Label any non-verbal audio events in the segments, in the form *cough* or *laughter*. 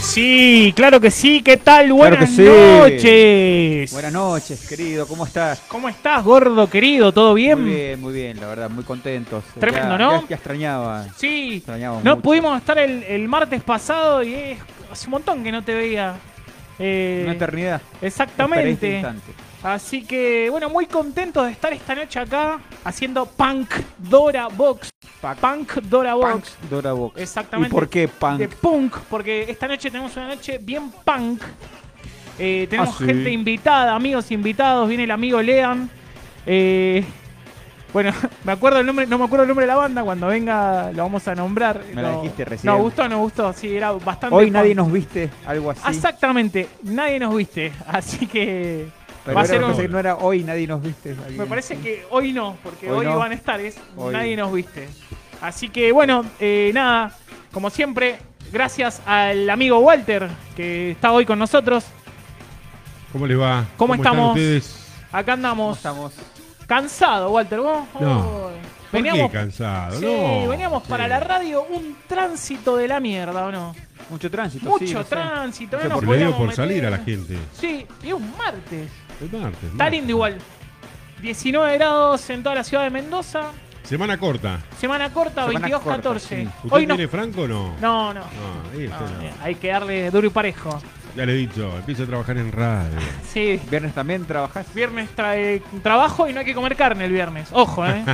sí, claro que sí. ¿Qué tal? Claro Buenas que sí. noches. Buenas noches, querido, ¿cómo estás? ¿Cómo estás, gordo querido? ¿Todo bien? Muy bien, muy bien, la verdad, muy contentos. Tremendo, Ya- ¿no? Ya, ya extrañaba. Sí. Extrañamos No mucho. pudimos estar el, el martes pasado y es- hace un montón que no te veía. Eh, Una eternidad. Esperé este exactamente. instante. Así que, bueno, muy contentos de estar esta noche acá haciendo Punk Dora Box. Punk Dora Box. Punk Dora Box. ¿Y Exactamente. por qué de punk? punk, porque esta noche tenemos una noche bien punk. Eh, tenemos Ah, sí. gente invitada, amigos invitados, viene el amigo Lean. Eh, bueno, *laughs* me acuerdo el nombre, no me acuerdo el nombre de la banda, cuando venga lo vamos a nombrar. Me la No- dijiste recién. No, gustó, no gustó, sí, era bastante. Hoy punk. nadie nos viste, algo así. Exactamente, nadie nos viste, *laughs* así que Pero va a era- ser un- pensé que no era hoy nadie nos viste. alguien me parece así. que hoy no, porque hoy, Hoy no. van a estar, es Hoy. nadie nos viste. Así que bueno, eh, nada, como siempre, gracias al amigo Walter que está hoy con nosotros. ¿Cómo les va? ¿Cómo están estamos? ustedes? Acá ¿Cómo andamos estamos? cansado, Walter, vos. No. Ay. ¿Por Veníamos, qué cansado? Sí, no. veníamos para Sí. la radio un tránsito de la mierda, ¿o no? Mucho tránsito. Mucho sí, no sé. tránsito, no, Yo nos por- le digo podíamos por meter. salir a la gente. Sí, es un martes. Es martes. Está martes. lindo igual. 19 grados en toda la ciudad de Mendoza. Semana corta. Semana corta, Semana 22-14. corta, ¿Usted Hoy no. tiene Franco o no? No, no. No, ahí usted No, no. eh, Hay que darle duro y parejo. Ya le he dicho, empiezo a trabajar en radio. Sí. Viernes también trabajás. Viernes trae trabajo y no hay que comer carne el viernes. Ojo, *laughs* ¿eh?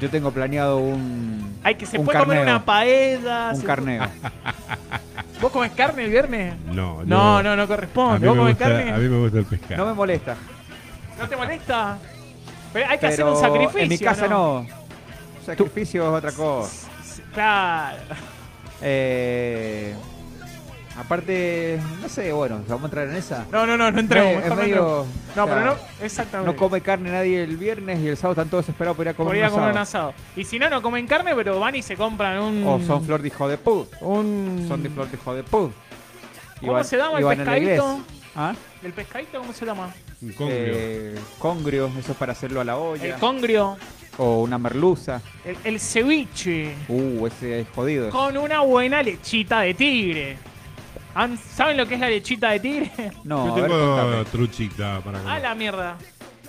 Yo tengo planeado un. Hay que se un puede comer carneo, una paella. Un se- carneo. ¿Vos comes carne el viernes? No, No, no, no A corresponde. mí, ¿Vos me comes gusta, a mí carne? me gusta el pescado. No me molesta. ¿No te molesta? Pero hay que hacer pero un sacrificio. En mi casa no. Sacrificio es otra cosa. Claro. Eh, aparte, no sé, bueno, vamos a entrar en esa. No, no, no, no entremos. Es mejor no, medio- entremos. no, o sea, pero no. Exactamente. No come carne nadie el viernes y el sábado están todos esperados por ir a comer, Podría un comer un asado. asado. Y si no, no comen carne, pero van y se compran un. O son flor de hijo de pu. un Son de flor de hijo de pu. Y ¿Cómo van- se llama y el van a la iglesia. pescadito? ¿Ah? ¿El pescadito cómo se llama? Un congrio. Eh, congrio, eso es para hacerlo a la olla. El congrio, o una merluza. el, el ceviche, Uh, ese es jodido. con una buena lechita de tigre. Han- ¿Saben lo que es la lechita de tigre? No, Yo a ver, tengo contame. truchita para A comer. la mierda.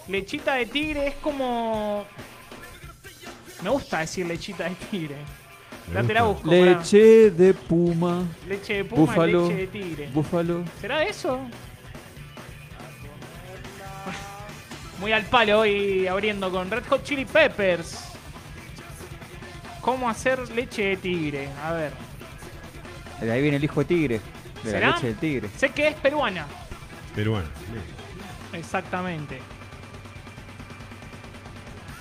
Lechita de tigre es como... Me gusta decir lechita de tigre. Me Ya te la gusta. busco. pará. Leche de puma, Leche de puma, búfalo. leche de tigre. búfalo. ¿Será eso? Muy al palo hoy abriendo con Red Hot Chili Peppers. ¿Cómo hacer leche de tigre? A ver. De ahí viene el hijo de tigre. De ¿Será? la leche del tigre. Sé que es peruana. Pero bueno, bien. Exactamente.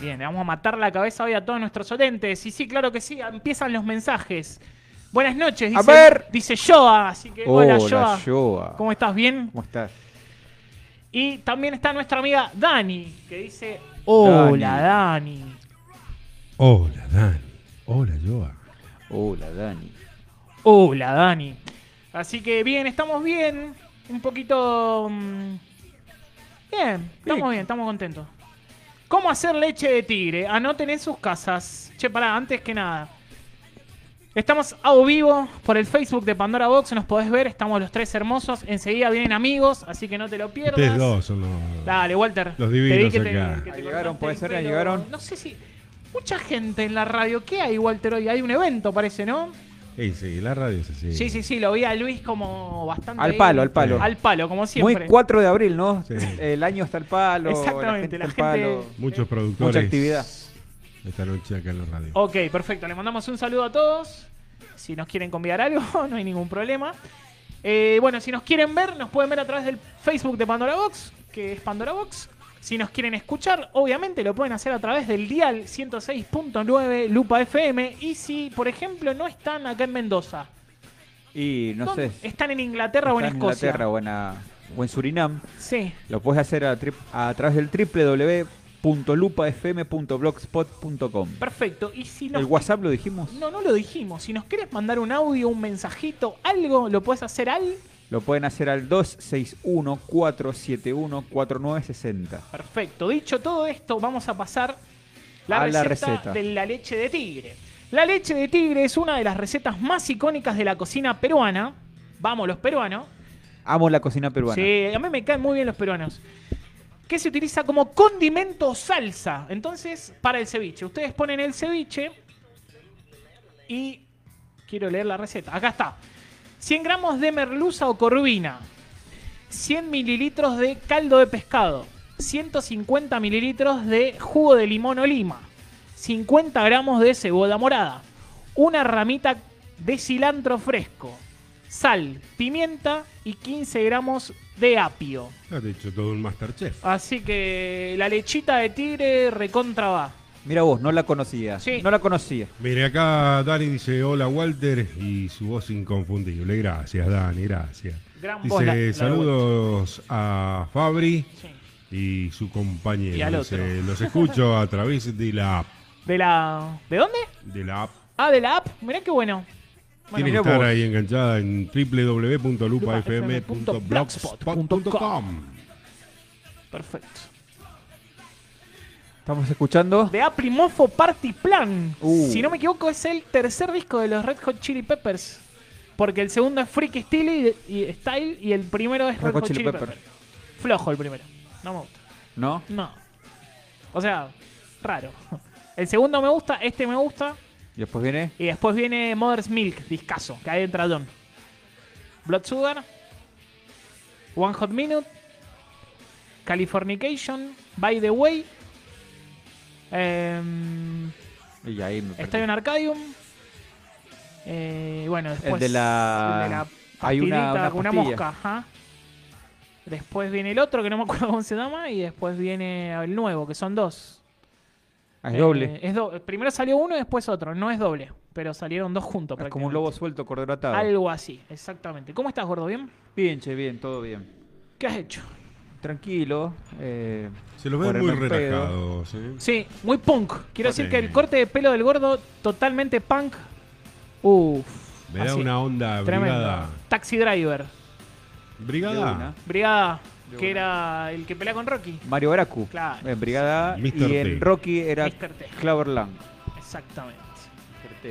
Bien, le vamos a matar la cabeza hoy a todos nuestros oyentes. Y sí, claro que sí, empiezan los mensajes. Buenas noches, dice, A ver. dice Joa. Así que, Eh, hola, Hola, Joa. Joa. ¿Cómo estás? ¿Bien? ¿Cómo estás? Y también está nuestra amiga Dani, que dice, hola Dani. Hola, Dan. Hola, Joa. Hola, Dani. Hola Uh, Dani. Así que bien, estamos bien. Un poquito... mm, Bien, estamos bien, estamos contentos. ¿Cómo hacer leche de tigre? Anoten en sus casas. Che, pará, antes que nada. Estamos a o vivo por el Facebook de Pandora Box, nos podés ver, estamos los tres hermosos. Enseguida vienen amigos, así que no te lo pierdas. Ustedes dos son los. Dale, Walter. Los Te vi divinos que te- acá. que te Ahí llegaron, cortaste puede el ser, ahí pelo. llegaron. No sé si. Mucha gente en la radio. ¿Qué hay, Walter, hoy? Hay un evento, parece, ¿no? Ey, sí, la radio es así. Sí, sí, sí, lo vi a Luis como bastante. Al ahí. palo, al palo. Al palo, como Muy siempre. 4 de abril, ¿no? Sí. El año está al palo. Exactamente, la está al gente- palo. Muchos productores. Mucha actividad. Esta noche acá en la radio. Ok, perfecto. Le mandamos un saludo a todos. Si nos quieren convidar algo, *laughs* no hay ningún problema. Eh, bueno, si nos quieren ver, nos pueden ver a través del Facebook de Pandora Box, que es Pandora Box. Si nos quieren escuchar, obviamente lo pueden hacer a través del dial 106.9 Lupa FM. Y si, por ejemplo, no están acá en Mendoza, Y no ¿dónde- sé. están en Inglaterra o en está en Escocia. Inglaterra o en, ah, o en Surinam. Sí, Lo puedes hacer a, tri- a través del www.lupafm.blogspot.com. perfecto. Y si nos El WhatsApp lo dijimos. No, no lo dijimos. Si nos quieres mandar un audio, un mensajito, algo, lo puedes hacer al. Lo pueden hacer al 261-471-4960. Perfecto. Dicho todo esto, vamos a pasar la, A la receta, receta. de la leche de tigre. La leche de tigre es una de las recetas más icónicas de la cocina peruana. Vamos, los peruanos. Amo la cocina peruana. Sí, a mí me caen muy bien los peruanos. Que se utiliza como condimento o salsa. Entonces, para el ceviche. Ustedes ponen el ceviche y quiero leer la receta. Acá está. 100 gramos de merluza o corvina. 100 mililitros de caldo de pescado. 150 mililitros de jugo de limón o lima. 50 gramos de cebolla morada. Una ramita de cilantro fresco. Sal, pimienta y 15 gramos de apio. Has dicho todo un Masterchef. Así que la lechita de tigre recontra va. Mira vos, no la conocía. Sí. No la conocía. Mire, acá Dani dice, hola Walter, y su voz inconfundible. Gracias, Dani, gracias. Gran voz, la- la dice, de saludos a Fabri Sí. y su compañero. Y al Dice, otro. los escucho a través de la app. ¿De la. ¿De dónde? De la app. Ah, de la app. Mirá qué bueno. Bueno, Tiene mirá que estar vos. ahí enganchada en www.lupafm.blogspot.com. perfecto. Estamos escuchando. De Aprimofo Party Plan. Uh. Si no me equivoco, es el tercer disco de los Red Hot Chili Peppers. Porque el segundo es Freaky Style y, y- Style y el primero es Red, Hot, Chili, Peppers. Flojo el primero. No me gusta. ¿No? No. O sea, raro. El segundo me gusta, este me gusta. Y después viene. Y después viene Mother's Milk, discaso, que ahí entra Don. Blood Sugar, One Hot Minute, Californication, By the Way, em, Y ahí me perdí. Stadium Arcadium. eh, bueno, después. El de el la- de la hay una- pastillita una con una pastilla. mosca, ajá. Después viene el otro, que no me acuerdo cómo se llama. Y después viene el nuevo, que son dos. Ah, es Eh, doble. es do- Primero salió uno y después otro. No es doble, pero salieron dos juntos. es como un prácticamente. lobo suelto, cordero atado. Algo así, exactamente. ¿Cómo estás, gordo? ¿Bien? Bien, che, bien, todo bien. ¿Qué has hecho? Tranquilo. eh, Se los ven ponerme muy en pedo. relajados. ¿eh? Sí, muy punk. Quiero Ok. decir que el corte de pelo del gordo, totalmente punk. Uf. Me da así, una onda tremendo. brigada. Taxi Driver. De una. Brigada. Brigada, De que una. era el que pelea con Rocky. Mario Bracu. Claro. En Brigada. Mr. Y T. en Rocky era Mr. T. Cloverland. Exactamente.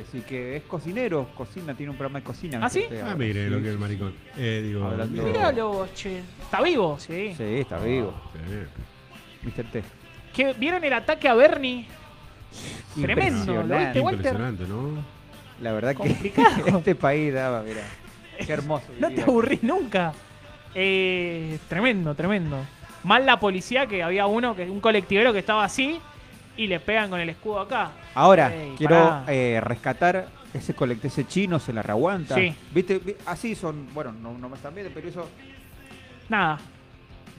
Así que es cocinero, cocina, tiene un programa de cocina. ¿Ah, sí? Mr. T Ah, ahora. mire Sí, lo que es el sí, maricón. Eh, digo, Hablando- mira. Míralo, vos, che. Está vivo, sí. Sí, está vivo. Eh, Mr. T. ¿Qué- ¿Vieron el ataque a Bernie? Tremendo, ¿lo Impresionante. viste, Walter? Impresionante, ¿no? La verdad que Complicado. *laughs* este país daba, mira. Qué hermoso. No te vivir. aburrís nunca. Eh, tremendo, tremendo. Mal la policía que había uno, que un colectivero que estaba así y le pegan con el escudo acá. Ahora, Ey, quiero pará. eh, rescatar ese colectivo, ese chino se la reaguanta. Sí. ¿Viste? Vi- Así son, bueno, no, no me están viendo, pero eso. Nada.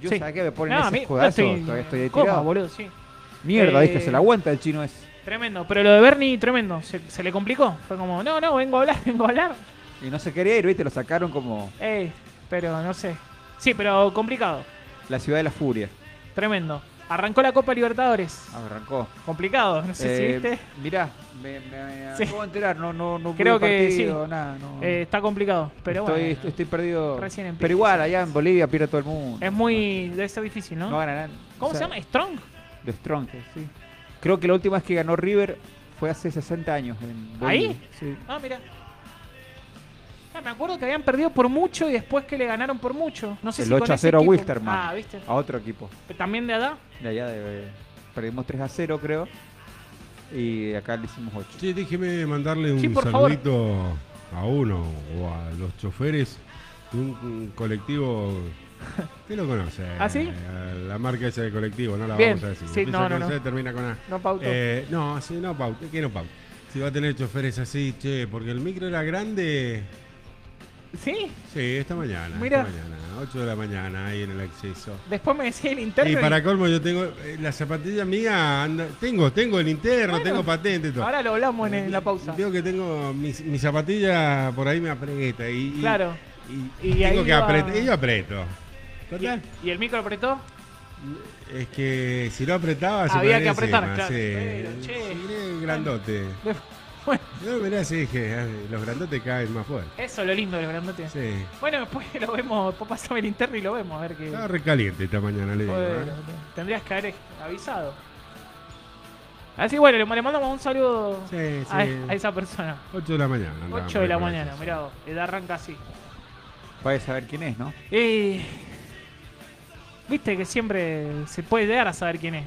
Yo Sí. sabía que me ponen Nada, a ese mí- yo escudazo, estoy- todavía estoy ahí coma, tirado. boludo, sí. Mierda, Eh, viste, se la aguanta el chino ese. Tremendo. Pero lo de Bernie, tremendo. Se, se le complicó. Fue como, no, no, vengo a hablar, *laughs* vengo a hablar. Y no se quería ir, viste, lo sacaron como Ey, pero no sé. Sí, pero complicado. la ciudad de la furia. Tremendo. Arrancó la Copa Libertadores. Arrancó. Complicado, no sé si Eh, viste. Mirá, me, me Sí. acabo de enterar, no, no, no vi Creo el que partido, nada, no. Eh, está complicado, pero estoy, bueno. estoy- estoy perdido. Recién empieza. Pero igual, allá en Bolivia pierde todo el mundo. Es muy. Debe ser difícil, ¿no? No ganarán. ¿Cómo O sea, se llama? ¿Strong? De Strong, sí. Creo que la última vez que ganó River fue hace 60 años. En Bolivia. ¿Ahí? Sí. Ah, mira. Ah, me acuerdo que habían perdido por mucho y después que le ganaron por mucho. No sé El si con 8 a ese 0 a equipo. Wilstermann. Ah, ¿viste? A otro equipo. También de edad. De allá de, perdimos 3 a 0, creo. Y acá le hicimos 8. Sí, déjeme mandarle un Sí, por favor. saludito a uno o a los choferes de un *laughs* colectivo. ¿Qué lo conoce? ¿Ah, sí? Eh, La marca esa de colectivo, no la Bien. vamos a decir. Sí, Empieza no, no, con no. C, termina con A. No pautó. Eh, no, sí, no pauta, que no pauta. Si va a tener choferes así, che, porque el micro era grande. Sí. Sí, esta mañana. Mirá. Esta mañana, 8 de la mañana, ahí en el acceso. Después me decía el interno. Y y- para colmo, yo tengo eh, la zapatilla mía, anda- tengo, tengo el interno, Bueno, tengo patente, y todo. Ahora lo hablamos en, en la pausa. Digo que tengo mis- mi, zapatilla por ahí me aprieta y, y- Claro. y, Y tengo ahí que va- apretar. Y yo aprieto. ¿Y, Total, y el micro apretó? es que si no apretaba se Había ponía que apretar, encima, claro. sí. Eh, Pero, che. Sí, mirá, grandote. *laughs* Bueno, No, mirá, así dije, ah, los grandotes caen más fuerte. eso es lo lindo del grandote. Sí. Bueno, después lo vemos, después pasame el interno y lo vemos, a ver qué. ¿eh? Estaba recaliente esta mañana, le digo. Bueno, ¿eh? tendrías que haber avisado. Así bueno, le, le mandamos un saludo Sí, a, e-, sí. a esa persona. 8 de la mañana. andaba 8 por de ahí la por mañana, esas. mirá vos, le da arranca así. Puedes saber quién es, ¿no? Y. Viste que siempre se puede llegar a saber quién es.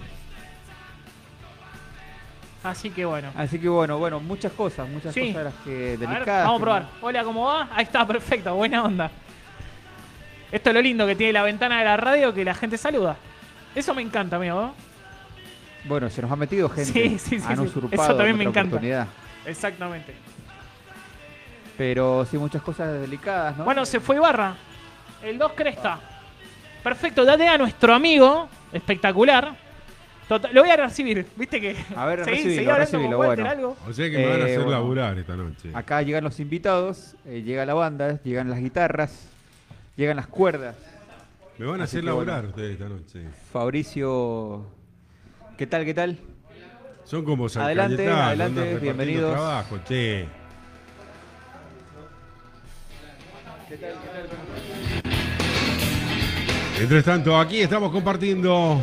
Así que bueno. Así que bueno, bueno, muchas cosas, muchas Sí. cosas las que A ver, delicadas. vamos a que- probar. Hola, ¿cómo va? Ahí está, perfecto, buena onda. Esto es lo lindo que tiene la ventana de la radio que la gente saluda. Eso me encanta, amigo. Bueno, se nos ha metido gente. Sí, sí, sí, Han sí. usurpado Eso también me nuestra encanta. oportunidad. Exactamente. Pero sí, muchas cosas delicadas, ¿no? Bueno, se fue Ibarra. El 2 cresta. Perfecto, date a nuestro amigo. Espectacular. Total- lo voy a recibir, viste que. A ver, seguí, seguí recibilo, hablando recibilo, con Walter, bueno. algo. O sea que me van a Eh, hacer bueno. laburar esta noche. Acá llegan los invitados, eh, llega la banda, llegan las guitarras, llegan las cuerdas. Me van a Así hacer que bueno. laburar ustedes esta noche. Fabricio, ¿qué tal, qué tal? Son como San Adelante, Cayetano, andan adelante, repartiendo bienvenidos. trabajo, che. Mientras tanto, aquí estamos compartiendo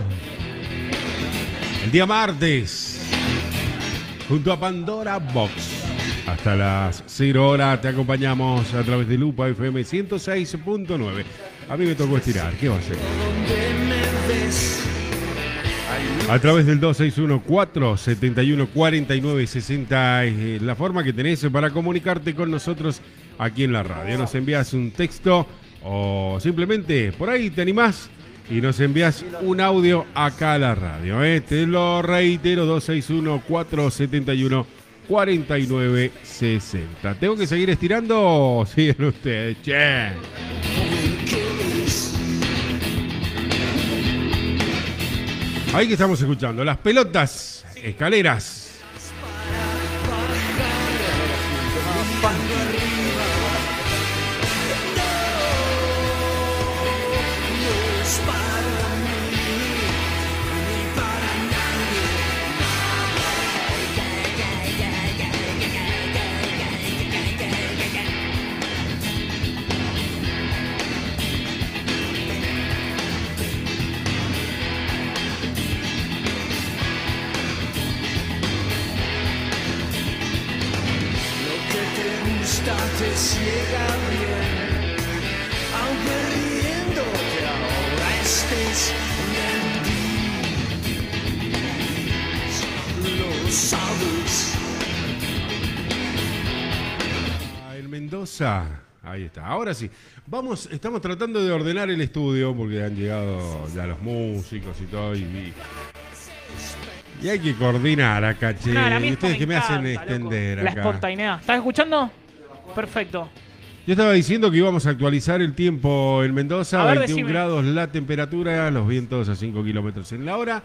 el día martes junto a Pandora Box. Hasta las 0 horas te acompañamos a través de Lupa FM 106.9. A mí me tocó estirar, ¿qué va a hacer? A través del 261-471-4960 es eh, la forma que tenés para comunicarte con nosotros aquí en la radio. Nos envías un texto o simplemente por ahí te animás y nos envías un audio acá a la radio. ¿eh? Te lo reitero, 261-471-4960. ¿Tengo que seguir estirando o siguen ustedes? Che. Ahí que estamos escuchando, las pelotas, escaleras. Lo que te gusta te ciega bien, aunque riendo que ahora estés mentir, lo sabes. Ah, El Mendoza. Ahí está. Ahora sí. Vamos, estamos tratando de ordenar el estudio porque han llegado ya los músicos y todo. Y, y- y hay que coordinar acá, che. Nada, a mí y esto ustedes que me hacen encanta, loco. extender La acá. espontaneidad. ¿Estás escuchando? Perfecto. Yo estaba diciendo que íbamos a actualizar el tiempo en Mendoza. A ver, 21 decime. grados la temperatura, los vientos a 5 kilómetros en la hora.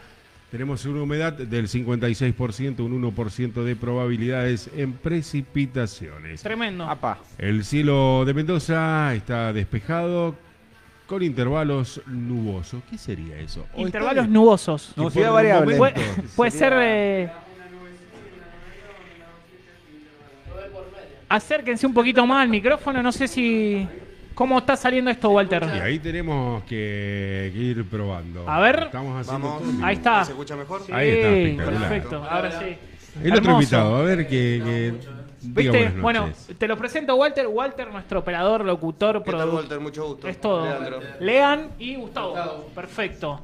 Tenemos una humedad del 56%, un 1% de probabilidades en precipitaciones. Tremendo. Apa, El cielo de Mendoza está despejado con intervalos nubosos. ¿Qué sería eso? O Intervalos está- nubosos. que Nubosidad por un variable. Pues, Puede, momento- puede Sería- ser. eh, Acérquense un poquito más al micrófono. No sé si. ¿Cómo está saliendo esto, Y Walter? ahí tenemos que, que ir probando. A ver. Estamos haciendo Vamos. todo bien. Ahí está. ¿Se escucha mejor? Ahí está, Sí, espectacular. perfecto. Ahora sí. El otro Hermoso. invitado, a ver que. que- diga ¿Viste? buenas noches. Bueno, te lo presento, Walter. Walter, nuestro operador, locutor, ¿Qué tal, productor. Walter? Mucho gusto. Es todo. Leandro. Lean y Gustavo. Perfecto.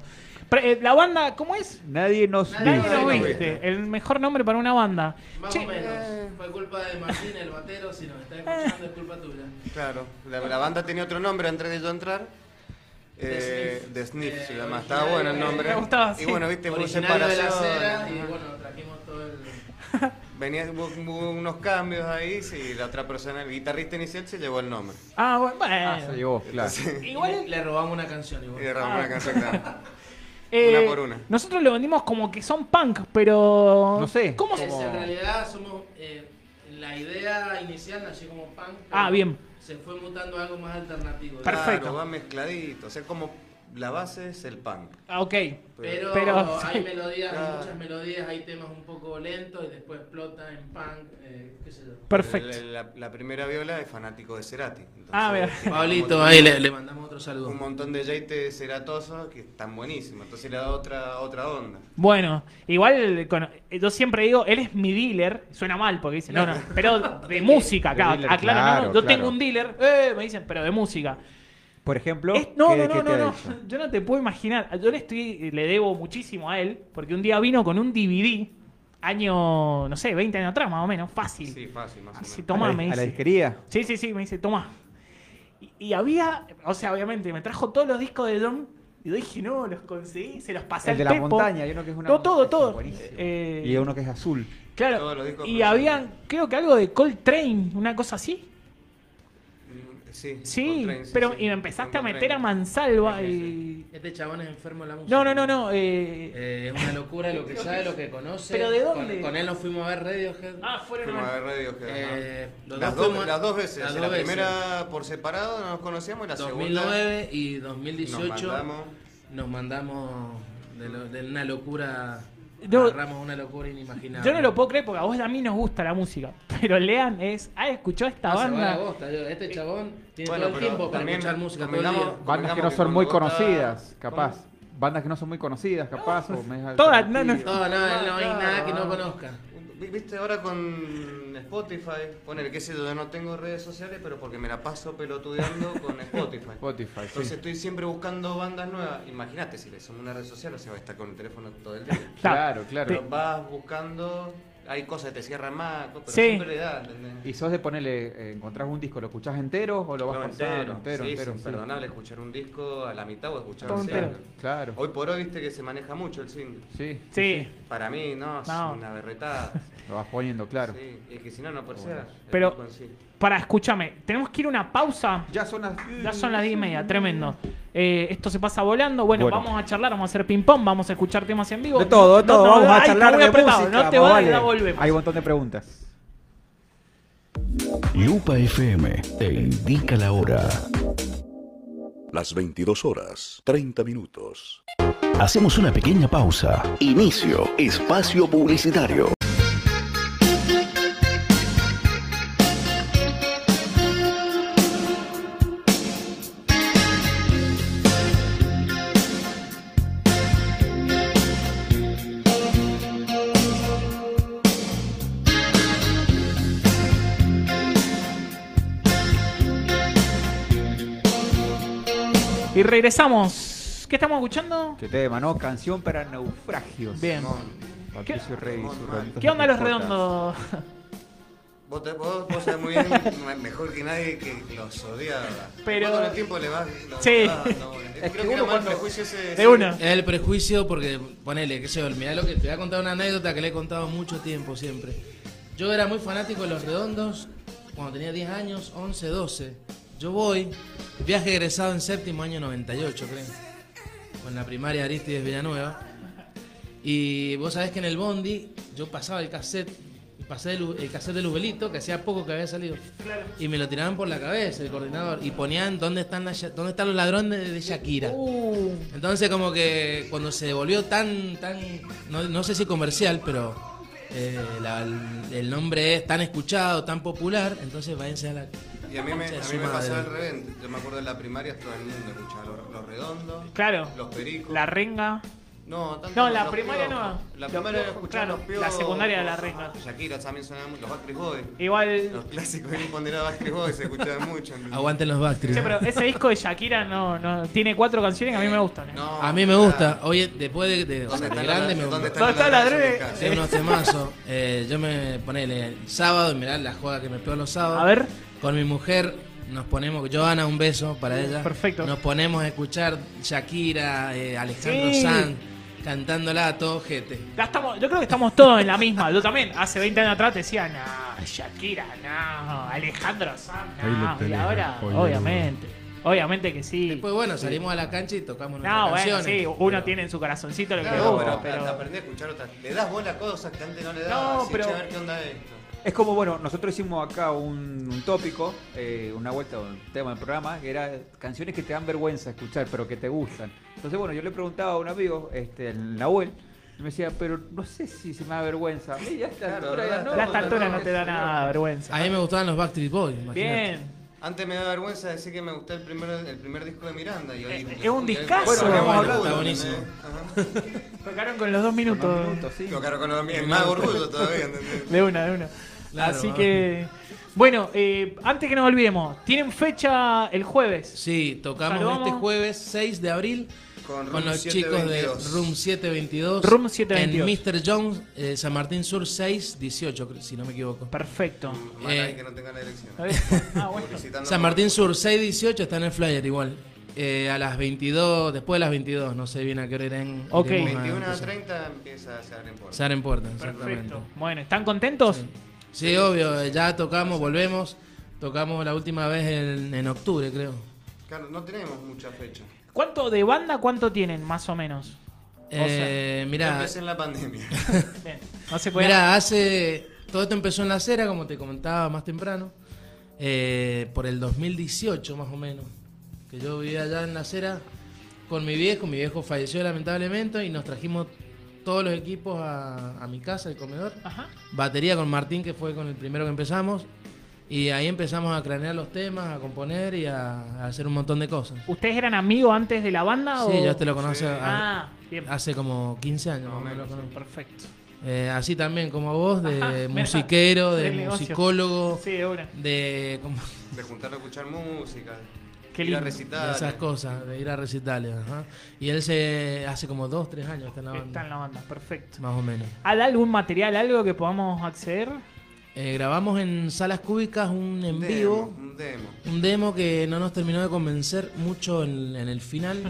Pre- eh, la banda, ¿cómo es? nadie nos Nadie viste. nos nos viste. El mejor nombre para una banda. Más Che, o Eh. menos. Fue culpa de Martín, el batero. Si nos está escuchando, es culpa tuya. Claro. La, la banda tenía otro nombre antes de yo entrar. Eh, The Sniff se llama. Estaba bueno el nombre. Me gustaba, Y sí. bueno, viste, hubo Originario de la acera y separación. bueno, trajimos todo el. Venía, hubo, hubo unos cambios ahí. Sí, la otra persona, el guitarrista inicial, se llevó el nombre. Ah, bueno. Se llevó, claro. Igual Igual, le robamos una canción Y igual. derramó Ah, una canción. claro. eh, Una por una. Nosotros lo vendimos como que son punk, pero. No sé. ¿Cómo Es, se.? en realidad somos. eh, la idea inicial nació como punk. pero Ah, bien. Se fue mutando a algo más alternativo. *laughs* Perfecto. Claro, va mezcladito. O sea, como la base es el punk. Ah, ok. Pero, Pero, *laughs* hay sí. melodías, Claro. muchas melodías, hay temas un poco lentos y después explota en punk, eh, qué sé yo. Perfecto. La, la- la primera viola es fanático de Cerati. Entonces, Ah, mira. tiene Pablito, como ahí le, le mandamos otro saludo. Un montón de jaites ceratosos que están buenísimos. Entonces le da otra, otra onda. Bueno, igual con- eh, yo siempre digo, él es mi dealer. Suena mal porque dicen, *laughs* no, no, pero de música, De acá, dealer, aclara, no, no, claro, yo claro. tengo un dealer, eh, me dicen, pero de música. Por ejemplo, Es- no, no, ¿qué- qué no, te ha no, no, dicho? yo no te puedo imaginar. Yo le, estoy, eh, le debo muchísimo a él, porque un día vino con un DVD, año, no sé, 20 años atrás más o menos, fácil. Sí, fácil, más o Así, menos. toma, a la, me a la dice. disquería. Sí, sí, sí, me dice, toma. Y, y había, o sea, obviamente, me trajo todos los discos de John. Y yo dije, no, los conseguí, se los pasé El al de la Pepo. montaña, hay uno que es una E No, todo, montaña, todo. buenísimo. Eh, y hay uno que es azul. Claro, Todos los discos y cruzan. habían, creo que algo de Coltrane, una cosa así. Mm, Sí, Sí, Coltrane, sí, pero sí. y me empezaste a Con meter a Coltrane. Mansalva Sí, sí, y... Este chabón es enfermo de la música. No, no, no, no. eh, Eh, es una locura lo *laughs* que sabe, lo que conoce. ¿Pero de Con- dónde? Con, él nos fuimos a ver Radiohead. Ah, fueron... Fuimos a ver Radiohead, Eh, ajá. los las, dos dos, fuimos- las dos veces. las la dos veces. primera por separado no nos conocíamos y la segunda 2009 y nos 2018 mandamos. nos mandamos de, lo- de una locura. Yo- agarramos una locura inimaginable. Yo no lo puedo creer porque a vos y a mí nos gusta la música. Pero Lean es, ah, escuchó esta No, se va banda. la bosta, yo- Este Eh, chabón tiene Bueno, todo el pero tiempo para también escuchar música todo el convengamos- Bandas día. que no Convengamos que son muy cuando vos estás- conocidas, capaz. Bandas que no son muy conocidas, capaz. o medias Todas, no, no. alternativas. No, no, él no hay nada que no conozca. Vi- Viste ahora con Spotify, poner qué sé yo, yo no tengo redes sociales, pero porque me la paso pelotudeando *laughs* con Spotify. Spotify, sí. Entonces estoy siempre buscando bandas nuevas. Imagínate, si le sumo una red social, o sea, va a estar con el teléfono todo el *laughs* día. Claro, Pero claro. vas buscando, hay cosas que te cierran más, pero Sí. siempre le da, ¿entendés? Y sos de ponerle, eh, encontrás un disco, ¿lo escuchás entero o lo vas No, pasando? entero, sí, entero, es sí. imperdonable escuchar un disco a la mitad o escuchar Todo un entero. single. Claro. Hoy por hoy viste que se maneja mucho el single. Sí, Sí, Para mí, no, es No. una berretada. lo vas poniendo, claro. Sí, es que si no, no perseas. el Pero- disco en sí. para, escúchame, tenemos que ir a una pausa. Ya son las... Ya son las 10 y media, tremendo. Eh, esto se pasa volando. Bueno, Bueno. vamos a charlar, vamos a hacer ping-pong, vamos a escuchar temas en vivo. De todo, de No, todo. no, Vamos ay, a está charlar muy de apretado. música. No te más va, vale. ya volvemos. Hay un montón de preguntas. Lupa FM te indica la hora. Las 22 horas, 30 minutos. Hacemos una pequeña pausa. Inicio, espacio publicitario. Y regresamos. ¿Qué estamos escuchando? ¿Qué tema, no? Canción para naufragios. Bien. Patricio Rey, Mon, sus man. redondos ¿Qué onda de los picota. redondos? Vos, te- vos, vos sabés muy bien, me- mejor que nadie, que los odiaba. Pero- Vos Con el tiempo le vas. lo- Sí. ah, no, creo que que era uno más cuando- prejuicio ese. De una. Es el prejuicio porque, ponele, qué sé yo, mirá lo que te voy a contar una anécdota que le he contado mucho tiempo siempre. Yo era muy fanático de Los Redondos cuando tenía 10 años, 11, 12. Yo voy, viaje egresado en séptimo año 98, creo, con la primaria de Aristides Villanueva. Y vos sabés que en el Bondi yo pasaba el cassette, pasé el, el cassette del Ubelito, que hacía poco que había salido. Y me lo tiraban por la cabeza el coordinador y ponían dónde están, las- dónde están los ladrones de, de Shakira. Entonces como que cuando se volvió tan, tan, no, no sé si comercial, pero eh, la- el nombre es tan escuchado, tan popular, entonces váyanse a la... Y a mí me, a concha de mí su me pasó madre. al revés. Yo me acuerdo en la primaria todo el mundo escuchaba los, los redondos, Claro. los pericos. La renga. No, tanto No, la los primaria Piojos. no. La Los primaria Piojos, escuchaba claro. los La piojos. secundaria la renga. Shakira también sonaba mucho. Los Backstreet Boys. Los Igual. clásicos bien ponderados Backstreet Boys se escuchaban mucho. en- Aguanten los Backstreet. Che, pero ese disco de Shakira no, no tiene cuatro canciones que a mí me gustan. ¿eh? No, A mí me gusta, oye, después de, de- ¿Dónde de está grande me la, gusta. ¿Dónde ¿Dónde está está la la drede? droga? Hace unos temazos. Eh, yo me ponele el sábado, mirá la joda que me pego los sábados. A ver. Con mi mujer nos ponemos, Joana, un beso para ella. Perfecto. Nos ponemos a escuchar Shakira, eh, Alejandro Sí. Sanz, cantándola a todo gente. Ya estamos, yo creo que estamos todos en la misma. Yo también, hace 20 años atrás te decía, no, Shakira, no, Alejandro Sanz, Ahí lo no. Y tenés, ahora, apoyo. obviamente, obviamente que sí. Después, Pues bueno, salimos a la cancha y tocamos nuestras No, Ah, bueno, canciones. sí, uno tiene en su corazoncito lo que le Claro, gusta, pero, pero... aprendí a escuchar otras. Le das bola a cosas que antes no le No, dabas. No, pero- pero. a ver qué onda esto. Es como, bueno, nosotros hicimos acá un, un tópico, eh, una vuelta, un tema del programa, que era canciones que te dan vergüenza escuchar, pero que te gustan. Entonces, bueno, yo le preguntaba a un amigo, este, el Nahuel, y me decía, pero no sé si se me da vergüenza. Y ya está, Claro, altura, ya ¿verdad? no, Ya La esta no, altura no, no te da no. nada de vergüenza. A mí me gustaban los Backstreet Boys, imagínate. Bien. Antes me da vergüenza decir que me gustó el primer, el primer disco de Miranda. Y hoy, Eh, es un y hoy- discazo. Bueno, Bueno, hemos bueno, hablado. está ¿entendés? buenísimo. Ajá. Tocaron con los dos minutos. Dos minutos, sí. Lo caro con los es más orgullo todavía, ¿entendés? De una, de una. Claro, Así ah. que. Bueno, eh, antes que nos olvidemos, tienen fecha el jueves. Sí, tocamos Saludamos. este jueves 6 de abril Con con, Room los chicos de 722. Room 722. Room 722. En Mr. Jones, eh, San Martín Sur 618, cre- si no me equivoco. Perfecto. Mal ahí Eh, que no tenga la dirección. A ver, Ah, bueno. Publicitando San por- Martín Sur 618 está en el flyer igual. Eh, a las 22, después de las 22, no sé bien a qué hora irán. Ok. iremos a 21 a empezar. 30 empieza a ser en Se abren puertas, exactamente. Perfecto. Bueno, ¿están contentos? Sí, obvio, eh, ya tocamos, volvemos. Tocamos la última vez en, en octubre, creo. Claro, no tenemos mucha fecha. ¿Cuánto de banda cuánto tienen, más o menos? Eh, mirá, Empecé en la pandemia. Bien, No se puede. Mira, hace. Todo esto empezó en la acera, como te comentaba más temprano. eh, por el 2018, más o menos. Que yo vivía allá en la acera con mi viejo. Mi viejo falleció lamentablemente y nos trajimos todos los equipos a, a mi casa, el comedor. Ajá. Batería con Martín, que fue con el primero que empezamos. Y ahí empezamos a cranear los temas, a componer y a, a hacer un montón de cosas. ¿Ustedes eran amigos antes de la banda? Sí, Ah, o... yo te lo conozco a- Ah, bien. hace como 15 años. Más o más o menos, menos, lo conozco. Perfecto. Eh, así también como vos, de Ajá, mira, musiquero, de del Ah, negocio. musicólogo, Sí, de una. de, como- *laughs* De juntarnos a escuchar música. Qué ir a lindo. de recitar. esas cosas, de ir a recitales. ajá. Y él se hace como dos, tres años está en la banda. Está en la banda, perfecto. Más o menos. ¿Hay algún material, algo que podamos acceder? Eh, grabamos en salas cúbicas un en Un demo, vivo, Un demo. un demo que no nos terminó de convencer mucho en, en el final.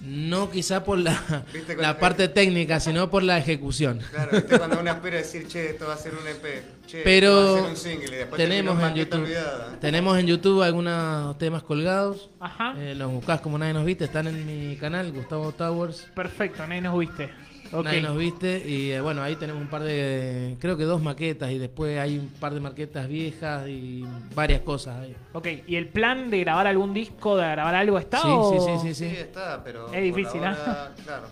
No quizá por la, Viste con la el- parte técnica, sino por la ejecución. Claro, ¿viste? cuando uno espera decir, che, esto va a ser un EP. Che, esto va a Pero ser un single. Y después tenemos terminó en, maqueta YouTube, olvidada. tenemos en YouTube algunos temas colgados. Ajá. Eh, los buscás como nadie nos viste, están en mi canal, Gustavo Towers. Perfecto, nadie nos viste. Ok. Nadie nos viste. Y eh, bueno, ahí tenemos un par de, creo que dos maquetas y después hay un par de maquetas viejas y varias cosas ahí. Ok, ¿y el plan de grabar algún disco, de grabar algo está? Sí, o- sí, sí, sí, Sí, sí. está, pero. Es por difícil, ahora, *laughs* Claro.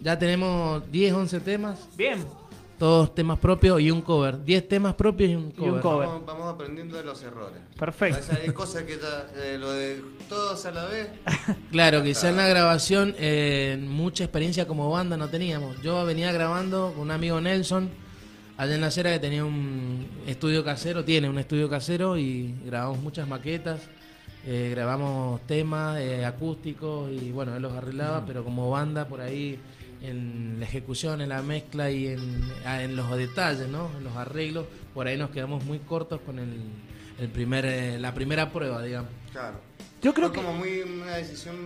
Ya tenemos 10, 11 temas, Bien, todos temas propios y un cover. 10 temas propios y un cover. cover. Vamos, vamos aprendiendo de los errores. perfecto. Hay cosas que ta- eh, lo de todos a la *laughs* vez. Claro, quizá en la grabación eh, mucha experiencia como banda no teníamos. Yo venía grabando con un amigo Nelson, allá en la acera que tenía un estudio casero, tiene un estudio casero y grabamos muchas maquetas, eh, grabamos temas eh, acústicos y bueno, él los arreglaba, pero como banda por ahí en la ejecución, en la mezcla y en, ah, en los detalles, ¿no? En los arreglos, por ahí nos quedamos muy cortos con el, el primer, eh, la primera prueba, digamos. Claro. Yo creo Fue que... como muy una decisión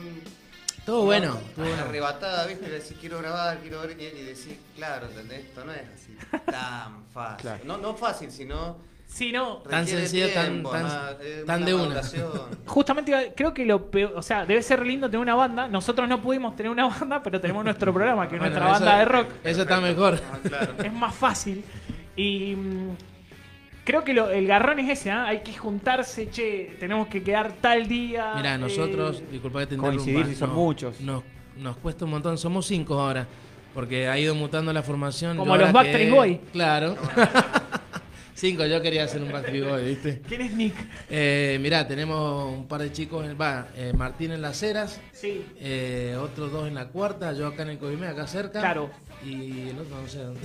Ah, Todo bueno, todo bueno. arrebatada, ¿viste? Le decís, quiero grabar, quiero ver, y decís, claro, ¿entendés? Esto no es *laughs* así tan fácil. No, no fácil, sino Sí, no, Tan requiere sencillo, tan- tiempo, tan- ah, eh, tan de una. *laughs* maduración. justamente creo que lo peor, o sea, debe ser lindo tener una banda. Nosotros no pudimos tener una *laughs* banda, pero tenemos nuestro programa, que es Bueno, nuestra eso- banda de rock. Eso está mejor. Ah, claro. Es más fácil. Y mm, creo que lo- el garrón es ese, ¿ah? hay que juntarse, che, tenemos que quedar tal día. Mira, eh, nosotros, disculpa que te interrumpa. coincidir si son no- muchos. Nos, nos cuesta un montón, somos cinco ahora, porque ha ido mutando la formación. Como Yo los ahora quedé- Backstreet Boy. Claro. *laughs* cinco, yo quería hacer un Backstreet Boy, ¿viste? ¿Quién es Nick? Eh, mirá, tenemos un par de chicos, en, va, eh, Martín en las Heras, Sí. eh, otros dos en la cuarta, yo acá en el Covime, acá cerca. Claro. Y el otro no sé dónde.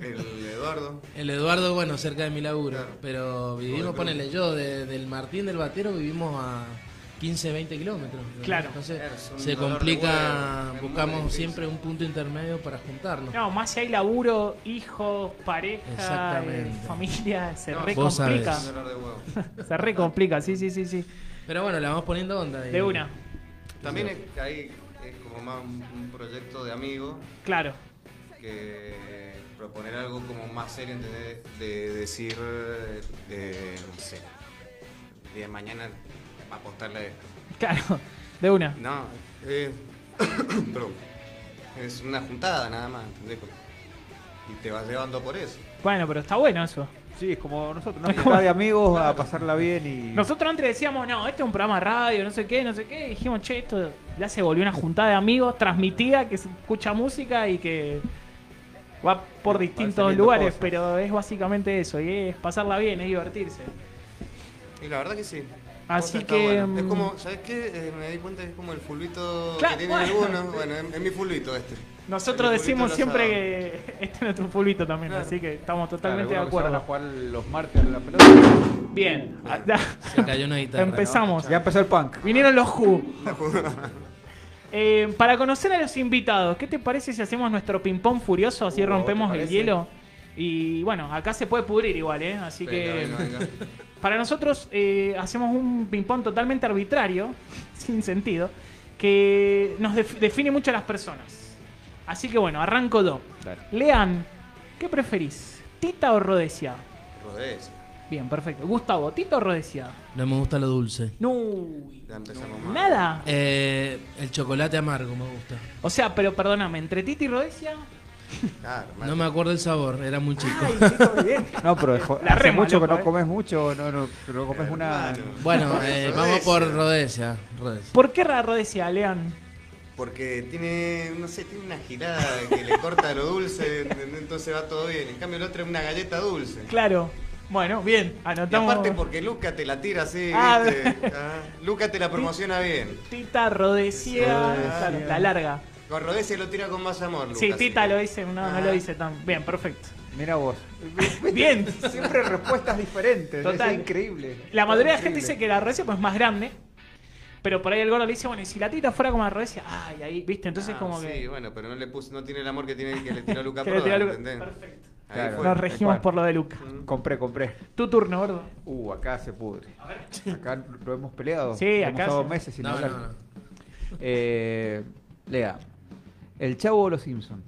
El Eduardo. El Eduardo, bueno, cerca de mi laburo. Claro. Pero vivimos, ponele yo, de- del Martín del Batero vivimos a 15, 20 kilómetros. ¿no? Claro. Entonces Claro, es un se dolor de complica, huevo, es muy buscamos difícil. siempre un punto intermedio para juntarnos. No, más si hay laburo, hijos, pareja, eh, Exactamente. familia, se No, vos recomplica. Un dolor *laughs* de huevo. Se recomplica, sí, sí, sí, sí. Pero bueno, la vamos poniendo onda. y- De una, También es, ahí es como más un, un proyecto de amigos claro. *laughs* que proponer algo como más serio, ¿entendés? De decir, eh, de, no sé, de mañana apostarle a esto. Claro, de una. No, eh, *coughs* perdón. es una juntada nada más, ¿entendés? Y te vas llevando por eso. Bueno, pero está bueno eso. Sí, es como nosotros, una amistad de amigos a pasarla bien y. Nosotros antes decíamos, no, este es un programa de radio, no sé qué, no sé qué. Y dijimos, che, esto ya se volvió una juntada de amigos transmitida que se escucha música y que va por distintos saliendo lugares, cosas. pero es básicamente eso, y es pasarla bien, es divertirse. Y la verdad que sí. Así Cosa está que, buena. Es mm, como, ¿sabes qué? Eh, me di cuenta que es como el fulbito Claro, que tienen bueno. algunos. Bueno, es, es mi fulbito este. Nosotros El futbolito decimos lo siempre sabe. que *laughs* este es nuestro pulvito también, Claro. así que estamos Claro, totalmente de algunos que se van acuerdo. a jugar los martes a la pelota. Bien, Se cayó una *laughs* guitarra. empezamos. Ya empezó el punk. Vinieron los *laughs* Who. Eh, para conocer a los invitados, ¿qué te parece si hacemos nuestro ping-pong furioso? Así Uh, rompemos ¿te el parece? hielo. Y bueno, acá se puede pudrir igual, ¿eh? Así Venga, que venga, venga. para nosotros eh, hacemos un ping-pong totalmente arbitrario, *laughs* sin sentido, que nos def- define mucho a las personas. Así que bueno, arranco yo. Dale. Lean, ¿qué preferís? ¿Tita o Rodesia? Rodés. Bien, perfecto. Gustavo, ¿Tita o Rodesia? No me gusta lo dulce. No. Ya empezamos mal. Nada. Eh, el chocolate amargo me gusta. O sea, pero perdóname, entre Tita y Rodesia. Claro, mal. No me acuerdo el sabor, era muy chico. No, pero es- La hace rema, mucho que loco, no eh. comes mucho, no, no, pero comes una. *laughs* Bueno, eh, vamos por Rodesia. Rodesia. ¿Por qué la Rodesia, Lean? Porque tiene, no sé, tiene una girada que le corta lo dulce, ¿entendés? entonces va todo bien. En cambio el otro es una galleta dulce. Claro. Bueno, bien, Y anotamos. aparte porque Luca te la tira así, Ah, ¿viste? Ah, Luca te la promociona bien. Tita, Rodesia, Rodesia. claro, la larga. Con Rodesia lo tira con más amor, Luca. Sí, así Tita que- lo dice, no, no Ah. lo dice tan. Bien, *laughs* perfecto. Mira vos. Bien. Siempre respuestas diferentes. Total. Es increíble. La mayoría de la gente Increíble. dice que la Rodesia pues, es más grande. Pero por ahí el gordo le dice, bueno, y si la tita fuera como la Rodesia, ay, ahí, viste, entonces Ah, como sí, que. bueno, pero no le puso, no tiene el amor que tiene que le tiró *laughs* Luca que le Prodan, tira Luca. ¿entendés? Perfecto. Ahí Claro. fue. Nos regimos cual. por lo de Luca. Compré, compré. Tu turno, gordo. Uh, acá se pudre. *laughs* Acá lo hemos peleado. Sí, Hemos acá estado se- meses sin No, hablar. no, no. Eh, Lea. ¿El Chavo o los Simpsons?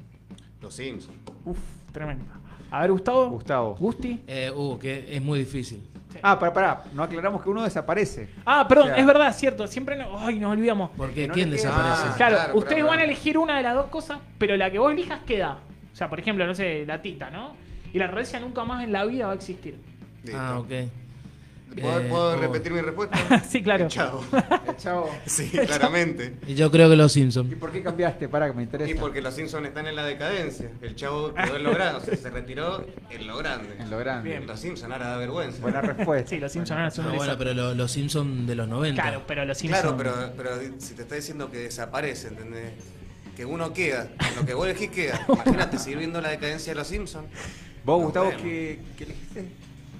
Los Simpsons. Ah, Uf, tremendo. A ver, Gustavo. Gustavo. Gusti. Eh, uh, que es muy difícil. Ah, pará, pará. No aclaramos que uno desaparece. Ah, perdón, Ya. es verdad, cierto. Siempre no- Ay, nos olvidamos. Porque Que no ¿quién le queda- desaparece? Ah, Claro, claro, ustedes claro, van a claro. elegir una de las dos cosas, pero la que vos elijas queda. O sea, por ejemplo, no sé, la tita, ¿no? Y la Rodesia nunca más en la vida va a existir. Listo. Ah, ok. ¿Puedo, Eh, puedo oh. repetir mi respuesta? *laughs* sí, claro. Chao. El Chavo. Sí, claramente. Y yo creo que los ¿Y Simpsons. por qué cambiaste? Pará, que me interesa. Y porque los Simpsons están en la decadencia. El chavo quedó en lo grande, o sea, se retiró en lo grande. En lo grande. Bien. Los Simpsons ahora da vergüenza. Buena respuesta. Sí, los Simpsons no son No, de bueno, esa- pero lo- los Simpsons de los 90. Claro, pero los Simpsons. claro, pero, pero si te está diciendo que desaparece, ¿entendés? Que uno queda, lo que vos *laughs* elegís queda. Imagínate seguir viendo la decadencia de los Simpsons. Vos, Nos Gustavo, vemos. Ah, ¿qué, qué elegiste?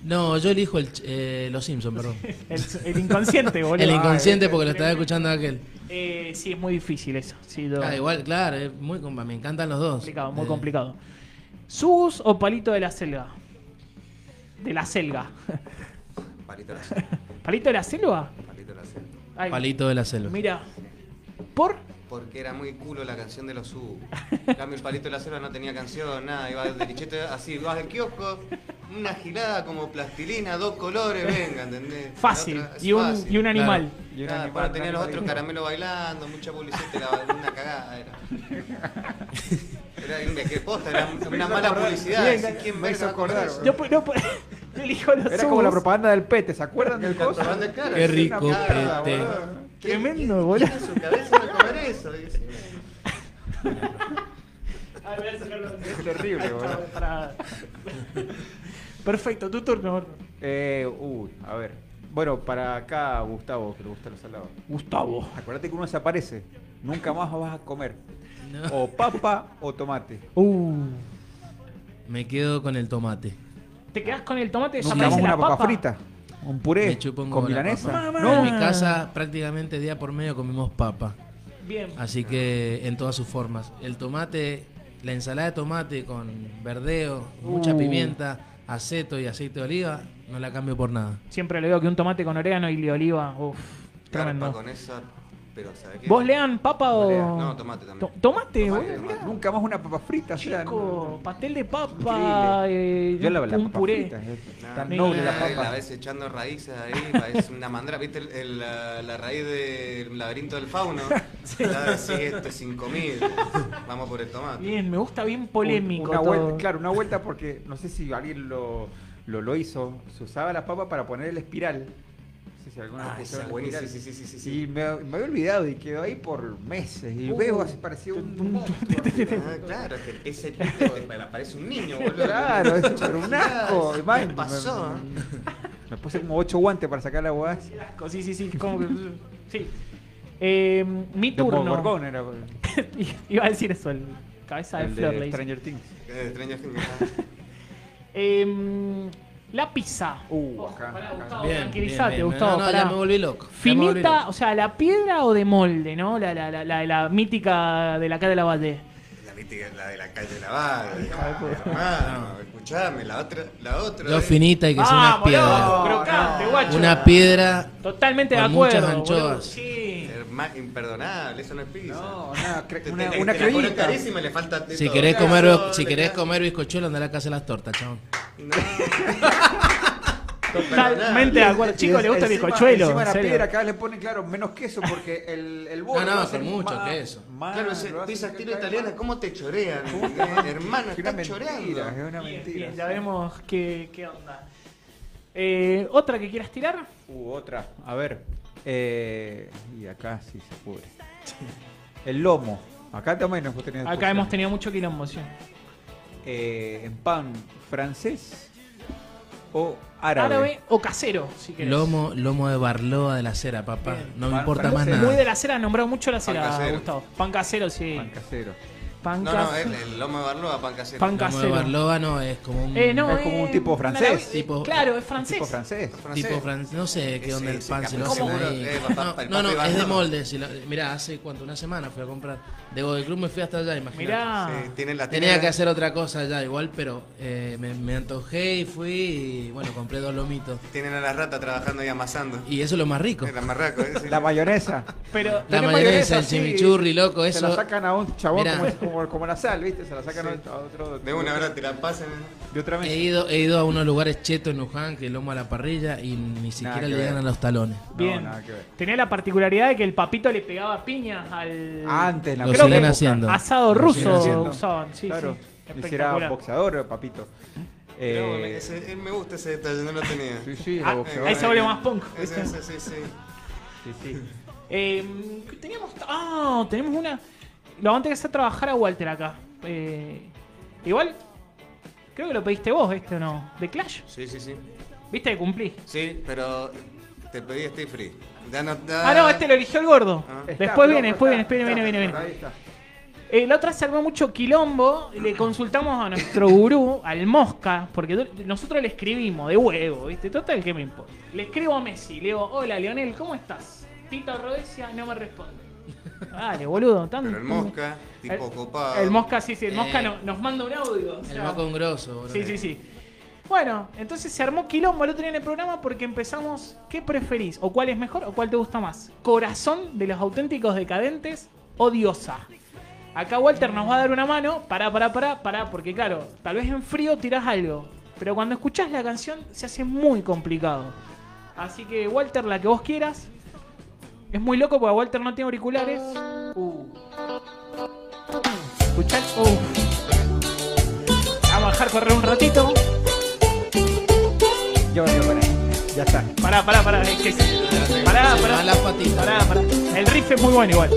No, yo elijo el ch- eh, los *laughs* Simpsons, perdón. El, el *laughs* inconsciente, boludo. El inconsciente Ay, porque lo estaba escuchando aquel. Eh, sí, es muy difícil eso. Sí, lo- Ah, igual, claro, es muy com- me encantan los dos. complicado, muy Eh, complicado. ¿Sus o palito de la selva? De la selva. *laughs* Palito la selva, ¿Palito de la selva? palito la selva. Ay, Palito de la selva. Mira. ¿Por? Porque era muy culo la canción de los U. En cambio, el palito de la selva no tenía canción, nada. Iba de lichete así, vas al kiosco, una gilada como plastilina, dos colores, venga, ¿entendés? La Fácil. otra es y, un, fácil. y un animal. Y un Claro, animal, pero tenía una los otros mariposa. caramelos bailando, mucha publicidad, era una cagada. Era, era un- que *laughs* posta, era una mala publicidad. Bien, decís, ¿Quién me hizo verga va a comprar acordar, eso? Yo, pu- no, pu- *laughs* yo elijo los Era como la Subs. propaganda del pete, ¿se acuerdan *laughs* del El coso? cantarán de cara, Qué es una rico, mierda, Pete. boludo. ¿Quién- Tremendo, quién- boludo. quién en su cabeza va a comer eso? Dice. Ah, voy a sacarlo de- Terrible, Ahí está, boludo. para- *laughs* Perfecto, tu turno, gordo. Eh, uh, a ver. Bueno, para acá, Gustavo, que le gustan los salados. Gustavo. Acuérdate que uno desaparece. Nunca más vas a comer. No. O papa o tomate. Uh. Me quedo con el tomate. ¿Te quedas con el tomate Nunca desaparece más la una papa, papa? frita. Un puré Me chupo un con huevo la milanesa. papa. En No. mi casa prácticamente día por medio comimos papa. Bien. Así que en todas sus formas. El tomate, la ensalada de tomate con verdeo, mucha Uh. pimienta, aceto y aceite de oliva, no la cambio por nada. Siempre le digo que un tomate con orégano y oliva. Uf, Garpa tremendo. con esa, pero ¿sabes qué? ¿Vos lean papa o.? Lean, No, tomate también. To- tomate, Tomate, boludo, tomate. mirá. Nunca más una papa frita. o sea, Chico, no- pastel de papa, eh, Yo la, la un papa puré. frita, eh. es Nah, tan Ni- noble la nah, La papa. ves echando raíces ahí, parece una mandra. ¿Viste el- el- la, la raíz del laberinto del fauno? *laughs* Ya decís, esto es incomible. Vamos por el tomate. Bien, me gusta bien polémico. Una todo. vuelta, claro, una vuelta porque no sé si alguien lo, lo, lo hizo, se usaba la papa para poner el espiral. No sé si alguna vez Ah, esa pusieron el buenísima, espiral. sí, sí, sí, sí, Y sí. me, me había olvidado y quedó ahí por meses. Uh, Y veo, así parecía un, *laughs* un *laughs* monstruo. *laughs* Ah, claro, es *laughs* que ese pito me parece un niño, boludo. Claro, *laughs* es súper un asco. ¿Qué man, me- pasó? Me, me puse como ocho guantes para sacar la agua. Asco, Sí, sí, sí. como que- *laughs* sí. Eh, mi Como turno. Gorgón era pues, *laughs* Iba a decir eso, el cabeza de el flor. le de dicen. Stranger Things. Eh, Stranger Things, Em, la pizza. Uh, acá. acá. Bien, tranquilizate, Ah, bien, bien. Gustavo, No, no, pará. ya me volví loco. Ya me volví Finita, loco. o sea, la piedra o de molde, ¿no? La, la, la, la, la mítica de la cara de la Valle. La mítica, la de la calle Lavada. Hermano, escuchame, la otra. La otra Yo es- finita y que sea una piedra. loco, crocante, guacho. Una piedra. Totalmente de Con acuerdo. muchas boludo. anchoas. Sí. Herma- imperdonable, eso no es pizza. No, una, Te- te- cre- una, una te- te la ponen criollita. carísima y le falta de Si todo. querés Claro, comer, no, si le querés queda- comer bizcochuelo, andá a la casa de las tortas, chabón. *laughs* No. Totalmente de acuerdo. Chicos, le gusta el Encima- bizcochuelo. Encima en la serio. piedra acá le ponen, claro, menos queso porque el, el borde No, no, va a ser con mucho más- queso. más- Claro, ese lo hacen pizza que estilo cae italiana, más. ¿cómo te *laughs* chorean? Eh, Puta, *laughs* Hermano, es una estás choreando. mentira, Es una Bien, mentira. bien, ya veremos qué, qué onda. Eh, ¿Otra que quieras tirar? Uh, otra. A ver. Eh, y acá sí se cubre. El lomo. Acá también nos tener Acá hemos tenido mucho quilombo, sí. Eh, en pan francés o árabe. Árabe o casero, si querés. Lomo, lomo de Barloa de la cera, papá. Bien. No me Pan- importa parece más muy Muy de nada. la cera, nombrado mucho la cera, casero. Gustavo. Pan casero, sí. Pan casero. Pan No, no, casero. el, el lomo de barloa, pan casero. Pan Lomo de casero. Barloa no es como un Eh, no, Es como un tipo una francés. lavi- Tipo- claro, es Un francés. Tipo francés. francés. tipo francés. No sé qué Ese- onda el ese pan, si lo hacen capaz seguro, ahí. eh, va- va- va- el No, no, papel es de barloa. molde. si lo- mirá, hace cuánto, una semana fui a comprar. De Godoy Cruz me fui hasta allá, imagínate. Mirá. Sí, tienen la Tenía que tienen- hacer otra cosa allá igual, pero eh, me, me antojé y fui y bueno, compré dos lomitos. Tienen a la rata trabajando y amasando. Y eso es lo más rico. El amarraco, eh, ese. La mayonesa. Pero La Tenés mayonesa, el sí, chimichurri, loco, Se la eso. sacan a un chabón Mirá. como, como- como la sal, ¿viste? Se la sacan a otro. De una hora te la pasan. ¿eh? De otra He vez. ido, he ido a unos lugares chetos en Luján que lomo a la parrilla y ni siquiera que le ver. llegan a los talones. bien. nada que ver. Tenía la particularidad de que el papito le pegaba piñas al Antes, la Lo Creo que siguen haciendo. asado Lo siguen ruso haciendo. usaban, sí, claro. sí. Y si era Espectacular. boxeador, papito. Pero bueno, Eh, ese- eh, me gusta ese detalle, no lo tenía. sí, sí, era Ah, boxeador. ahí se volvió más punk. Ese, ese, sí, sí. Sí, sí. Eh, teníamos. Ah, tenemos una. Lo vamos a tener que hacer trabajar a Walter acá. Eh, igual, creo que lo pediste vos, este o no. De Clash. Sí, sí, sí. Viste que cumplí. Sí, pero te pedí Stay Free. Ya no, ya- Ah, no, este lo eligió el gordo. Ah. Después Está, viene, loco, después viene, está, después viene, viene, viene. está, Ahí está. Eh, la otra se armó mucho quilombo. Le consultamos a nuestro gurú, al Mosca, porque du- nosotros le escribimos de huevo, ¿viste? Total, ¿qué me importa? Le escribo a Messi, le digo, hola Leonel, ¿cómo estás? Tito Rodesia no me responde. Dale, boludo, tanto. Pero *laughs* el mosca, tipo El- copado. El Mosca, sí, sí, el Mosca Eh. no- nos manda un audio. o El sea, moco un grosso, boludo. Sí, sí, sí. Bueno, entonces se armó quilombo el otro día en el programa porque empezamos, ¿qué preferís? ¿O cuál es mejor o cuál te gusta más? ¿Corazón de los auténticos decadentes o diosa? Acá Walter nos va a dar una mano, pará, pará, pará, pará, porque claro, tal vez en frío tirás algo, pero cuando escuchás la canción se hace muy complicado. Así que Walter, la que vos quieras. Es muy loco porque Walter no tiene auriculares. Uh. ¿Escuchás? Uh. Vamos a dejar correr un ratito. Yo vengo para ahí. Ya está. Pará, pará, pará. es que- Pará, A las pará. patitas. Pará, pará. El riff es muy bueno igual.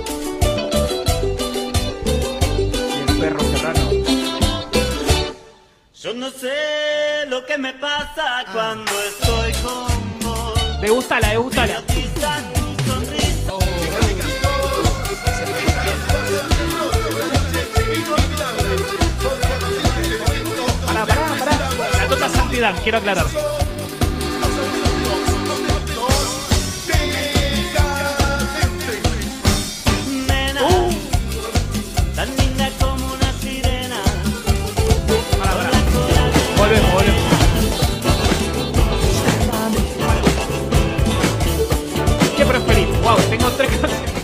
Y el perro serrano. Yo no sé lo que me pasa cuando estoy con vos. Degustala, degustala. Quizás tu sonrisa Pará, pará, pará. La tota santidad, quiero aclarar. nena, tan linda como una sirena. Pará, pará. Volvemos, volvemos. ¿Qué preferís? Wow, tengo tres canciones.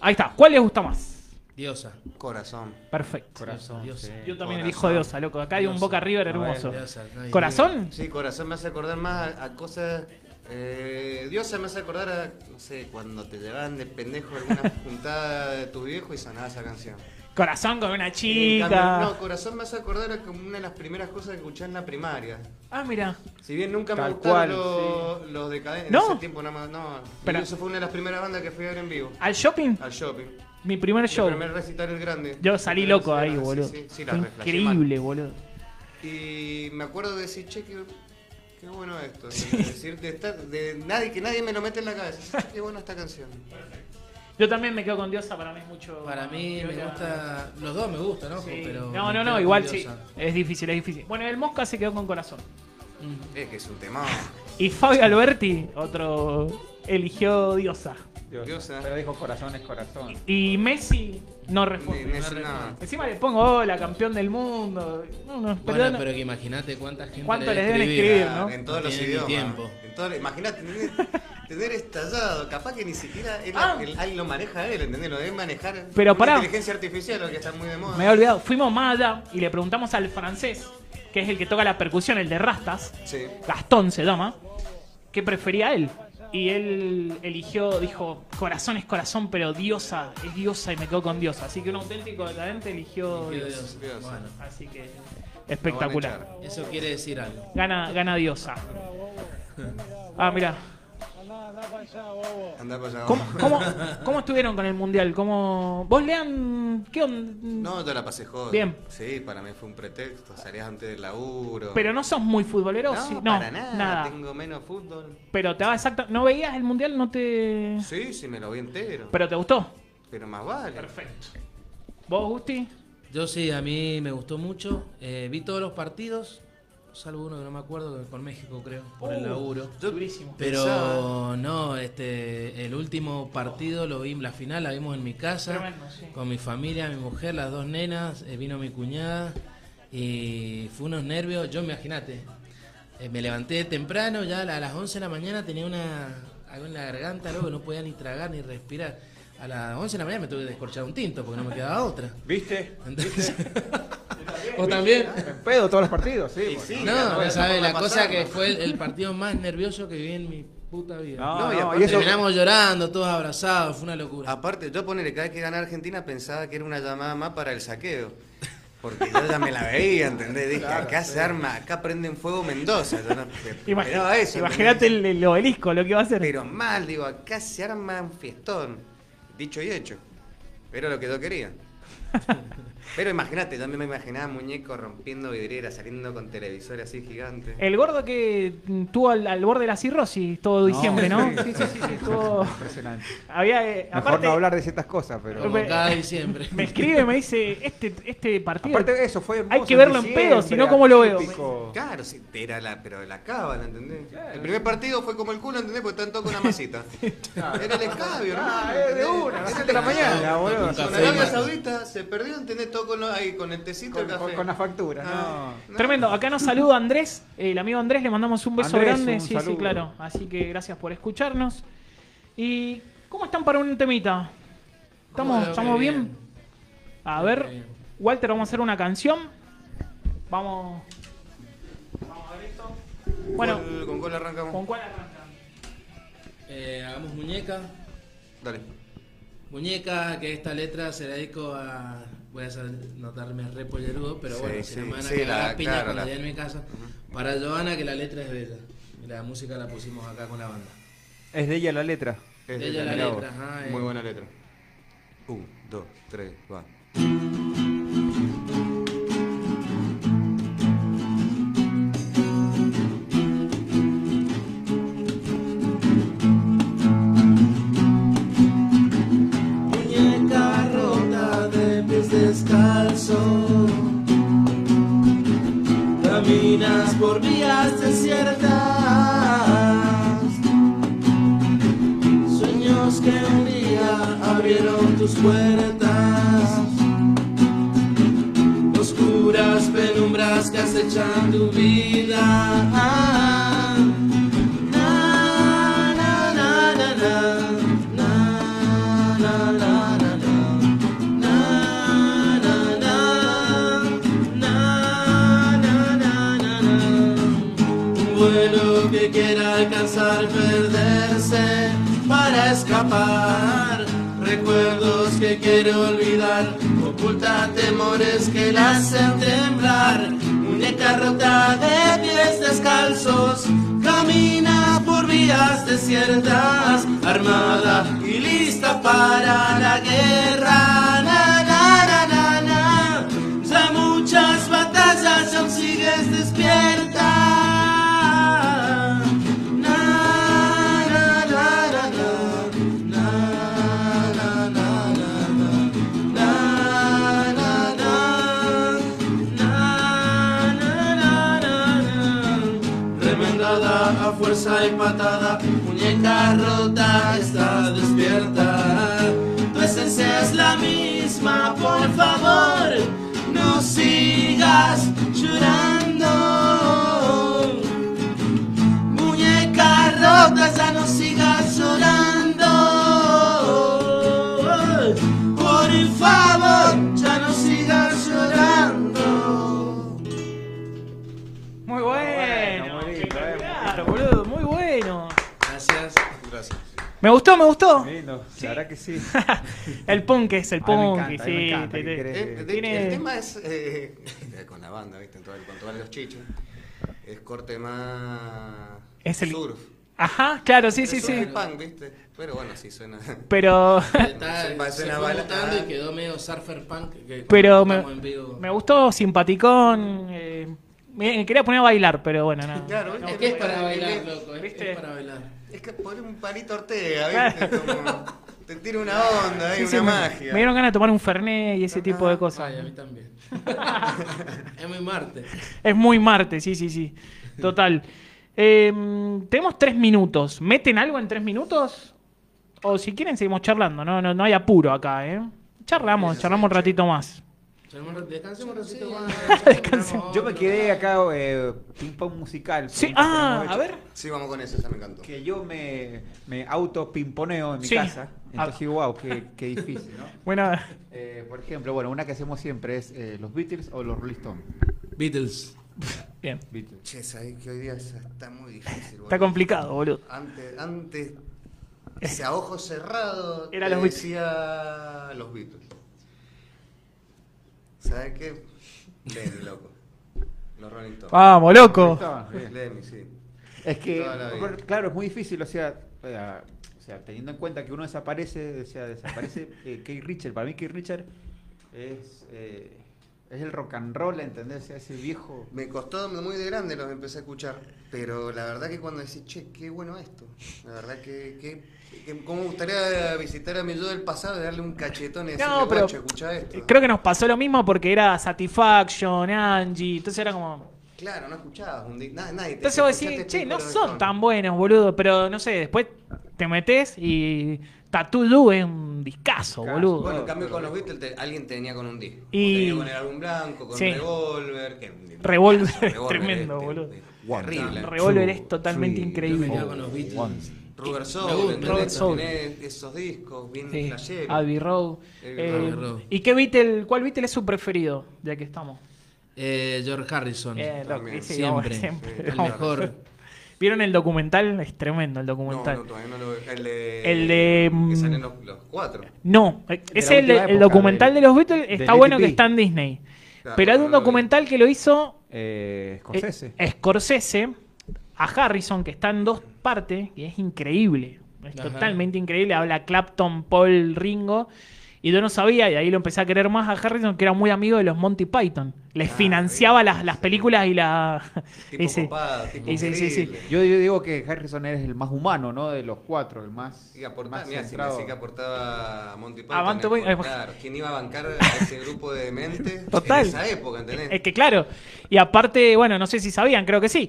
Ahí está. ¿Cuál les gusta más? Diosa. Corazón. Perfecto. Corazón. Diosa. Yo también Corazón. elijo Diosa, loco. Acá hay un Diosa. Boca River hermoso. Diosa, no hay ¿Corazón? Sí, corazón me hace acordar más a, a cosas. Eh, diosa me hace acordar *laughs* a, no sé, cuando te llevaban de pendejo a alguna juntada de tus viejos y sonaba esa canción. Corazón con una Y cambio- chica. No, corazón me hace acordar a como una de las primeras cosas que escuché en la primaria. Ah, mira. Si bien nunca me Tal gustaron cual, los, los decadentes, ¿No? en ese tiempo nada más, no. Pero- Pero eso fue una de las primeras bandas que fui a ver en vivo, Al shopping, al shopping. mi primer Mi show. primer recital el grande. Yo salí Pero loco sí, ahí, sí, boludo. sí, sí, la Fue reflejé increíble, boludo. mal. Y me acuerdo de decir, che, qué, qué bueno esto. De decir, de estar- de nadie, que nadie me lo mete en la cabeza. Che, Qué buena esta canción. Yo también me quedo con Diosa, para mí es mucho. Para mí me Viola. gusta. Los dos me gustan, ¿no? Sí. Pero no, me no, quedo no, con igual sí. Diosa. Es difícil, es difícil. Bueno, el Mosca se quedó con corazón. Es que es un *laughs* tema. Y Fabio Alberti, otro, eligió Diosa. Dios. eh. Diosa. Pero dijo corazón es corazón. Y Messi no responde. Ni- ni- nada. Encima le pongo, hola, campeón del mundo. No, no, Bueno, perdón. pero que imagínate cuánta gente. ¿Cuánto le les deben escribir, ¿no? En todos No los tiene ni idiomas. tiempo. En todo- Imagínate tener, tener estallado. Capaz que ni siquiera él, Ah. él- él lo maneja él, ¿entendés? Lo debe manejar. Pero una pará. inteligencia artificial, lo que está muy de moda. Me había olvidado. Fuimos más allá y le preguntamos al francés, que es el que toca la percusión, el de Rastas, Sí. Gastón se llama, qué prefería él. Y él eligió, dijo, corazón es corazón, pero diosa es diosa y me quedo con diosa. Así que un auténtico decadente eligió Eligió diosa. Diosa. Diosa. Bueno, Así que Lo van espectacular. eso quiere decir algo. Gana, gana diosa. Ah, mira. Andá para allá. ¿Cómo, vamos. cómo, cómo estuvieron con el mundial? ¿Cómo... ¿Vos lean? ¿Qué onda? No, yo la pasé joven. Bien. Sí, para mí fue un pretexto. Salías antes del laburo. Pero no sos muy futbolero, no, sí. no, para nada, Tengo menos fútbol. Pero te va exacto. ¿No veías el mundial? ¿No te.? Sí, sí, me lo vi entero. Pero, ¿Pero te gustó? más vale. Perfecto. ¿Vos, Gusti? Yo sí, a mí me gustó mucho. Eh, vi todos los partidos, salvo uno que no me acuerdo, que con México creo, por Uh, el laburo. Durísimo. Pero Pensaba. no, este, el último partido lo vi, la final la vimos en mi casa, Tremendo, sí. con mi familia, mi mujer, las dos nenas, eh, vino mi cuñada y fue unos nervios, yo imagínate, eh, me levanté temprano, ya a la- a las 11 de la mañana tenía una algo en la garganta, luego no podía ni tragar ni respirar. A las 11 de la mañana me tuve que descorchar un tinto porque no me quedaba otra. ¿Viste? Entonces, ¿O también? En pedo todos los partidos, sí. Y bueno. sí, pues, No, no, no sabes, no la va a cosa pasar, que ¿no? fue el, el partido más nervioso que vi en mi puta vida. No, No, y Ah, no, aparte y eso- Terminamos llorando, todos abrazados, fue una locura. Aparte, yo ponele, cada vez que ganaba Argentina pensaba que era una llamada más para el saqueo. Porque yo ya me la veía, ¿entendés? Dije, acá se arma, acá prenden fuego Mendoza. Yo no, *laughs* Imagi- esperaba eso, Imagínate ¿entendés? el, el obelisco, lo que va a hacer. Pero mal, digo, acá se arma un fiestón. Dicho y hecho. Era lo que yo *laughs* quería. Pero imagínate, yo me imaginaba muñeco rompiendo vidrieras, saliendo con televisores así gigantes. El gordo que estuvo al, al borde de la cirrosis todo diciembre, ¿no? Sí, sí, sí, sí, estuvo- Impresionante. Había. eh, Mejor aparte, no hablar de ciertas cosas, pero. Como *laughs* cada diciembre. Me escribe, me dice, este, este partido. Aparte de eso, fue. Hay que verlo en pedo, si no, ¿cómo lo veo? Claro, sí, era la, pero la cábala, ¿entendés? El primer partido fue como el culo, ¿entendés? Porque estaban todos con una *laughs* masita. era el escabio, Ah, hermano, es de ¿entendés? una, a las Era siete de la el- mañana, boludo. Con Con Café, Arabia man. Saudita se perdió, ¿entendés? Todo con, lo- ahí, con el tecito Con, el café. con- con la factura, Ah, no. no. Tremendo, acá nos saluda Andrés, el amigo Andrés, le mandamos un beso Andrés, grande, un sí, sí, saludo. claro. Así que gracias por escucharnos. ¿Y cómo están para un temita? ¿Estamos, Bueno, estamos qué bien? A ver, bien. Walter, vamos a hacer una canción. Vamos. Vamos a ver esto. Bueno, Gol- ¿Con cuál arrancamos? ¿con cuál arrancan? Eh, hagamos muñeca. Dale. Muñeca, que esta letra se la dedico a. Voy a hacer- notarme re pollerudo, pero Sí, bueno, sí, se me van a sí, cagar la- a piñas claro, cuando la- llegue en mi casa. Para Joana, que la letra es bella. Y la música la pusimos acá con la banda. Es de ella la letra. Es De de ella la Este, Mirá vos. letra, ajá, eh. Muy buena letra. Un, dos, tres, va. Muñeca rota de pies descalzos, caminas por vías desiertas, sueños que un día abrieron tus puertas, oscuras penumbras que acechan tu vida. Na, na, na, na, na, na, na, na, na, na, na, na, na, na, na, na. Un vuelo que quiera alcanzar, perderse para escapar. Recuerdos que quiero olvidar o oculta temores que la hacen temblar. Muñeca rota de pies descalzos, camina por vías desiertas, armada y lista para la guerra. Na, na, na, na, na. Ya muchas batallas aún sigues despierta. Na, na, na, na, na. Na, na, na, na, na. Remendada a fuerza y patada, muñeca rota está despierta. Tu esencia es la misma, por favor, no sigas llorando. Muñeca rota, *laughs* ya no sigas llorando. Por favor, ya no sigas llorando. Muy bueno. muy lindo, eh. espectacular, boludo, muy bueno. Gracias. Gracias. Me gustó, me gustó. Lindo, la verdad que sí. *laughs* el punk es el Ay, me punk. encanta, sí, me encanta, te- ¿qué te- querés? Eh, de- Tiene- El tema es eh, *laughs* con la banda, ¿viste? En todo el- con todos los chichos. Es corte más Es el- surf. Ajá, claro, sí, Es sí, surf y sí. punk, ¿viste? Pero bueno, sí suena. Pero, *laughs* Se Está, pasó se una fue bala. Ah. mutando y quedó medio surfer punk. que pero cuando me, estamos en vivo- me gustó, simpaticón. eh, me- quería poner a bailar, pero bueno, no. *laughs* Claro, No, ¿viste? que es para bailar, loco. Es, ¿Viste? es para bailar. Es que poner un *laughs* palito Ortega, ¿viste? Como te tira una onda, hay Sí, sí, una me- magia. Me dieron ganas de tomar un fernet y ese tipo de cosas. Ay, a mí también. *laughs* es muy Marte. Es muy Marte, sí, sí, sí. Total. Eh, tenemos tres minutos. ¿Meten algo en tres minutos? O si quieren seguimos charlando, no, no, no hay apuro acá, ¿eh? Charlamos, charlamos un ratito más. Descansemos un ratito *laughs* más. Yo me quedé acá, eh, ping pong musical. Sí, pregunta que no ah, hemos a hecho. ver. Sí, vamos con eso, esa me encantó. Que yo me, me autopimponeo en mi Sí. casa. Entonces Ah. digo, wow, qué, qué difícil, ¿no? Bueno, Eh, por ejemplo, bueno, una que hacemos siempre es eh, los Beatles o los Rolling Stones. Beatles. bien. Beatles. Che, sabés que hoy día ya está muy difícil, Está boludo. complicado, boludo. Antes, antes, ese a ojos cerrados, Era te los Beatles. decía los Beatles. ¿Sabes qué? Lenny, loco. Los Rolling Stones. Vamos, loco. Stones, ah, bien. Lenny, sí. Es que, Toda la vida. claro, es muy difícil, o sea, eh, o sea, teniendo en cuenta que uno desaparece, o sea, *laughs* desaparece eh, Keith Richard. Para mí Keith Richard es, eh, es el rock and roll, ¿entendés? O sea, ese viejo... Me costó muy de grande los empecé a escuchar, pero la verdad que cuando decís, che, qué bueno esto, la verdad que, que, que cómo me gustaría visitar a mi yo del pasado y darle un cachetón y decirle, No, pero- guacho, escuchá esto. Eh, Creo que nos pasó lo mismo porque era Satisfaction, Angie, entonces era como... Claro, no escuchabas un di- na- nadie te Entonces decía, vos "Escuchate decís, este che, no Rolling son Stone". tan buenos, boludo, pero no sé, después te metes y Tattoo Do es un discazo, Discazo, boludo. Bueno, en cambio con los Beatles te- alguien te venía con un disco. Y- Te venía con el álbum blanco, con Sí. Revolver. que- Revolver, Revolver, tremendo, este, boludo. Terrible. Revolver es totalmente increíble. Yo con los Beatles. Rubber Me Soul, gusta. ¿entendés? Rubber Soul. Tenés esos discos bien Sí, Ah, flasheros. Abbey Road. El- Eh, Abbey Road. ¿Y qué Beatle, cuál Beatle es su preferido? Ya que estamos. Eh, George Harrison. Eh, loco, también, sí, vamos, siempre. siempre, El vamos. mejor. ¿Vieron el documental? Es tremendo el No, documental. no, todavía no lo veo. El de. El de, mm, Que salen los, los cuatro. No, eh, es la el, última el época documental de, del- los Beatles. del Está bueno que ATP. está en Disney. Claro, pero hay no un lo vi. documental que lo hizo Eh, eh, escocese. Scorsese a Harrison, que está en dos partes, y es increíble. Es Ajá. totalmente increíble. Habla Clapton, Paul, Ringo. Y yo no sabía, y ahí lo empecé a querer más a Harrison, que era muy amigo de los Monty Python. Les Ah, financiaba bien. las, las películas y la. *laughs* Tipo ese- copado, tipo ese- eh, sí, sí. increíble. Eh, Yo, yo digo que Harrison es el más humano, ¿no? De los cuatro, el más. Y aportaba, más mirá, si me centrado. decís que aportaba a Monty Python. A Ah, Monty es por- Python, eh, Claro, ¿quién iba a bancar a ese grupo de dementes Total. en esa época, ¿entendés? Es que claro. Y aparte, bueno, no sé si sabían, creo que sí.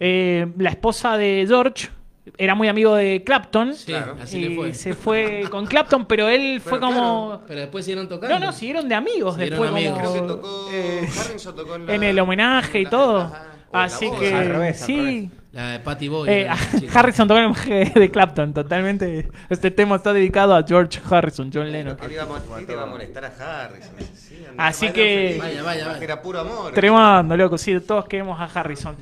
Eh, la esposa de George era muy amigo de Clapton. Sí, Claro. así y le fue. se fue con Clapton, pero él fue Pero como. Pero después siguieron tocando. No, no, siguieron de amigos Siguieron después. amigos. como- eh, Creo que tocó. Harrison tocó en, la- en el homenaje en y la- todo. ajá, o en la Así boda. que Al revés, al sí. La de Patty Boy. Eh, era la chica. Harrison tocó el homenaje de Clapton, totalmente. Este tema está dedicado a George Harrison, John Lennon. ¿Quién iba a molestar, quién iba a molestar a Harrison? Sí, andá, Así bailá que- feliz. Vaya, vaya, vaya. Era puro amor. Tremendo, loco, sí, todos queremos a Harrison.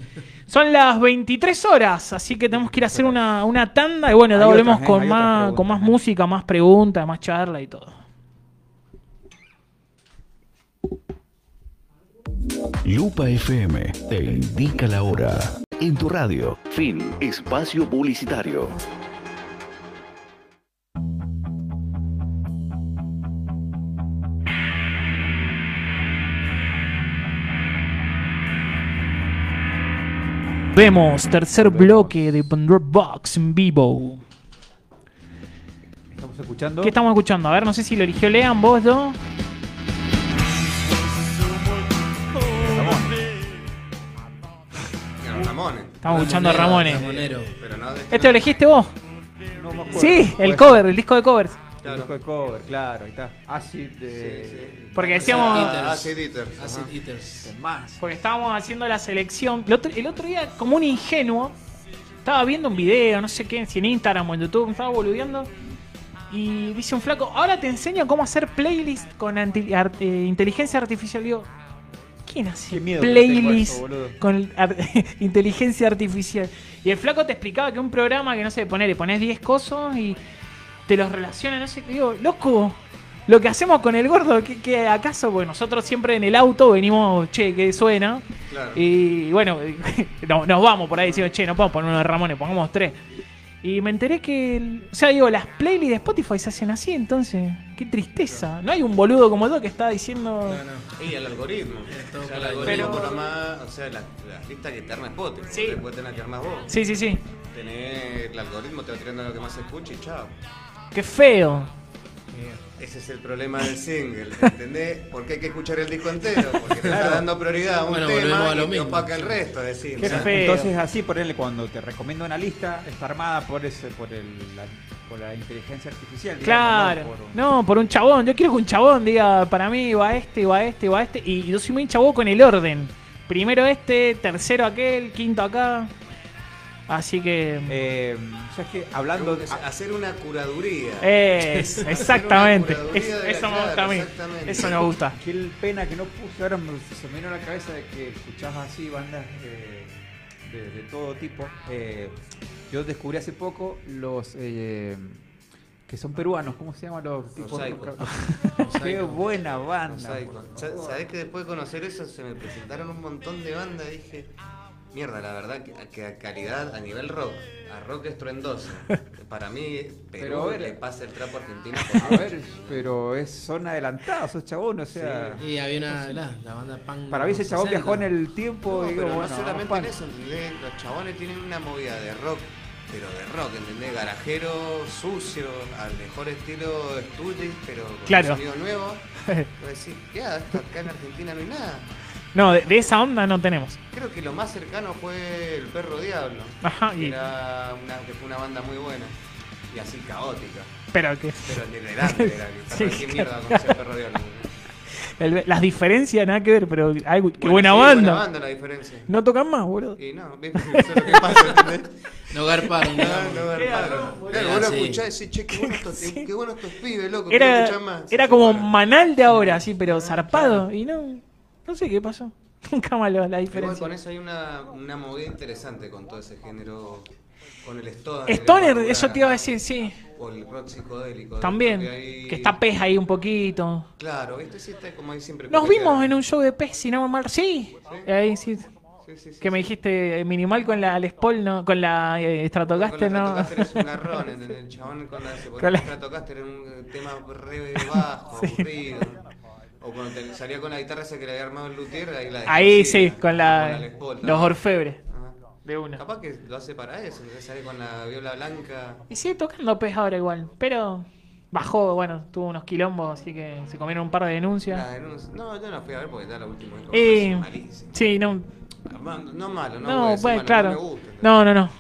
Son las 23 horas, así que tenemos que ir a hacer una, una tanda y bueno, ya Hay volvemos otras, ¿eh? con, Hay otras más, con preguntas, más ¿eh? música, más preguntas, más charla y todo. Lupa FM te indica la hora. En tu radio, Fin. Espacio publicitario. Vemos tercer bloque de Pandora Box en vivo. Estamos escuchando. ¿Qué estamos escuchando? A ver, no sé si lo eligió Lean, vos, ¿no? Los Ramones. Estamos escuchando a Ramones. Ramonero. ¿eh? Pero no, de- ¿Este lo elegiste vos? No me acuerdo. Sí, el Puede cover, el disco de covers. ser. El disco de cover, claro, ahí está. Acid de. Porque decíamos, Ah, sí, Dieter. Ajá. Acid Eaters. Más. porque estábamos haciendo la selección. El otro, el otro día, como un ingenuo, estaba viendo un video, no sé qué, si en Instagram o en YouTube, me estaba boludeando. Y dice un flaco, ahora te enseño cómo hacer playlist con anti- ar- eh, inteligencia artificial. Digo, ¿quién hace Qué miedo que tengo playlist eso, boludo. con ar- *laughs* inteligencia artificial? Y el flaco te explicaba que un programa que no sé, ponele, pones 10 cosas y te los relaciona, no sé qué. Digo, loco, lo que hacemos con el gordo, ¿qué, qué acaso? Porque nosotros siempre en el auto venimos, che, que suena. Claro. Y bueno, *laughs* no- nos vamos por ahí diciendo, che, no podemos poner uno de Ramones, pongamos tres. Y me enteré que, el- o sea, digo, las playlists de Spotify se hacen así, entonces, qué tristeza. No hay un boludo como yo que está diciendo... No, no. Y el algoritmo. todo Ya por el ahí. algoritmo Pero- programa, o sea, las las listas que te arma Spotify. Sí. Después tenés que armar vos. Sí, sí, sí. Tenés el algoritmo, te va tirando lo que más se escucha y chao. Qué feo. Ese es el problema del single, ¿entendés? Porque hay que escuchar el disco entero, porque te está dando prioridad a un Bueno, volvemos tema a lo y te mismo. opaca el resto, decir. Qué o sea, feo. Entonces así ponerle cuando te recomiendo una lista está armada por ese por el la, por la inteligencia artificial. digamos, Claro. Por- No, por un chabón. Yo quiero que un chabón diga, para mí va este, va este, va este. Y yo soy muy chabón con el orden. Primero este, tercero aquel, quinto acá. Así que... Eh, ¿sabes qué? Hablando algo de, que se- Hacer una curaduría. Eh, Es, *laughs* exactamente. curaduría Es- de la- eso me gusta a mí. claro, exactamente. Eso me gusta. Qué pena que no puse, ahora me- se me vino a la cabeza de que escuchás así bandas eh, de, de todo tipo. Eh, yo descubrí hace poco los eh, que son peruanos, ¿cómo se llaman los tipos? Psycho. Qué buena banda. por Sa- favor. ¿Sabés que después de conocer eso se me presentaron un montón de bandas? y Dije, mierda, la verdad que, que a calidad, a nivel rock, a rock *laughs* estruendoso. Para mí, Pero Perú a ver- le pasa el trapo a Argentina. A ver, pero es, son adelantados esos chabones, o sea. Y había una, la, la banda Punk. Para mí ese chabón 60. viajó en el tiempo. No, digo, pero bueno, no solamente pan. en eso, ¿entendés? Los chabones tienen una movida de rock, pero de rock, ¿entendés? Garajero, sucio, al mejor estilo estudio, pero con Claro. un sonido nuevo. *laughs* Vos decís, ya, esto acá en Argentina no hay nada. No, de, de esa onda no tenemos. Creo que lo más cercano fue El Perro Diablo. Ajá, que y- era una, que fue una banda muy buena. Y así caótica. pero que Pero delirante era. *laughs* que Sí, para ¿Qué mierda con ese Perro Diablo? el- las diferencias nada que ver, pero hay- *laughs* qué Bueno, buena sí, banda. Buena banda la diferencia. No tocan más, boludo. Y no, ¿viste? eso es lo que pasa, *laughs* ¿entendés? *laughs* No garparon. No, digamos. no, hermano. Claro, Era vos lo así. escuchás y decís, che, qué bueno *laughs* estos, qué bueno estos pibes, loco. quiero Era, escuchar más. Ah, era Sí, como bueno. manal de ahora, sí, pero zarpado. Y no, no sé qué pasó. *laughs* Nunca más lo- la Igual diferencia. con eso hay una, una movida interesante con todo ese género, con el stoner. Stoner, la eso te iba a locura, decir, sí. O el rock psicodélico. También. porque hay- Que está pez ahí un poquito. Claro, viste, sí está como ahí siempre. Nos vimos en un show de pez, si no me mal. Sí. Ahí sí. Sí, sí, sí, Que me sí. dijiste eh, minimal con la Les Paul, no, con la eh, Stratocaster, Con la no. Stratocaster es un *laughs* garrón, ¿entendés? el chabón con la, se ponía Con la- un Stratocaster en un tema re *laughs* bajo, aburrido. O cuando te- salía con la guitarra esa que le había armado el luthier, ahí la Ahí sí, desconocía, con Les la Paul, los ¿no? orfebres Ajá. de una. Ah, Capaz que lo hace para eso, entonces sale con la viola blanca. Y sigue tocando pez ahora igual, pero bajó, bueno, tuvo unos quilombos, así que se comieron un par de La denuncias. denuncia. No, yo no fui a ver porque está lo último disco. Eh, es malísimo. sí, no, Armando, No malo, no, no, puede ser pues malo, claro. No, me gusta, No, no, no.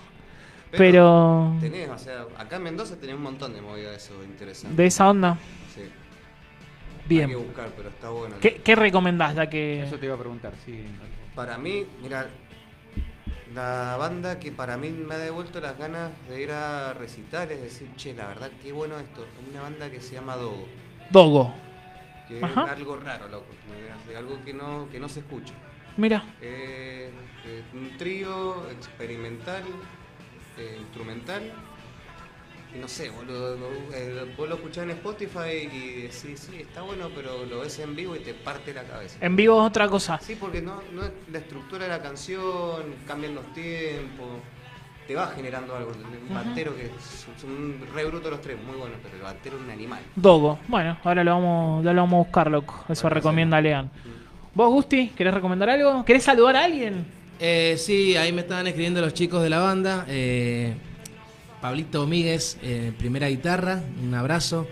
Pero Tenés, o sea, acá en Mendoza tenés un montón de movidas de eso interesante. de esa onda, Sí. Hay que bien. buscar, pero está bueno. ¿Qué, qué recomendás ya que Eso te iba a preguntar, sí. Para mí, mira, la banda que para mí me ha devuelto las ganas de ir a recitales, decir, che, la verdad, qué bueno esto. Una banda que se llama Dogo, Dogo? que Ajá. es algo raro, loco. ¿entendés? Algo que no, que no se escucha. Mira, Eh, eh, un trío experimental, eh, instrumental, Y no sé, boludo, lo- eh, vos lo escuchás en Spotify y decís, sí, está bueno, pero lo ves en vivo y te parte la cabeza. En vivo es otra cosa. Sí, porque no, no es la estructura de la canción, cambian los tiempos, te va generando algo. El Bantero, que son- son re brutos los tres, muy buenos, pero el Bantero es un animal. Dogo. Bueno, ahora lo vamos, ya lo vamos a buscar, loco. Eso recomienda Lean. ¿Vos, Gusti, querés recomendar algo? ¿Querés saludar a alguien? Eh, sí, ahí me estaban escribiendo los chicos de la banda. eh, Pablito Míguez, eh, primera guitarra, un abrazo.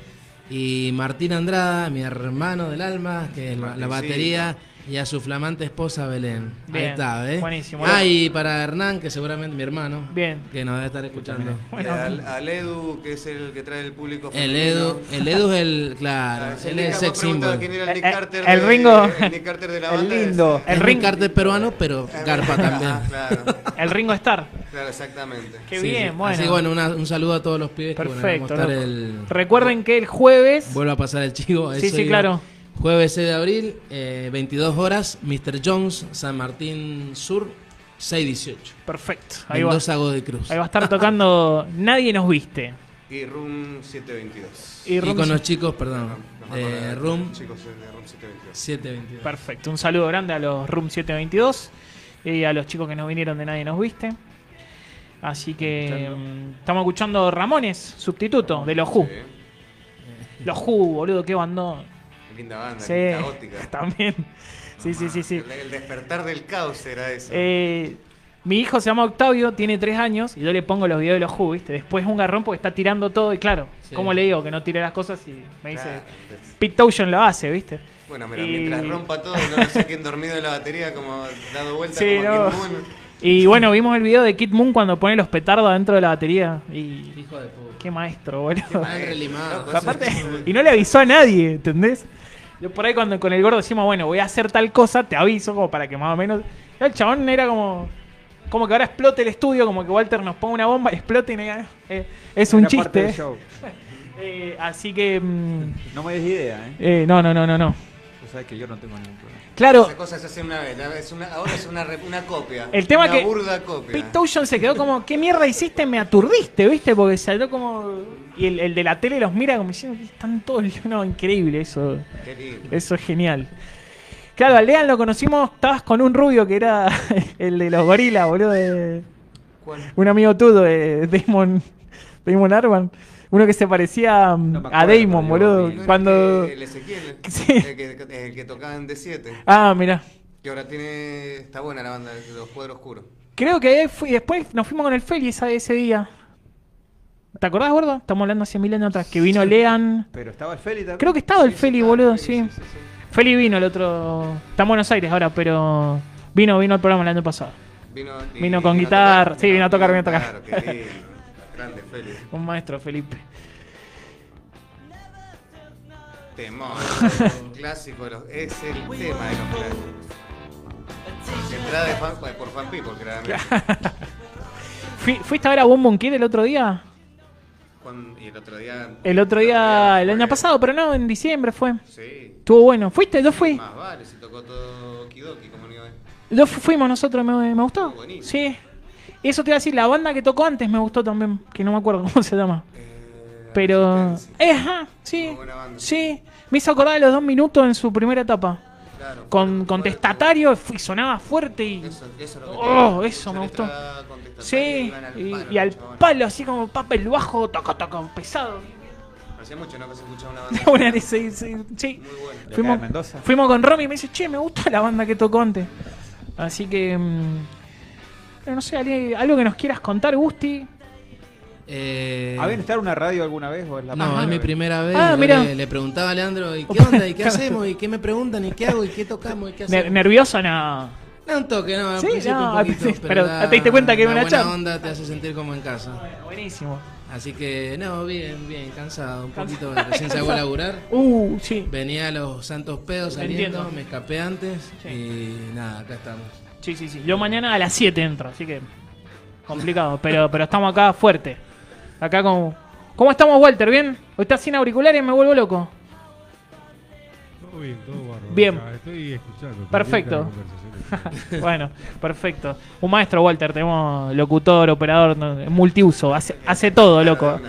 Y Martín Andrada, mi hermano del alma, que es la, la batería, y a su flamante esposa Belén. ahí Bien, está, ¿eh? buenísimo. Ah, y para Hernán, que seguramente mi hermano, Bien. que nos debe estar escuchando. Y al, al Edu, que es el que trae el público. El femenino. Edu, el Edu es el, claro, Ah, él es el Nick sex preguntaba symbol. quién Es era el Nick Eh, eh, Carter. el de- Ringo. el *laughs* Nick Carter de la El banda. es- lindo. El Nick Ringo. Carter peruano, pero Ah, garpa también. ah, claro, El Ringo Star. claro, exactamente. Qué Sí, bien, sí. bueno. Así que bueno, una- un saludo a todos los pibes Perfecto. que bueno, vamos a loco. estar el... Recuerden que el jueves. Vuelvo a pasar el chivo. Sí, eso sí, iba. claro. Jueves 6 de abril, eh, 22 horas, Mr. Jones, San Martín Sur, 618. Perfecto. Ahí va. Mendoza Godoy Cruz. Ahí va a estar tocando Nadie nos viste. Y Room 722. Y Y Room con los chicos, perdón, Nos va a eh, acordar, Room Chicos, de Room 722. 722. Perfecto. Un saludo grande a los Room 722 y a los chicos que nos vinieron de Nadie Nos Viste. Así que mm, estamos escuchando Ramones, sustituto de los Who. Sí. Los Who, boludo, qué bandón. Linda banda, Sí, *laughs* linda gótica. también. Sí, sí, sí, sí. El, el despertar del caos era eso. Eh, mi hijo se llama Octavio, tiene tres años y yo le pongo los videos de los Who, ¿viste? Después un garrón porque está tirando todo y claro, Sí. ¿cómo le digo que no tire las cosas? Y me dice, Claro, entonces- Pete Townshend lo hace, ¿viste? Bueno, mira, y- mientras rompa todo, no lo saquen dormido de la batería, como dado vueltas Sí, como no. Kid Moon. Y bueno, vimos el video de Kid Moon cuando pone los petardos dentro de la batería. Y Hijo de puta. qué maestro, boludo. Mal relimado. Loco, Aparte, y no le avisó a nadie, ¿entendés? Yo por ahí cuando con el gordo decimos, bueno, voy a hacer tal cosa, te aviso, como para que más o menos. Y El chabón era como. Como que ahora explote el estudio, como que Walter nos ponga una bomba, explote y no diga, eh, es un Era parte del chiste. show. eh. Eh, así que. mm, No me des idea, ¿eh? eh, no, no, no, no, no. Tú sabes que yo no tengo ningún problema. Claro, Esa cosa se hace una vez, la- es una- ahora es una, re- una copia. El tema una que- burda copia. Pete Townshend se quedó como, ¿qué mierda hiciste? Me aturdiste, ¿viste? Porque salió como... Y el, el de la tele los mira como diciendo, "¿Qué están todos... *laughs* li-?" No, increíble eso. Qué lindo. Eso es genial. Claro, al Lean lo conocimos, estabas con un rubio que era *laughs* el de los gorilas, boludo. de- ¿Cuál? un amigo tuyo, de Damon, Damon Arban. Uno que se parecía um, No me a acuerdo, Damon, Dios boludo. mío. *laughs* Cuando... El Ezequiel, Sí. el, que, el que tocaba en D7, Ah, mira. que ahora tiene. Está buena la banda, de los cuadros oscuros. Creo que ahí fui- después nos fuimos con el Feli esa- ese día. ¿Te acordás, gordo? Estamos hablando hace mil años atrás. Que vino Lean. Pero estaba el Feli también. Creo que estaba el Feli, boludo, sí. sí, sí. Feli vino el otro. Está en Buenos Aires ahora, pero. Vino, vino al programa el año pasado. Vino, y- Vino con guitarra, sí, vino a tocar, vino a tocar. Claro, qué lindo. Grande, Félix. Un maestro, Felipe. *laughs* Temón. clásico de los, es el tema de los clásicos. Entrada de fan, por fan people, claramente. Fui- ¿Fuiste a ver a Boom Boom Kid el otro día? Con- y el otro día. El otro día, el año fue- pasado, pero no, en diciembre fue. Sí. Estuvo bueno. ¿Fuiste? Yo fui. Más vale, se tocó todo Kidoki, como ni hoy. Yo fu- fuimos nosotros, me, me gustó. Buenísimo. Sí. Eso te iba a decir, la banda que tocó antes me gustó también, que no me acuerdo *laughs* cómo se llama. Eh, Pero. Resistencia. Eh, ajá, sí. Muy buena banda. Sí. Me hizo acordar de los dos minutos en su primera etapa. Claro, Con fue- contestatario y sonaba fuerte y. Eso, eso es lo que Oh, te- eso me se gustó. estaba contestando, Sí, iban al y, palo, y al los chabones. palo, así como papel bajo, toco, toco, pesado. *laughs* Hacía mucho no que se escuchaba una banda. Una vez, sí, sí, sí. De Muy buena. acá Fuimos, de Mendoza. fuimos con Romy y me dice, che, me gusta la banda que tocó antes. Así que. mm, pero no sé, alguien- algo que nos quieras contar, Gusti. Eh, ¿Habían estado en una radio alguna vez o es la no, es eh. mi primera vez. Ah, Yo mira. Le, le preguntaba a Leandro, ¿y qué onda? *laughs* ¿Y qué hacemos? ¿Y qué me preguntan? ¿Y qué hago? ¿Y qué tocamos? ¿Y qué Ner- hacemos? nervioso, no. No, un toque, no. al Sí, principio no, un al poquito, principio, pero la- te diste cuenta que era la una charla. buena onda te hace sentir como en casa. Bueno, buenísimo. Así que, no, bien, bien, cansado. Un Cansado. poquito, recién se hago a laburar. *laughs* Uh, sí. Venía a los Santos Pedos saliendo, Entiendo. me escapé antes Sí. y nada, acá estamos. Sí, sí, sí. Yo mañana a las 7 entro, así que. Complicado, pero, pero estamos acá fuerte. Acá con. ¿Cómo estamos, Walter? ¿Bien? ¿O estás sin auriculares? Me vuelvo loco. Todo bien, todo bárbaro. Bien. Acá Estoy escuchando. Perfecto. pendiente de la conversación. Bueno, perfecto. Un maestro, Walter. Tenemos locutor, operador, no, multiuso. Hace, hace todo, loco.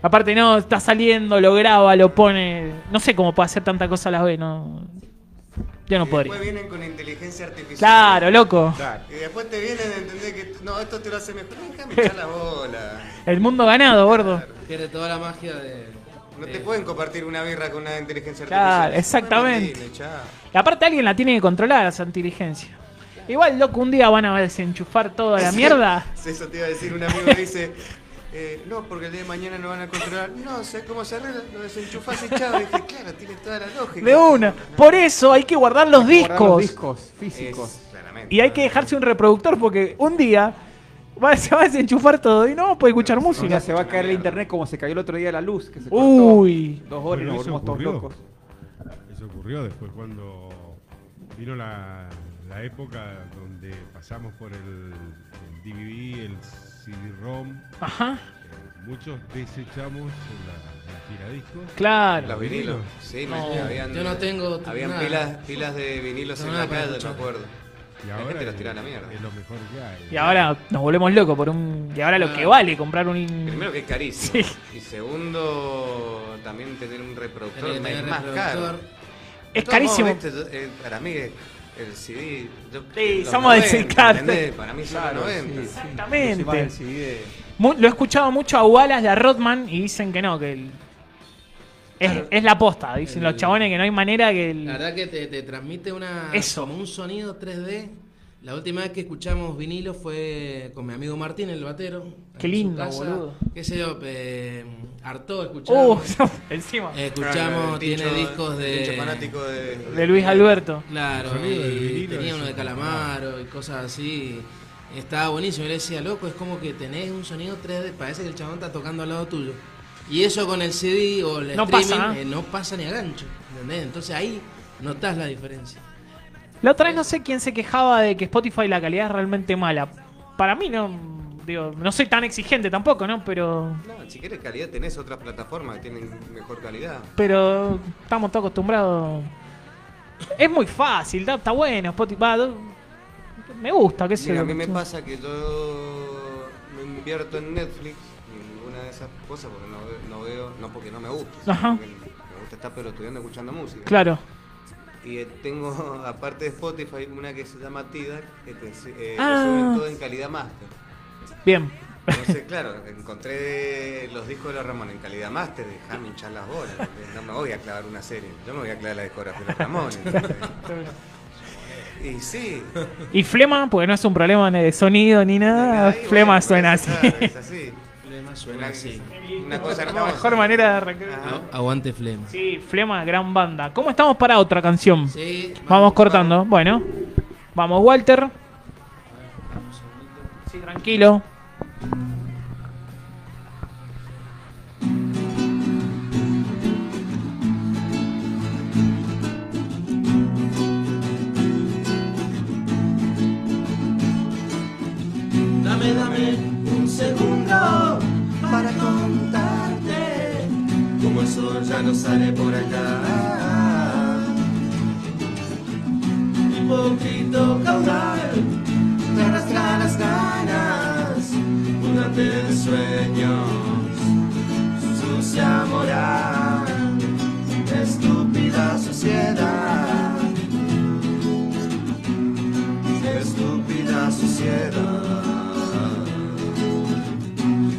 Aparte, no, está saliendo, lo graba, lo pone. No sé cómo puede hacer tanta cosa a la vez, no. Yo no Y podría. Después vienen con inteligencia artificial. Claro, loco. Y después te vienen a entender que no, esto te lo hace mejor. Déjame echar la bola. El mundo ganado, gordo. Pierde toda la magia de. No de- te pueden compartir una birra con una inteligencia Eh. artificial. Claro, Bueno, exactamente. dile, chao. Y aparte alguien la tiene que controlar, esa inteligencia. Igual, loco, un día van a desenchufar toda la mierda. Sí, *laughs* Eso te iba a decir, un amigo me dice, eh, no, porque el día de mañana no van a controlar. No, sé cómo se arregla, lo desenchufás y chao. Y dije, claro, tiene toda la lógica. De una. Por eso hay que guardar los Guardar los discos. discos físicos. Es, claramente. Y hay que dejarse un reproductor porque un día va- *laughs* se va a desenchufar todo y no vamos a poder escuchar O sea, música. se va a caer el internet como se cayó el otro día la luz. Que se cortó Uy. Dos horas y Pero nos eso volvimos todos ocurrió. locos. Eso ocurrió después cuando vino la, la época donde pasamos por el, el DVD, el CD-ROM. Ajá. eh, muchos desechamos la, la giradiscos. Claro. Los vinilos. Sí, me- No, habían, yo no tengo Habían nada. pilas, pilas de vinilos No, en nada la para calle, me escuchar. acuerdo. Y La gente los tira a la mierda. Es lo mejor que hay. Y ahora nos volvemos locos por un. Y ahora lo Ah. que vale comprar un. Primero que es carísimo. Sí. Y segundo, también tener un reproductor Tiene que es tener más caro. reproductor. Es De todos modos, carísimo. viste, eh, para mí, eh, el CD. yo- Sí, los somos del 90, Sencarte. ¿entendés? Para mí, son los 90. Encima del Exactamente. CD de- Mu- Lo he escuchado mucho a Wallace y a Rodman y dicen que no, que el- es, es la posta. Dicen los chabones que no hay manera que el. La verdad que te, te transmite una, Eso. como un sonido 3D. La última vez que escuchamos vinilo fue con mi amigo Martín, el batero. Qué en su lindo, casa. boludo. Qué sé yo, eh, hartó Uh, *laughs* escuchamos. encima. Eh, Claro, escuchamos, el tiene tincho- discos el tincho de... fanático de. De Luis eh. Alberto. Claro, El sonido del y vinilo tenía es uno de Calamaro y cosas así. Estaba buenísimo. Yo le decía, loco, es como que tenés un sonido 3D, parece que el chabón está tocando al lado tuyo. Y eso con el CD o el No streaming pasa, ¿eh? eh, no pasa ni a gancho. ¿entendés? Entonces ahí notás la diferencia. La otra vez no sé quién se quejaba de que Spotify la calidad es realmente mala. Para mí no. Digo, no soy tan exigente tampoco, ¿no? Pero. No, si quieres calidad, tenés otras plataformas que tienen mejor calidad. Pero estamos todos acostumbrados. Es muy fácil, está, está bueno. Spotify. va, do- me gusta, qué sé Mira, yo. a mí me pasa que yo no invierto en Netflix ni en ninguna de esas cosas porque no, ve- no veo, no porque no me gusta, sino Ajá. porque me gusta estar pero estudiando escuchando música. Claro. Y eh, tengo, *laughs* aparte de Spotify, una que se llama Tidal, que te, se- eh, te Ah. suben todo en calidad master. Bien. Entonces, *laughs* claro, encontré los discos de los Ramones en calidad master, dejame hinchar las bolas, porque no me voy a clavar una serie, yo me voy a clavar la discografía de *laughs* los Ramones. y sí, Y flema, porque no es un problema ni de sonido ni nada. Ahí, Ah, flema bueno, suena así. claro, Es así. Suena Flema suena así. así. Una cosa La *laughs* hermosa. mejor manera de arrancar. Ajá. Aguante Flema. Sí, Flema, gran banda. ¿Cómo estamos para otra canción? Sí, Vamos cortando. Bueno, vamos, Walter. Sí, tranquilo. Dame, dame un segundo para contarte Como el sol ya no sale por acá. Hipócrito caudal, te arrastra las ganas, Únate de sueños, sucia moral, estúpida sociedad, estúpida sociedad.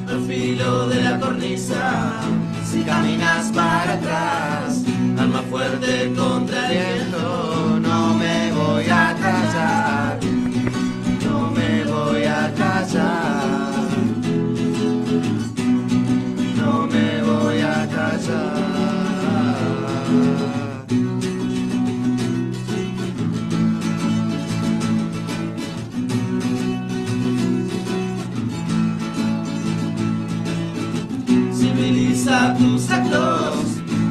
Al filo de la cornisa, si caminas para atrás, alma fuerte contra el viento, no me voy a callar, no me voy a callar, no me voy a callar. Civiliza tus actos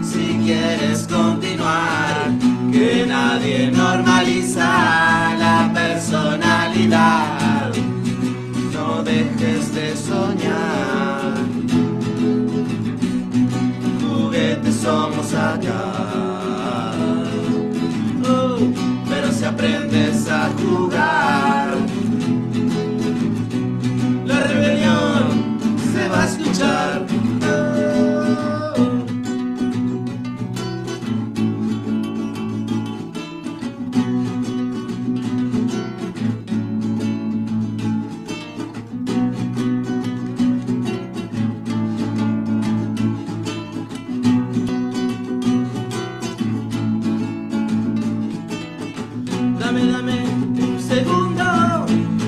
si quieres continuar. Que nadie normaliza la personalidad. No dejes de soñar. Juguetes somos acá. Oh, pero si aprendes a jugar. La rebelión se va a escuchar. Oh.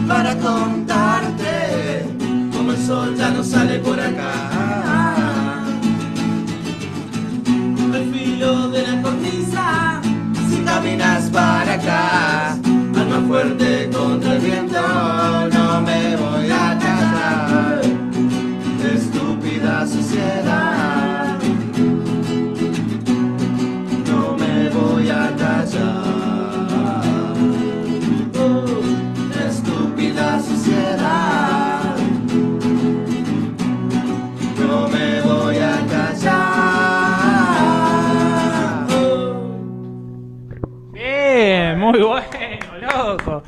para contarte Como el sol ya no sale por acá Al filo de la cornisa Si caminas para acá Alma fuerte contra el viento No me voy a casar Estúpida sociedad no me voy a callar. Oh, estúpida sociedad. No me voy a callar. Oh. Bien, muy bueno, loco.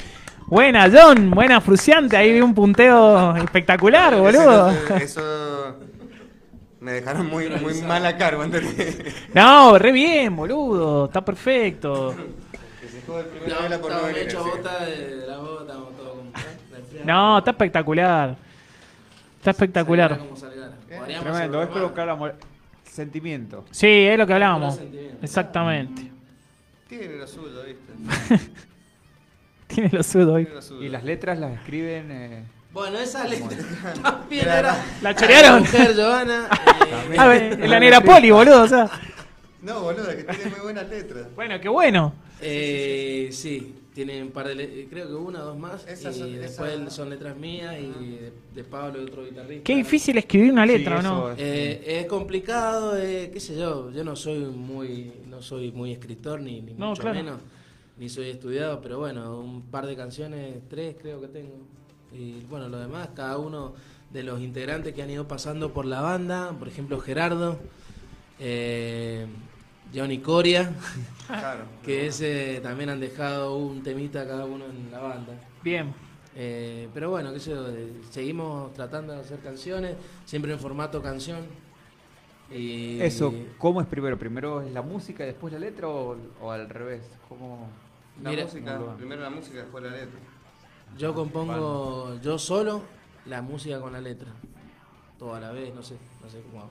Buena, John, buena fruciante. Ahí vi un punteo espectacular, *laughs* boludo. Eso, eso me dejaron muy, muy mala cargo, ¿entendés? No, re bien, boludo. Está perfecto. Que se jode el primer La novela por no bota, me venir, hecho sí. bota de de la bota, estamos todos como. ¿eh? De No, está espectacular. Está espectacular. Como salgara. Podríamos Tremendo, es hacer un provocar amor. Sentimiento. Sí, es lo que hablábamos. Otro sentimiento. Exactamente. Tiene lo suyo, *laughs* ¿viste? Tiene lo suyo hoy. Tiene lo suyo. Y las letras las escriben. eh, Bueno, esa letra también era. La chorearon. mujer, Giovanna. eh, A ver, Ah, la negra poli, boludo. O sea. No, boludo, que tiene muy buenas *laughs* letras. Bueno, qué bueno. eh, sí, tiene un par de. le- Creo que una o dos más. Esas y son- después esas- son letras mías y de, de Pablo, otro guitarrista. Qué difícil escribir una letra, ¿o sí, no? eso, Eh, es complicado, eh, qué sé yo, yo no soy muy, no soy muy escritor ni, ni No, mucho claro. menos, ni soy estudiado, pero bueno, un par de canciones, tres creo que tengo. Y bueno, lo demás, cada uno de los integrantes que han ido pasando por la banda, por ejemplo Gerardo, eh, Johnny Coria, Claro. que ese también han dejado un temita cada uno en la banda. Bien. Eh, pero bueno, qué sé yo, eh, seguimos tratando de hacer canciones, siempre en formato canción. Y Eso, ¿cómo es primero? ¿Primero es la música y después la letra o, o al revés? ¿Cómo? La Mira- música, primero la música, después la letra. Yo compongo yo solo la música con la letra. Toda la vez, no sé, no sé cómo hago.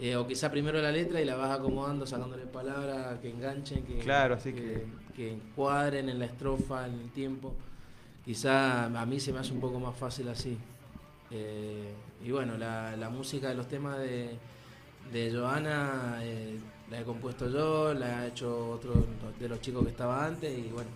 Eh, o quizá primero la letra y la vas acomodando, sacándole palabras que enganchen, que, Claro, así que encuadren en la estrofa, en el tiempo. Quizá a mí se me hace un poco más fácil así. Eh, y bueno, la, la música de los temas de, de Joana eh, la he compuesto yo, la ha hecho otro de los chicos que estaba antes y bueno,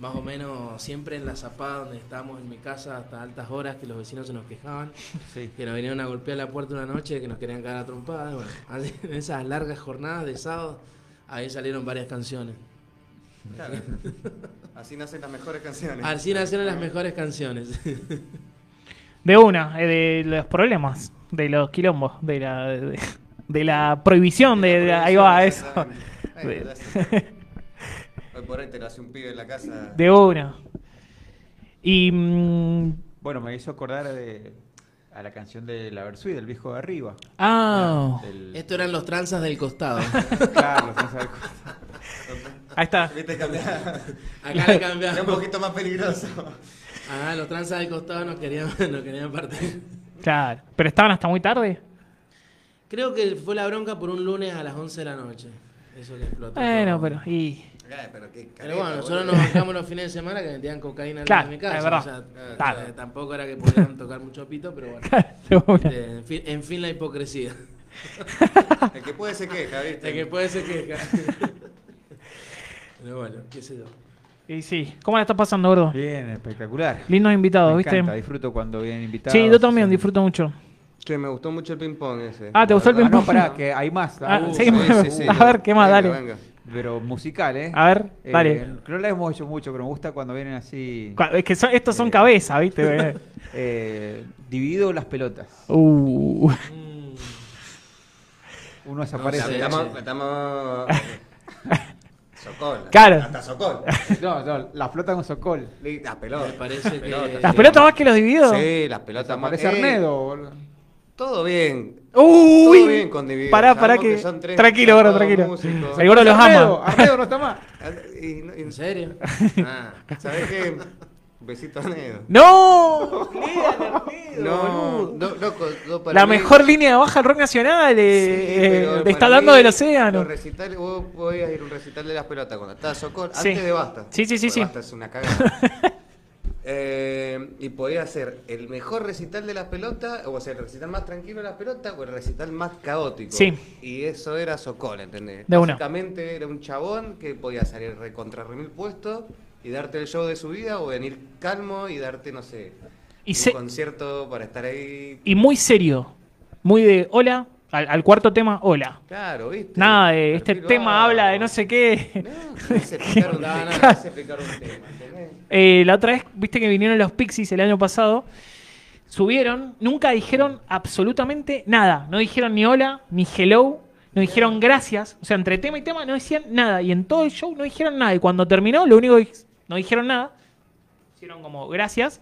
más o menos siempre en la zapada donde estábamos en mi casa hasta altas horas que los vecinos se nos quejaban, Sí. que nos vinieron a golpear la puerta una noche, que nos querían cagar a *laughs* trompadas, bueno, así, en esas largas jornadas de sábado, ahí salieron varias canciones. Claro. Así nacen las mejores canciones. Así Ah, nacieron las mejores canciones. *laughs* De una, eh, de los problemas, de los quilombos, de la, de, de la prohibición, de, de- Eh, ahí va eso. *laughs* Ay, De- Hoy por hoy te lo hace un pibe en la casa. De una. Y mm, Bueno, me hizo acordar de, a la canción de La Versuí, del viejo de arriba. ah, Del- Esto eran los tranzas del *laughs* costado. Carlos, no sabe cu- ahí está. Viste cambiar. Acá le Era un cambiamos. poquito más peligroso. Ah, los tranzas del costado nos querían, *laughs* nos querían partir. Claro. Pero estaban hasta muy tarde. Creo que fue la bronca por un lunes a las 11 de la noche. Eso que explotó. Bueno, todo. pero y *laughs* Ay, Eh, pero qué Pero careta, bueno, nosotros boludo. nos bancamos los fines de semana que metían cocaína Claro, en mi casa. es verdad. o sea, Claro. o sea, tampoco era que pudieran *laughs* tocar mucho pito, pero bueno. de una. Este, en, fin, en fin, la hipocresía. *laughs* El que puede se queja, De ¿viste? que puede *laughs* ser que. pero bueno, qué sé yo. Y sí. ¿Cómo la estás pasando, gordo? Bien, espectacular. Lindos invitados, me ¿viste? encanta, disfruto cuando vienen invitados. Sí, yo también Son- disfruto mucho. Che, me gustó mucho el ping-pong ese. Ah, ¿te gustó el Ah, ping-pong? no, pará, que hay más. Ah, *laughs* Uh, sí, sí, bueno, sí, sí. a ver, ¿qué más? Dale. Venga, venga. Pero musical, ¿eh? A ver, Eh, dale. no lo hemos hecho mucho, pero me gusta cuando vienen así. Cua- Es que son- estos son Eh. cabeza, *laughs* ¿viste? Eh, divido las pelotas. uh. Mm, Uno Estamos- desaparece. Estamos. estamos... *laughs* Socol. Claro. *laughs* Hasta Socol. *laughs* No, no, la flota con Socol. Las pelotas. me parece que. ¿Las pelotas más que los divididos? Sí, las pelotas más. Parece Eh, Arnedo, boludo. Todo bien. Uy, Todo bien con Divididos. pará, pará Sabemos que... que son tres tranquilo, gordo, todos tranquilo. músicos. El gordo los Arnedo, ama. Arnedo no está más. *laughs* Ah, y no- y- ¿En serio? ah, ¿Sabés qué? Un besito a Arnedo. ¡No! Lean Arnedo, boludo. no, loco, yo para La mí- mejor línea de baja del rock nacional Sí, eh, pero eh, para está mí dando del océano. Los recitales, vos podías ir a un recital de las pelotas cuando estaba Socol, Sí. antes de Basta. Sí, sí, sí, *laughs* Porque sí. Basta es una cagada. Eh, Eh, y podía hacer el mejor recital de las pelotas, o sea, el recital más tranquilo de las pelotas, o el recital más caótico. Sí. Y eso era Sokol, ¿entendés? De una. Básicamente era un chabón que podía salir re- contra remil puesto y darte el show de su vida, o venir calmo y darte, no sé, Y un se- concierto para estar ahí. Y muy serio. Muy de hola, al, al cuarto tema, hola. Claro, ¿viste? Nada de este Perfil tema bajo. habla de no sé qué. *laughs* No, no sé explicar un tema, no sé explicar un tema, ¿entendés? Eh, la otra vez, viste que vinieron los Pixies el año pasado. Subieron, nunca dijeron absolutamente nada. No dijeron ni hola, ni hello, no dijeron gracias. O sea, entre tema y tema no decían nada. Y en todo el show no dijeron nada. Y cuando terminó, lo único que no dijeron nada. Hicieron como gracias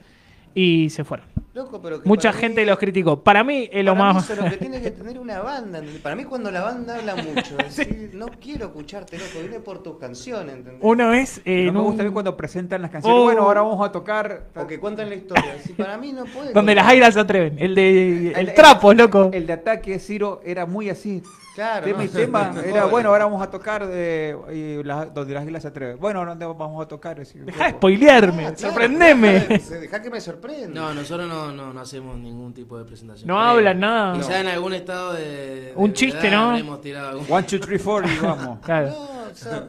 y se fueron. Loco, pero que Mucha para gente mí- los criticó. Para mí es lo Para mí más... eso es lo que tiene que tener una banda. ¿entendés? Para mí cuando la banda habla mucho, es decir, no quiero escucharte, loco, viene por tus canciones, ¿entendés? Una vez... eh, no en me un- gusta bien cuando presentan las canciones. Oh. Bueno, ahora vamos a tocar. O que cuentan la historia. Si para mí no puede. Donde las contar. airas se atreven. El de... El trapo, loco. El de ataque, Ciro, era muy así. Claro, tema no, y tema. no, Era no, bueno, no. ahora vamos a tocar de, y la- donde las águilas se atreven. Bueno, ¿dónde vamos a tocar? *laughs* Así, Deja de loco. spoilearme. Claro, sorprendeme. Dejá dejá que me sorprenda. No, nosotros no, no, no hacemos ningún tipo de presentación. No hablan nada. Quizá en algún estado de. de Un chiste, verdad ¿no? habremos tirado algún- One, two, three, four, y *laughs* vamos. Claro. No, o sea,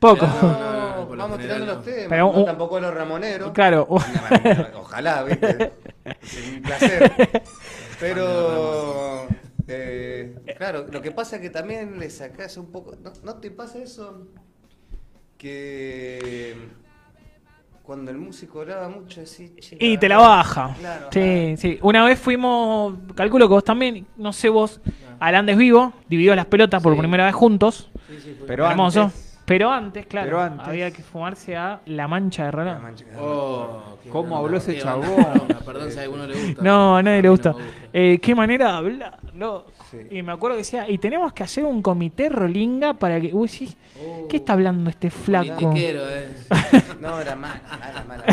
Poco. No, no, no, no, por lo vamos general tirando no. los temas. Pero no, un- tampoco los ramoneros. Claro. Ojalá, ¿viste? Es un placer. Pero. eh, claro, lo que pasa es que también le sacás un poco. ¿No, no te pasa eso? Que. Cuando el músico graba mucho, decís. che, *laughs* Y la te la verdad- baja. Claro. sí, sí. Una vez fuimos, calculo que vos también, no sé vos, al Andes Vivo, divididos las pelotas por Sí. primera vez juntos. Sí, sí, fue. Pero Hermoso. antes, pero antes, claro, Pero antes. había que fumarse a la mancha de La Roland. mancha- Oh, qué ¿Cómo banda, habló ese qué banda, chabón? qué banda. Perdón si a alguno le gusta. No, a nadie le mí gusta. no me gusta. Eh, Qué manera de hablar, no. Sí. Y me acuerdo que decía, y tenemos que hacer un comité rolinga para que. Uy, sí, ¿qué está hablando este flaco? Politiquero, eh. No, era mala, mala, mala.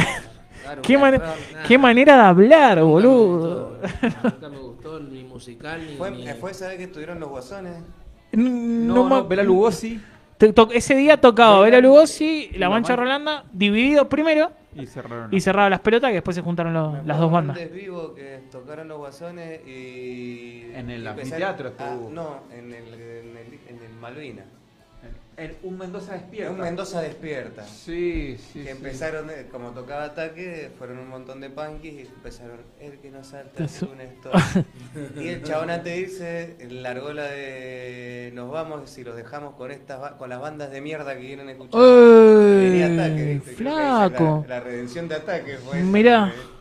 *laughs* Claro, ¿Qué, una- mane- nah. qué manera de hablar, boludo. Nunca me gustó, nunca me gustó ni musical ni. ni- Fue, fue saber que estuvieron los guasones. N- no, me- no, Bela Lugosi Te- to- ese día tocaba Bela- Bela Lugosi, La La Mancha Mancha. Rolanda, dividido primero y cerraron. y cerraba las pelotas que después se juntaron lo- las dos bandas. Antes vivo que tocaron los guasones y. En el y anfiteatro ah, estuvo. No, en el, en el, en el Malvina. El- un Mendoza despierta. Un Mendoza despierta. Sí, sí. Que sí. empezaron, eh, como tocaba ataque, fueron un montón de punkis y empezaron, el que no salta es Eso. un *laughs* stop". Y el chabón antes de irse, eh, largó la de nos vamos si los dejamos con estas ba- con las bandas de mierda que vienen escuchando. Tenía ataque, ¡Ey! ¿viste? Creo que esa es ¡Flaco! La, la redención de ataque fue esa, Mirá. porque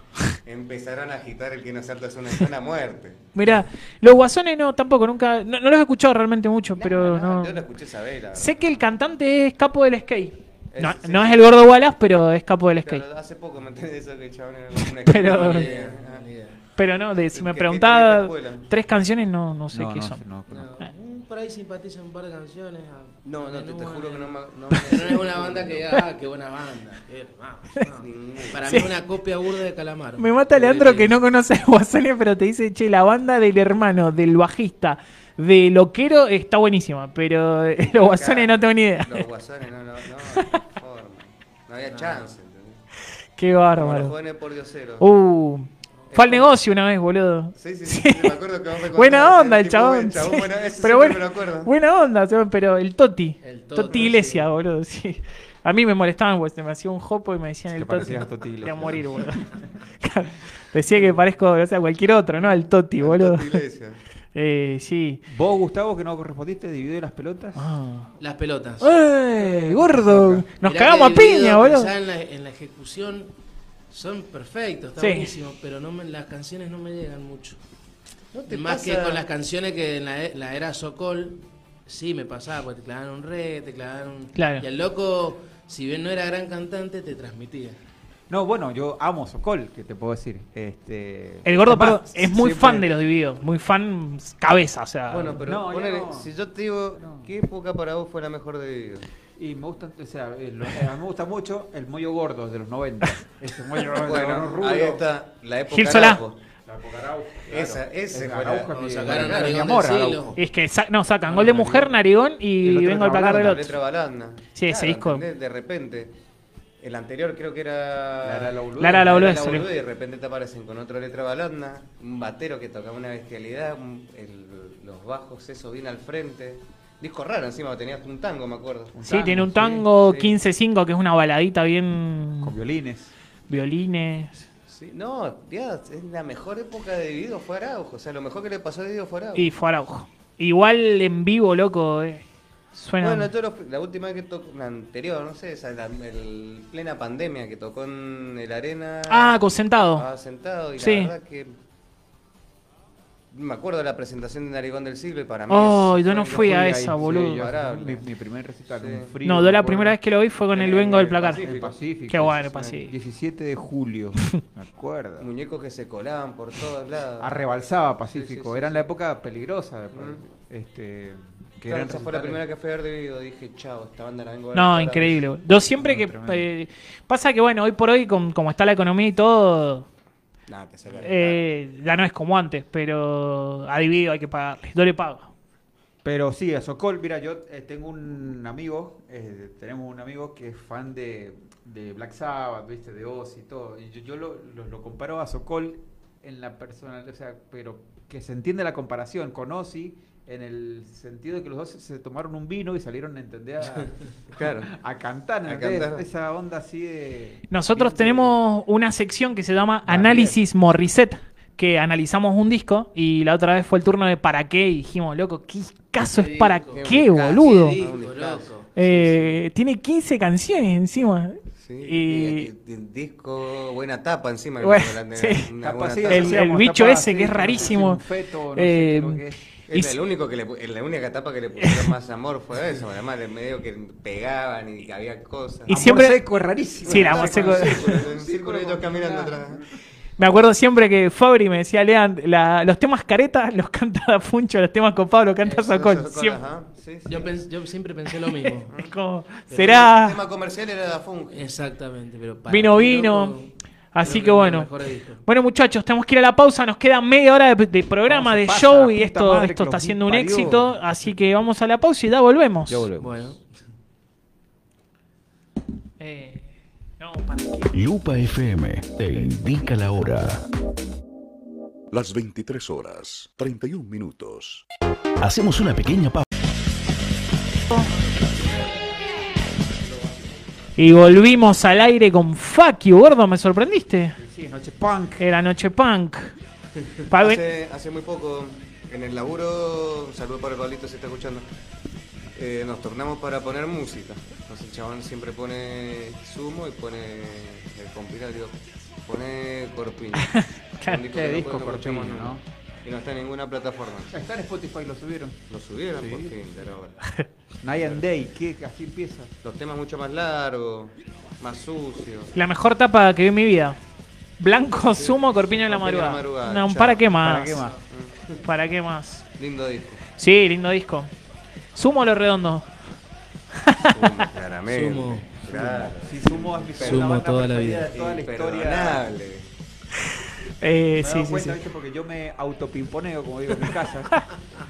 Empezaron a agitar el que no salta es una, es una muerte. Mirá, los guasones no, tampoco, nunca. No, no los he escuchado realmente mucho, pero no. Yo lo escuché esa vez, la verdad. Sé que el cantante es capo del skate. Es- No, sí, no sí. es el gordo Wallace, pero es capo del skate. Pero hace poco me enteré de eso que el chabón *laughs* era como una Pero- Ni ah, idea, ni idea. Pero no, de, si El me que- que tiene esta preguntaba escuela. tres canciones, no, no sé No, qué no, son. no, no. No, un- por ahí simpatizan un par de canciones. ah. a- No, no, te, te Menudo, juro que eh. no me. No, Pero no es una banda que diga, ah, qué buena banda. *laughs* qué hermano, no. Para mí es una copia burda de Calamar. Me mata Leandro que no conoce a Guasones, pero te dice, che, la banda del hermano, del bajista, de loquero, está buenísima, pero eh, los Guasones no tengo ni *laughs* idea. Los guasones no, no, no, no, forma. No había chance, ¿entendés? Qué Como los Ah. bárbaro. jóvenes por diosero. Uh, fue al negocio una vez, boludo. Sí, sí, sí, sí, me acuerdo que *laughs* vos me Buena contabas, onda el tipo, chabón. buen sí. bueno, eso Pero pero bueno, me lo acuerdo. buena onda, chabón, pero el Toti. El Toti, Toti, Iglesia, boludo, sí. A mí me molestaban, pues, me hacía un jopo y me decían el Te Toti. parecías Toti De a Iglesias. morir, boludo. *laughs* Decía que parezco, o sea, cualquier otro, ¿no? Al Toti, boludo. Toti Iglesias. *laughs* Eh, sí. Vos, Gustavo, que no correspondiste, dividió las pelotas. Las pelotas. Ah. ¡Ey, gordo! Nos Ah. Mirá cagamos a que dividido, piña, boludo. quizá En la, en la ejecución son perfectos, está Sí. buenísimo, pero no me- las canciones no me llegan mucho. ¿No te Más pasa- que con las canciones que en la, e- la era Sokol, sí me pasaba, porque te clavaban un re, te clavaban un... Claro. Y el loco, si bien no era gran cantante, te transmitía. No, bueno, yo amo Sokol, que te puedo decir. Este, El gordo, Además, perdón, es muy siempre- fan de los divididos. Muy fan cabeza, o sea. Bueno, pero No, yo ponele, no. si yo te digo, ¿qué época para vos fue la mejor de vivir? Y me gusta, o sea, el- eh, a mí me gusta mucho el mollo gordo de los 90. Ese mollo gordo, Bueno, rubio. ahí está la época Gil Solá. Araujo. La Pocarau, Esa- ese El fue la- Araujo Cuando que- sacaron claro, a mi Rigón amor, del Araujo. Silo. es que sa- no, sacan gol de mujer, narigón El y otro vengo al placar es la del La balanda, otro. letra balanda. Sí, ese disco. ¿entendés? De repente. El anterior creo que era. Lara la Boluda. Lara la Boluda, Boluda, salió. Y de repente te aparecen con otra letra balanda, un batero que tocaba una bestialidad, un- el- los bajos, eso bien al frente. Disco raro encima, tenías un tango, me acuerdo. Sí, tiene un tango sí. 15-5 que es una baladita bien. Con violines. violines. Sí, no, ya, es la mejor época de Dido fue Araujo. O sea, lo mejor que le pasó a Dido fue Araujo. Y fue Araujo. Igual en vivo, loco. eh, Suena. Bueno, todos los- la última vez que tocó, la anterior, no sé, esa, la el- plena pandemia que tocó en el arena. ah, consentado. Estaba sentado y Sí. la verdad que. Me acuerdo de la presentación de Narigón del Siglo y para mí. Oh, es- yo no fui a ahí, esa, sí, boludo. yo- mi, Imparable. mi primer recital, Sí. un frío. no, yo la primera vez que lo vi fue con En el el- Vengo del en el Placar. El Pacífico. Qué bueno, el sí, Pacífico. 17 *laughs* de julio, me acuerdo. Muñecos que se colaban por todos lados. Arrebalsaba Pacífico. Sí, sí, sí, Era sí. la época peligrosa. Mm. Este, que Claro, eran esa fue la recitales. primera que fui a ver de Dido. Dije, chao, esta banda la vengo a ver No, ahora". increíble. boludo. Yo siempre No, que. tremendo. eh, pasa que, bueno, hoy por hoy, con, como está la economía y todo, Nah, te sacaron. eh, ya no es como antes, pero a Divido hay que pagarle. Yo le pago. Pero sí, a Sokol, mira, yo eh, tengo un amigo, eh, tenemos un amigo que es fan de, de Black Sabbath, ¿viste? De Oz y todo. Y yo, yo lo, lo- lo comparo a Sokol en la persona, o sea, pero que se entiende la comparación con Ozzy en el sentido de que los dos se- se tomaron un vino y salieron, ¿entendés? A, Claro. a *laughs* cantar, A ¿entendés? cantar. Esa onda así de... Nosotros bien- tenemos una sección que se llama Ah, Daniel. Análisis Morissette, que analizamos un disco y la otra vez fue el turno de para qué y dijimos, loco, ¿qué caso es Sí, para qué qué, buscás, boludo? sí, Disco, loco. Eh, Tiene 15 canciones encima. Sí, Y- y- y- disco, buena tapa encima. que Bueno, me acuerdo, sí. una Tapa buena así, tapa. El- Es hacíamos, bicho tapa ese así, que es como rarísimo. un feto, no sé Eh, qué es lo que es. el y- único que le pu- la única tapa que *laughs* le pusieron más amor fue eso. Además, le- medio que pegaban y que había cosas. Y Amor siempre- seco es rarísimo. Sí, el amor seco- En círculo, en círculo ellos caminando atrás. Me acuerdo siempre que Fabri me decía, Lean, la- los temas caretas los *laughs* canta Funcho, los temas copados los canta Socol. Eso, Siempre. ajá, sí, sí. Yo, pens- yo siempre pensé *laughs* lo mismo. Es como, El será. tema comercial era Da Eh, Fungi. Exactamente, pero para Vino, mí, vino. loco, Así creo que es uno de bueno. los mejores discos. Bueno, muchachos, tenemos que ir a la pausa. Nos queda media hora de, de programa, No, se de pasa, show, la y puta esto, madre esto que está los siendo un parió. éxito. Así que vamos a la pausa y ya volvemos. Bueno, Eh, no, para qué. Lupa FM te indica la hora. Las 23 horas, 31 minutos. Hacemos una pequeña pausa. Y volvimos al aire con Fuck You, gordo, me sorprendiste. Sí, noche punk. Era noche punk. Pa- Hace, hace muy poco, en el laburo, un saludo para Pablito si está escuchando, eh, nos tornamos para poner música. Entonces el chabón siempre pone sumo y pone el compilador, digo, pone Corpiño. Un Qué que disco no Corpiño, escuchamos nunca. Y no está en ninguna plataforma. Está en Spotify, lo subieron. Lo subieron por fin, pero bueno. Night and Day, que así empieza. Los temas mucho más largos, más sucios. La mejor tapa que vi en mi vida. Blanco, sumo, corpiño en la Corpiño en madrugada. la madrugada, No, chao. ¿para qué más? ¿Para qué más? ¿Para qué más? Lindo disco. Sí, lindo disco. Sumo lo redondo. Sumo, claramente. Sumo. Claro. Si sumo es mi Sumo la banda toda la preferida vida. de toda la historia. Imperdonable. Eh, Me he sí, dado sí, cuenta, sí. ¿viste? Porque yo me autopimponeo, como digo, en mi casa. *laughs*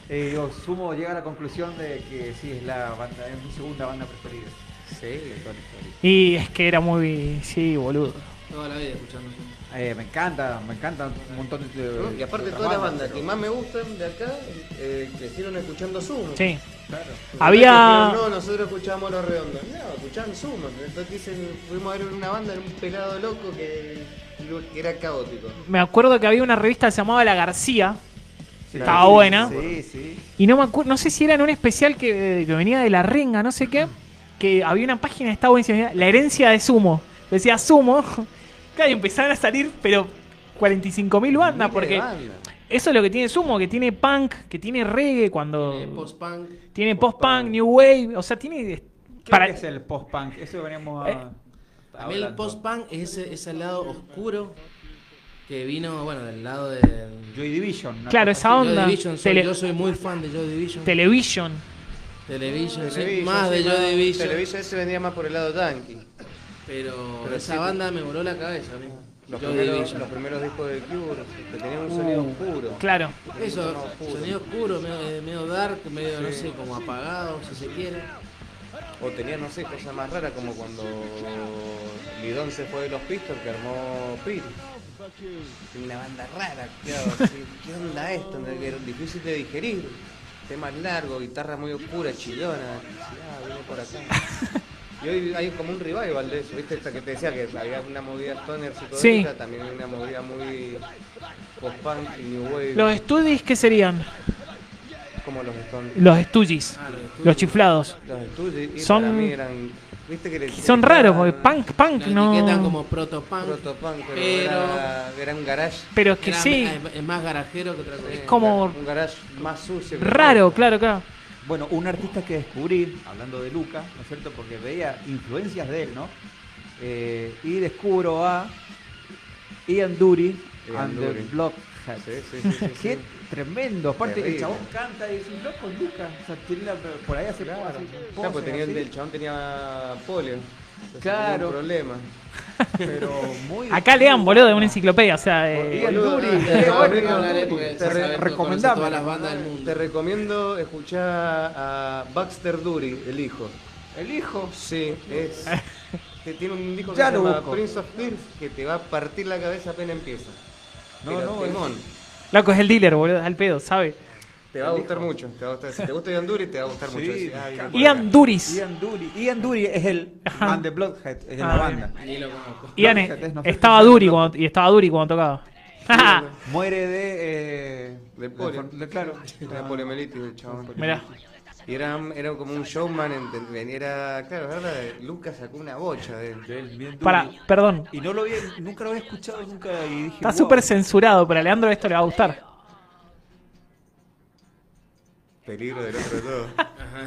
Eh, digo, sumo llega a la conclusión de que sí, es la banda, es mi segunda banda preferida. Sí, de toda la historia. Y es que era muy. Sí, boludo. toda la vida escuchando. Eh, me encanta, me encanta un montón de- de. Y aparte otras todas las bandas, bandas que pero- más me gustan de acá eh, crecieron escuchando Sumo. Sí. Claro. Había- No, nosotros escuchábamos Los Redondos. No, escuchaban Sumo. Entonces dicen, fuimos a ver una banda de un pelado loco que, que era caótico. Me acuerdo que había una revista que se llamaba La García. Sí, Estaba sí, buena. Sí, sí. Y no me acuerdo, no sé si era en un especial que, que venía de la renga, no sé qué, que había una página de Estados Unidos, la herencia de Sumo. Decía Sumo, *laughs* claro, y empezaron a salir, pero 45.000 bandas, Miles de porque bandas. eso es lo que tiene Sumo, que tiene punk, que tiene reggae, cuando Eh, Post-punk. tiene post-punk. post-punk, new wave, o sea, tiene... Creo Para, que es el post-punk, eso veníamos a. Eh, A mí el hablando. post-punk es ese, ese lado oscuro que vino, bueno, del lado de Joy Division. una Claro, cosa esa así. Joy onda, Division. soy- tele- yo soy muy fan de Joy Division. Television. Television, soy Television, más de sí, Joy Division. Television ese venía más por el lado tanky. Pero, Pero esa sí, banda me voló la cabeza a mí. Los, Joy primeros, Division. los primeros discos de Cure, que tenían Uh. un sonido oscuro. Claro. Eso, Sonido oscuro. sonido oscuro, medio, eh, medio dark, medio, no sé, como apagado, si se quiere. O tenía, no sé, cosas más raras como cuando Lidón se fue de los Pistols que armó Piri. Una banda rara, claro. así, ¿Qué onda esto? No, Era difícil de digerir. Temas largos, guitarra muy oscura, chillona. Y decía, Ah, viene por acá. Y hoy hay como un revival de eso, ¿viste? Esta que te decía que había una movida stoner psicodélica, Sí. también una movida muy post-punk y new wave, Los estudios, ¿qué serían? como los Stones. Los Stooges. Los chiflados. Los estudios, y Son- para mí eran. ¿Viste que le- Son raros, porque punk, punk, La etiquetan no. como protopunk. Protopunk, pero, Pero- Era, era un garage. Pero es que Era- sí, Es, es más garajero que otra cosa. eh, como- Un garage más sucio. que- raro, claro, claro. Bueno, un artista que descubrí, hablando de Luca, ¿no es cierto? Porque veía influencias de él, ¿no? Eh, y descubro a Ian Dury Ian and the Dury. Blockheads. Sí, sí, sí, sí, sí. *laughs* Qué tremendo. Aparte, el Terrible. chabón canta y es un loco Luca. O sea, tiene la- por ahí hace Claro, así, claro, poses porque pues, tenía, así. el chabón tenía polio. Entonces Claro. tenía un problema. Pero muy. *laughs* Acá lean, boludo, de una enciclopedia, o sea, eh, de- Ian Boludo, eh, Dury. no, qué te Ah, bueno, no, no, Ian no, Dury. hablaré porque Te se re- sabe todo, recomendame. conoce todas las bandas del mundo. Te recomiendo escuchar a Baxter Dury, el hijo. El hijo. Sí, *laughs* es. que tiene un disco que Ya se lo llama busco. Prince of Thieves que te va a partir la cabeza apenas empieza. No, Pero no, temón. Loco, es el dealer, boludo, al pedo, ¿sabe? Te va a gustar mucho. Te va a gustar. Si te gusta Ian Dury, te va a gustar Sí, mucho. Decís, me "Ah, viene encanta. por acá". Ian Duris. Ian Dury. Ian Dury es el. And the Blockheads es Ah, la bien. banda. Ni lo conozco. Ian eh, fíjate, no fíjate, estaba no, Duri no. cuando, y estaba Duri cuando tocaba. *laughs* Muere de. Eh, De polio. de- claro. Era poliomielitis el chabón. Mirá. Y era, era como un showman, ¿entendés? Y era, claro, ¿verdad? Lucas sacó una bocha de él. Del- bien duro. Para, perdón. Y no lo había, nunca lo había escuchado nunca y dije. Está "Wow". súper censurado, pero a Leandro esto le va a gustar. Peligro del otro todo.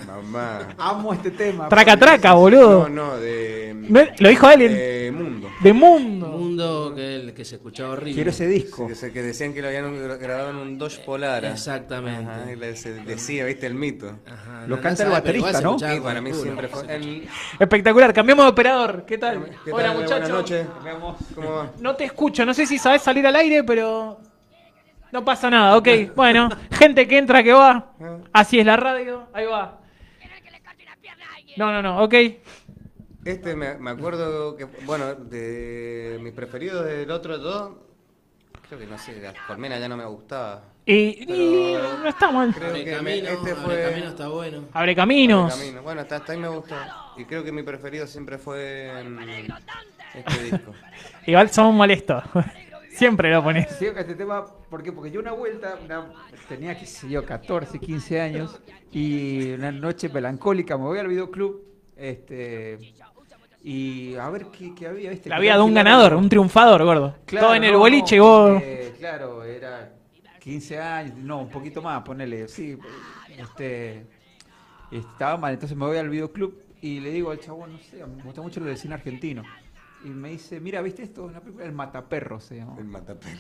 Mamá. Amo este tema. Traca, traca, No, boludo. no, de. No, lo dijo alguien. de Eh, mundo. De mundo. Mundo que, el, que se escuchaba horrible. Quiero ese disco. Sí, que se- que decían que lo habían gra- grabado en un Dodge Polara. Exactamente. Ajá, y le- se decía, viste, el mito. Ajá, Lo no, canta no el sabe, pero igual baterista, se ¿no? escuchaba Y para con mí culo. siempre fue. el- Espectacular. Cambiamos de operador. ¿Qué tal? ¿Qué Hola, tal? Buenas noches. muchachos. ¿Cómo va? No te escucho. No sé si sabes salir al aire, pero. No pasa nada, ok. Bueno, gente que entra, que va. Así es la radio. Ahí va. No, no, no, ok. Este me, me acuerdo que, bueno, de mis preferidos del otro dos, creo que no sé, las colmenas ya no me gustaba. Y, y Pero- no está mal. Creo Abre que me- camino, este abre fue- camino está bueno. Abre caminos. Camino. Bueno, hasta, hasta ahí me gustó. Y creo que mi preferido siempre fue mm, este disco. Igual somos molestos. *laughs* Siempre lo pones. Sí, este tema, ¿por qué? Porque yo una vuelta, una- tenía, qué sé yo, 14, 15 años, y una noche melancólica, me voy al videoclub, este, y a ver qué, qué había, ¿viste? La vida de un ganador, un triunfador, gordo. Claro, Todo en el no, boliche, vos. eh, claro, era 15 años, no, un poquito más, ponele, sí. Este, estaba mal, entonces me voy al videoclub y le digo al chabón, no sé, me gusta mucho lo del cine argentino. Y me dice, mira, ¿viste esto? Una película, El Mataperro se llamó. El matapelo.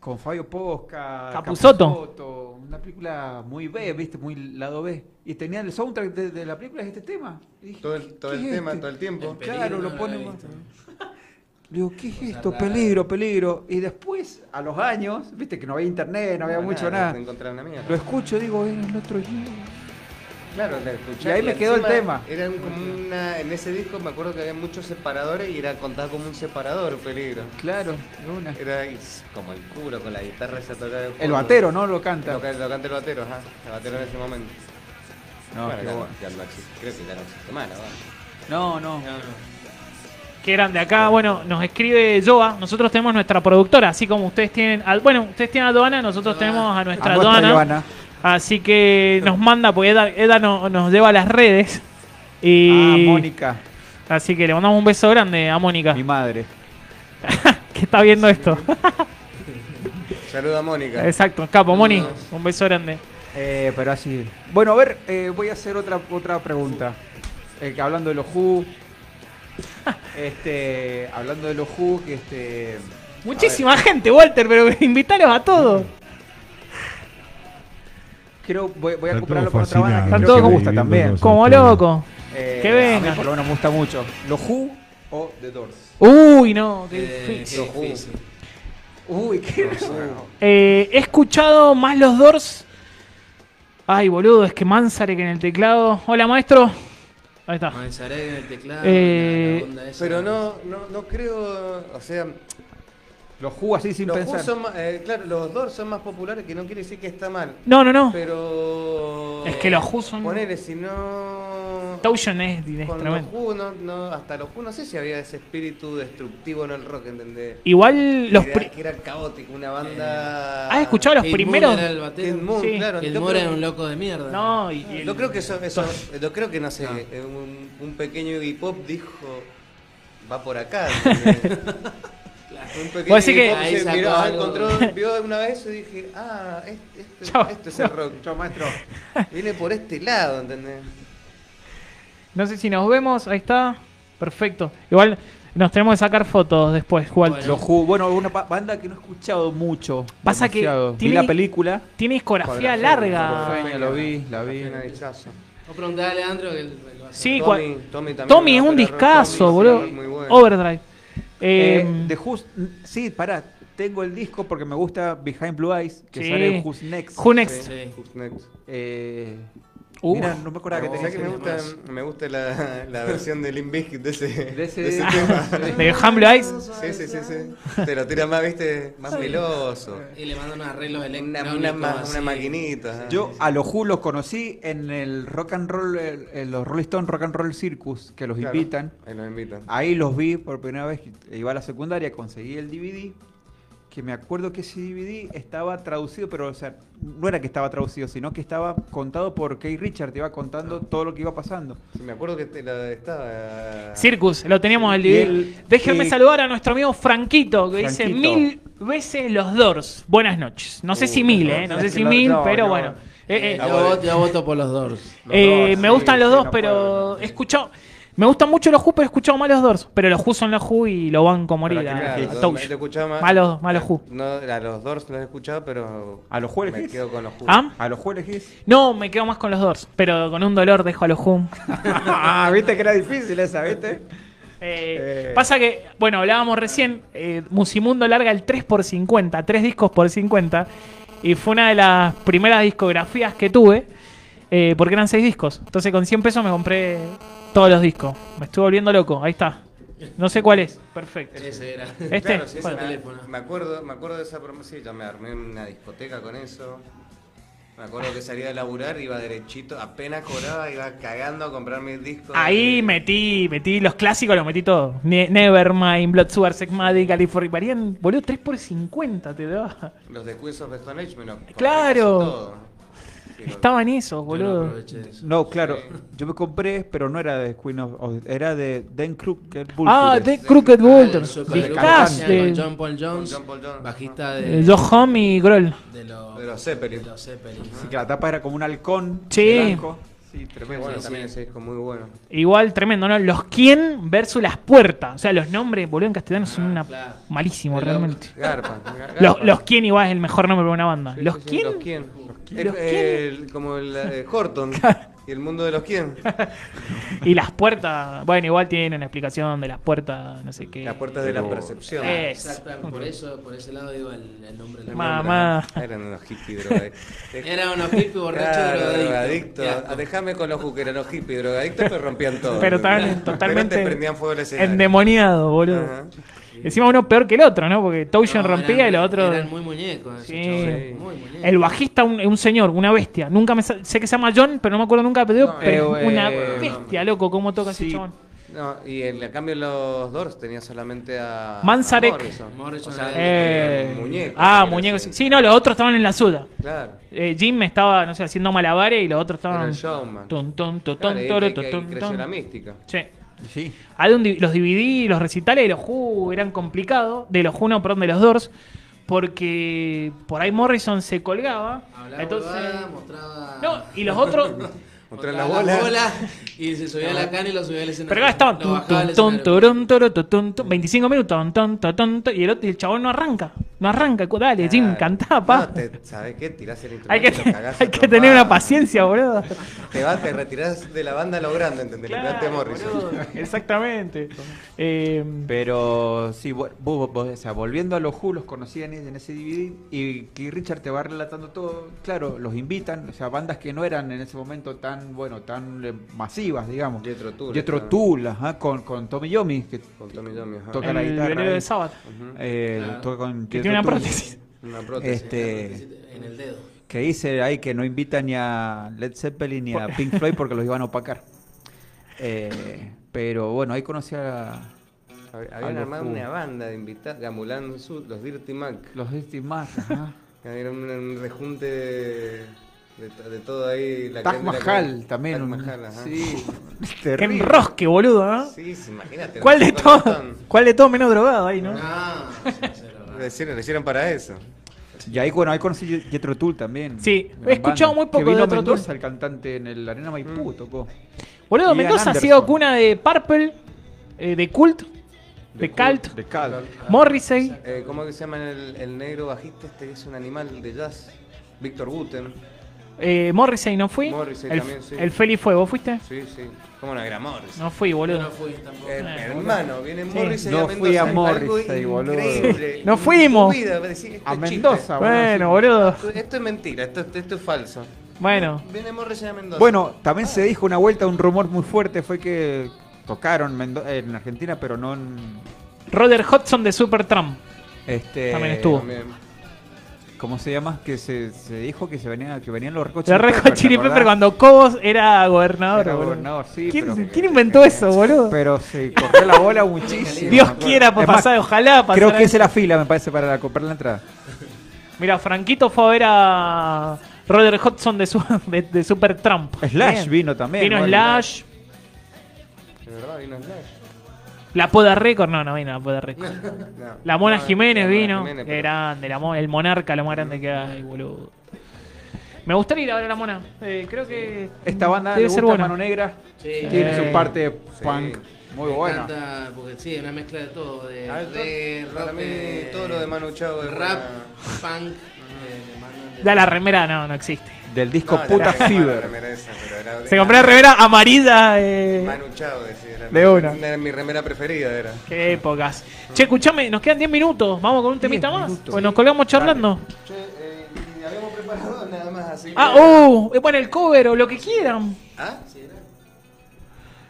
Con Fabio Posca, Capusotto. Capusotto, una película muy B, ¿viste? Muy lado B. Y tenía el soundtrack de, de la película, es este tema. Y dije, Todo el, todo ¿qué el es tema, este? todo el tiempo. Peligro Claro, no lo lo pone había más. visto. Le *laughs* digo, ¿qué es esto? raras. Peligro, peligro. Y después, a los años, viste que no había internet, no había mucho nada. No encontraba una mierda. Lo escucho, digo, era el otro día. Claro, la escuché. Y ahí me quedó el encima tema. Era un- como una, en ese disco me acuerdo que había muchos separadores y era contado como un separador, peligro. Claro, de una. Era y- como el culo con la guitarra esa tocada. de El fondo. batero, ¿no? Lo Lo, canta. que- lo canta el batero, ajá. El batero en ese momento. No, Bueno, qué ya- bueno. ya no existe- creo que ya no existe más, No, ¿no? no. Que eran de acá. Bueno, nos escribe Joa. Nosotros tenemos nuestra productora, así como ustedes tienen. al- bueno, ustedes tienen a Doana, nosotros tenemos a nuestra A nuestra Doana. Joana. Así que nos manda, porque Eda, Eda no- nos lleva a las redes. Y Ah, Mónica, Así que le mandamos un beso grande a Mónica, mi madre. que está viendo esto. Saluda a *laughs* Mónica. Exacto, capo, Moni. Un beso grande. Eh, pero así. Bueno, a ver, eh, voy a hacer otra otra pregunta. Eh, que hablando de los Who. *laughs* este, hablando de los Who, que este. Muchísima gente, Walter, pero *laughs* invítalos a todos. Creo, voy, voy a Están comprarlo todos con otra banda. que fascinados, creo que me gusta viviendo también. los- Como ustedes. loco. Eh, Que a mí venga. por lo menos me gusta mucho. ¿Los Who o The Doors? Uy, no, qué Eh, difícil. qué difícil. Uy, qué Eh, he escuchado más los Doors. Ay, boludo, es que Manzarek en el teclado. Hola, maestro. Ahí está. Manzarek en el teclado. Eh, la- la onda esa. Pero no, no, no creo, o sea, Los jugos así sin los pensar. Who son más- eh, claro, los dos son más populares, que no quiere decir que está mal. No, no, no. Pero. Es que los Who son- Ponele, si no. Touchon es, es Con los tremendo. Who, no, no, hasta los Who no sé si había ese espíritu destructivo en el rock, ¿entendés? Igual los... que, pri- era, que era caótico, una banda. ¿Has escuchado los Kate primeros? Moon era el batero. Ted Moon, Sí. claro. Kate yo Moon creo- era un loco de mierda. No, y, y el- Yo creo que eso, eso yo creo que no sé, eh, un, un pequeño hip hop dijo va *laughs* por acá. ¿entendés? un pequeño Vos decís que- hip hop Ahí se sacó miró, algo. encontró, vio una vez y dije, ah, este, este- Chao. esto es el rock, chao maestro. Viene por este lado, ¿entendés? No sé si nos vemos, ahí está. Perfecto. Igual nos tenemos que sacar fotos después, Walter. Bueno. Los Who, bueno, una pa- banda que no he escuchado mucho. Pasa que demasiado. tiene- Ah, Vi la película. Tiene discografía Cuadrafeña, larga. cuadrafeña. Lo vi, la vi. Una dichazo. Vos preguntá a Leandro que él lo hace. Sí, Tommy, cua- Tommy también Tommy es una un ópera rock, discazo, Tommy es una boludo. rock muy buena. Overdrive. Eh, Eh, de Who's- sí, pará, tengo el disco porque me gusta Behind Blue Eyes, que Sí. sale en Who's Next. Who Next? Sí. Who's next? Eh, Uf. mirá, no me acordaba que O sea tenía que me gusta, me gusta la, la versión de Limp Bizkit de ese, De ese- de ese tema. De Humble Eyes. Sí, sí, sí, sí. Te lo tira más, viste, más meloso. Y le mandan unos arreglos Una, electrónicos. una, ma- así. una maquinita. Yo a los Who los conocí en el Rock and Roll, el- en los Rolling Stone Rock and Roll Circus, que los Claro, invitan. Ahí nos invitan. Ah, Ahí los vi por primera vez, iba a la secundaria, conseguí el DVD, que me acuerdo que ese DVD estaba traducido, pero o sea, no era que estaba traducido, sino que estaba contado por Kay Richard, te iba contando todo lo que iba pasando. Sí, me acuerdo que te la estaba. Circus, lo teníamos al Y nivel. el- Déjenme y- saludar a nuestro amigo Franquito, que dice Franquito. mil veces los Doors. Buenas noches. No sé si mil, ¿eh? No sé si No, mil, no, pero no. bueno. Eh, eh, Yo, voto, yo voto por los Doors. eh, Doors, me sí, gustan los sí, dos, no pero puedo, no. he escuchado. Me gustan mucho los Who, pero he escuchado mal los Doors. Pero los Who son los Who y lo van como Pero morir a- Ah, Claro, a lo- Touch. lo escuchaba más. Malos- malos Who. No, a los Doors los he escuchado, pero. A los Who Me elegís. quedo con los Who. ¿Ah? A los Who elegís. No, me quedo más con los Doors, pero con un dolor dejo a los *laughs* Who. Ah, viste que era difícil esa, ¿viste? Eh, Eh. Pasa que, bueno, hablábamos recién, eh, Musimundo larga el 3 por 50, 3 discos por 50, y fue una de las primeras discografías que tuve, eh, porque eran 6 discos. Entonces con 100 pesos me compré todos los discos. Me estuve volviendo loco, ahí está. No sé cuál es, perfecto. Ese era. Este, Claro, sí, ese bueno. me- teléfono. Me acuerdo, me acuerdo de esa promoción. Yo me armé una discoteca con eso. Me acuerdo que salía a laburar, iba derechito, apenas cobraba, iba cagando a comprar mis discos. Ahí metí, metí los clásicos, los metí todos. Ne- Nevermind, Blood Sugar, Sex Magic, California. Varían, boludo, 3 por 50 te daba. Los de Queens of the Stone Age me los compré Claro. casi todos. Sí, los- Estaban esos, Yo no boludo. aproveché eso. No, claro, yo me compré, pero no era de Queen of, of- era de Dan Crooked Bull. Ah, Fury. The Crooked Walter. Super Discas Lucas, con de John Paul Con Jones, John Paul Jones. bajista de, eh, Joe Home y Groll. de los De los de Zeppelin. los Zeppelin. Sí, que la tapa era como un halcón. Sí. blanco. Sí, tremendo. Muy bueno, Sí, también sí. ese disco muy bueno. Igual tremendo, ¿no? Los quién versus las puertas. O sea, los nombres, boludo, en castellano son una claro. malísimo Pero- realmente. *laughs* Garpa. garpa. Los, los quién igual es el mejor nombre para una banda. Sí, los sí, sí, quién. Los quién. quién. Eh, Los quién. el- como *laughs* el eh, Horton. y el mundo de los quién. Y las puertas. Bueno, igual tiene una explicación de las puertas, no sé qué. Las puertas de la percepción. Es. Exactamente, por eso, por ese lado digo el, el nombre de la Ma- banda. Mamá. Eran unos hippies drogadictos. Era unos hippies borrachos Claro, drogadictos. Qué drogadictos. asco. Déjame con los juqueros, los hippies drogadictos me rompían todo. Pero estaban Pero te totalmente prendían fuego el escenario. Endemoniado, boludo. Ajá. Encima uno peor que el otro, ¿no? Porque Touchon No, rompía eran- y los otros. Eran muy muñecos. esos Sí. chavales, Muy muñecos. El bajista, un, un señor, una bestia. Nunca me sa- sé que se llama John, pero no me acuerdo nunca de apellido. No, pero eh, es una eh, bestia, loco, cómo toca ese Sí. chabón. No, y en a cambio los Doors tenía solamente a Manzarek. a Morrison. Morrison O sea, era Eh, el muñeco. ah, era muñeco. así. Sí. Sí, no, los otros estaban en la suda. Claro. Eh, Jim estaba, no sé, haciendo malabares y los otros Era estaban. el showman. Tun, tun, tu, tun, Claro, y- toro, y- tu, y tun, creció tun. la mística. Sí. Sí. Hay un di- los DVD, los recitales de los Who eran complicados, de los Who no, perdón, de los Doors, porque por ahí Morrison se colgaba. Hablaba, entonces, huevada, mostraba. no, y los otros, *laughs* Mostraba mostraba la bola. y se subía a la cana y lo subía al escenario. pero acá estaban Lo tun, bajaba al tun, tun, escenario. turun, turu, tu, tun, tun, 25 minutos, tun, tun, tu, tun, tun, y el, otro- y el chabón no arranca. No arranca, cu- dale, Jim, cantá, pa. No, te- ¿Sabes qué? Tirás el *laughs* hay instrumento. que, lo cagás *laughs* a hay que tener trompada. una paciencia, *laughs* boludo. Te vas, te retirás de la banda logrando, ¿entendés? Te quedaste Morrison. boludo, *laughs* Exactamente. Eh, Pero sí, bu- bu- bu- o sea, volviendo a los Who, los conocí en, en ese DVD y que Richard te va relatando todo. Claro, los invitan, o sea, bandas que no eran en ese momento tan, bueno, tan eh, masivas, digamos. Jethro Tull. Jethro claro. Tull, ajá, con, con Tommy Yomi, que Con Tommy Tommy, ajá. Toca el la guitarra velero ahí. de Sabbath, Ujú. eh, Claro. toca con que Jethro tiene una Tull, prótesis. Una prótesis. Este, En el dedo. que dice ahí que no invita ni a Led Zeppelin ni a Pink Floyd porque los iban *laughs* a opacar. Eh, pero bueno, ahí conocí a Hab- Habían algo armado cool. una banda de invitados, Gamulan Sud, los Dirty Mac. los Dirty Mac, ajá. Era un, un rejunte de, de to- de todo ahí. La Taj crema de la Mahal crema. también. Taj un- Mahal, ajá. Sí, *laughs* Qué terrible. enrosque, boludo, ¿eh? ¿no? Sí, sí, imagínate. ¿Cuál de nos tocó todos? un montón. ¿Cuál de todos menos drogado ahí, no? No, sincero, no. Lo hicieron, lo hicieron para eso. Y ahí, bueno, ahí conocí Jetro Tull también. Sí, Gran he escuchado banda. muy poco que vino de Jethro Tull. Mm. Mendoza, el cantante en el Arena Maipú, tocó. Boludo, Ian Mendoza ha Anderson. sido cuna de Purple, eh, de Cult, de Cult, De Ah, Cal. Morrissey. Eh, ¿Cómo que se llama el, el negro bajista? Este que es un animal de jazz. Víctor Guten. Eh, Morrissey no fui. Morrissey el, también, sí. el Feli fue, ¿vos fuiste? Sí, sí. ¿Cómo no era Morris? No fui, Yo boludo. no fui tampoco. Eh, Ah, hermano, viene Sí. Morris y No fui a Morris, Morrissey, boludo. Increíble. No fuimos. Tu vida, decís, este A chiste. Mendoza, bueno, boludo. Esto- Esto es mentira, esto, esto es falso. Bueno, Viene Morris y Mendoza. Bueno, también se dijo una vuelta, un rumor muy fuerte fue que tocaron Mendo- en Argentina, pero no en. Roger Hodgson de Supertramp. Este, También estuvo. También. ¿Cómo se llama? Que se, se dijo que se venían, que venían los Red Hot De Chili Rejo Peppers, Chili ¿te Pepper acordás? cuando Cobos era gobernador. Era boludo. gobernador, sí, ¿Quién, pero- quién inventó eso, boludo? Pero se corrió la bola muchísimo. Dios quiera por Es más, pasar, ojalá pasara. Creo que esa es la fila, me parece, para comprar la entrada. Mira, Franquito fue a ver a Roger Hodgson de, su, *laughs* de, de Supertramp. Slash Bien. vino también. Vino ¿no? Slash, De verdad, vino Slash. la Poda Record. No, no vino la Poda Record. *laughs* No. La Mona No, Jiménez la Mona vino. Jiménez, Qué pero- grande, la Mona- el monarca lo más grande que hay, boludo. Me gustaría ir a ver a la Mona. Eh, creo que. Esta banda Debe Debe ser ser buena. Mano Negra. Sí, Tiene Eh, su parte sí. punk muy me buena. encanta, porque sí, una mezcla de todo, de A ver, reggae, todo- Ah, para rock, mí, eh, todo lo de Manu Chao es rap, buena. punk. eh, me mandan de- Da la remera, no, no existe. Del disco No, era Puta la que Fever. remera esa, pero era de- Se compró la remera amarilla. eh, Manu Chao, decía. Era De mi- una. Era mi remera preferida, era. Qué épocas. Che, escuchame, nos quedan 10 minutos. Vamos con un temita más. minutos. Pues nos colgamos charlando. Che, eh, y habíamos preparado nada más así. Ah, que- oh, eh, bueno, el cover o lo que quieran. ¿Ah? ¿Sí era?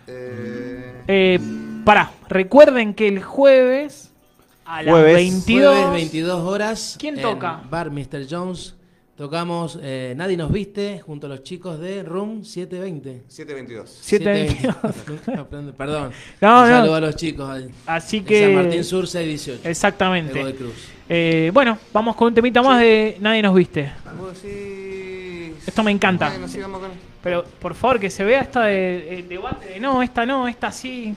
Eh, Eh, pará, recuerden que el jueves a las Jueves. 22. Jueves, 22 horas. ¿Quién en toca? Bar Mr. Jones. Tocamos eh, Nadie nos viste junto a los chicos de Room 720. 722. 7:22. Nunca aprendo, *laughs* Perdón. No, Un no. saludo a los chicos. ahí. *laughs* Así En que. San Martín Sur 618. de Godoy Exactamente. Cruz. Eh, bueno, vamos con un temita más de Nadie nos viste. Vos decís- Esto me encanta. Bueno, sigamos con- Pero por favor que se vea esta de, el debate de no, esta no, esta sí.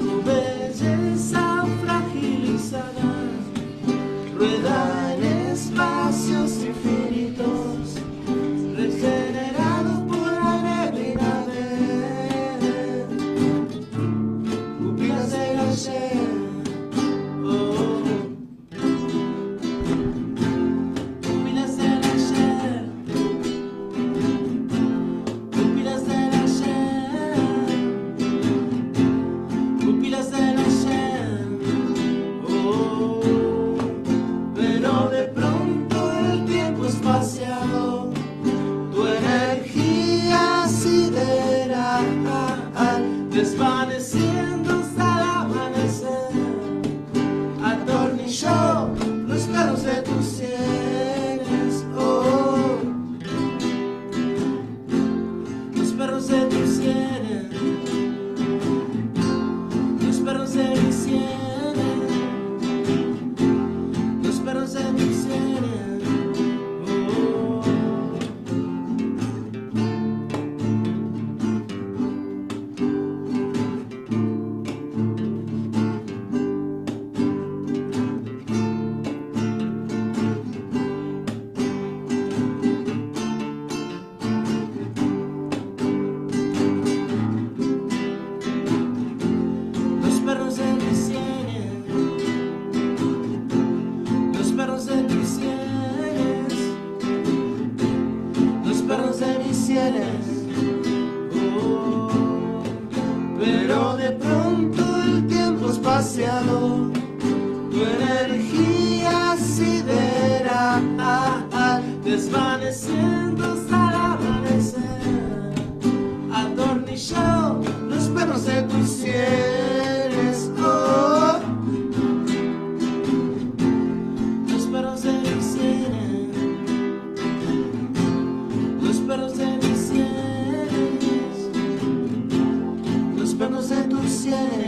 tu belleza fragilizada rueda en espacios infinitos, regenerados por la neblina de pupilas del ayer. Oh, pupilas del ayer. Pupilas del ayer. Pupilas del ayer, oh, pero de pronto el tiempo espaciado, tu energía ah, sideral desvaneciéndose al amanecer. oh. oh. Oh, demasiado tu energía sideral, desvaneciendo hasta el amanecer atornillado los perros de tus sienes. Oh, los perros de mis sienes. Los perros de mis sienes. Los perros de tus sienes.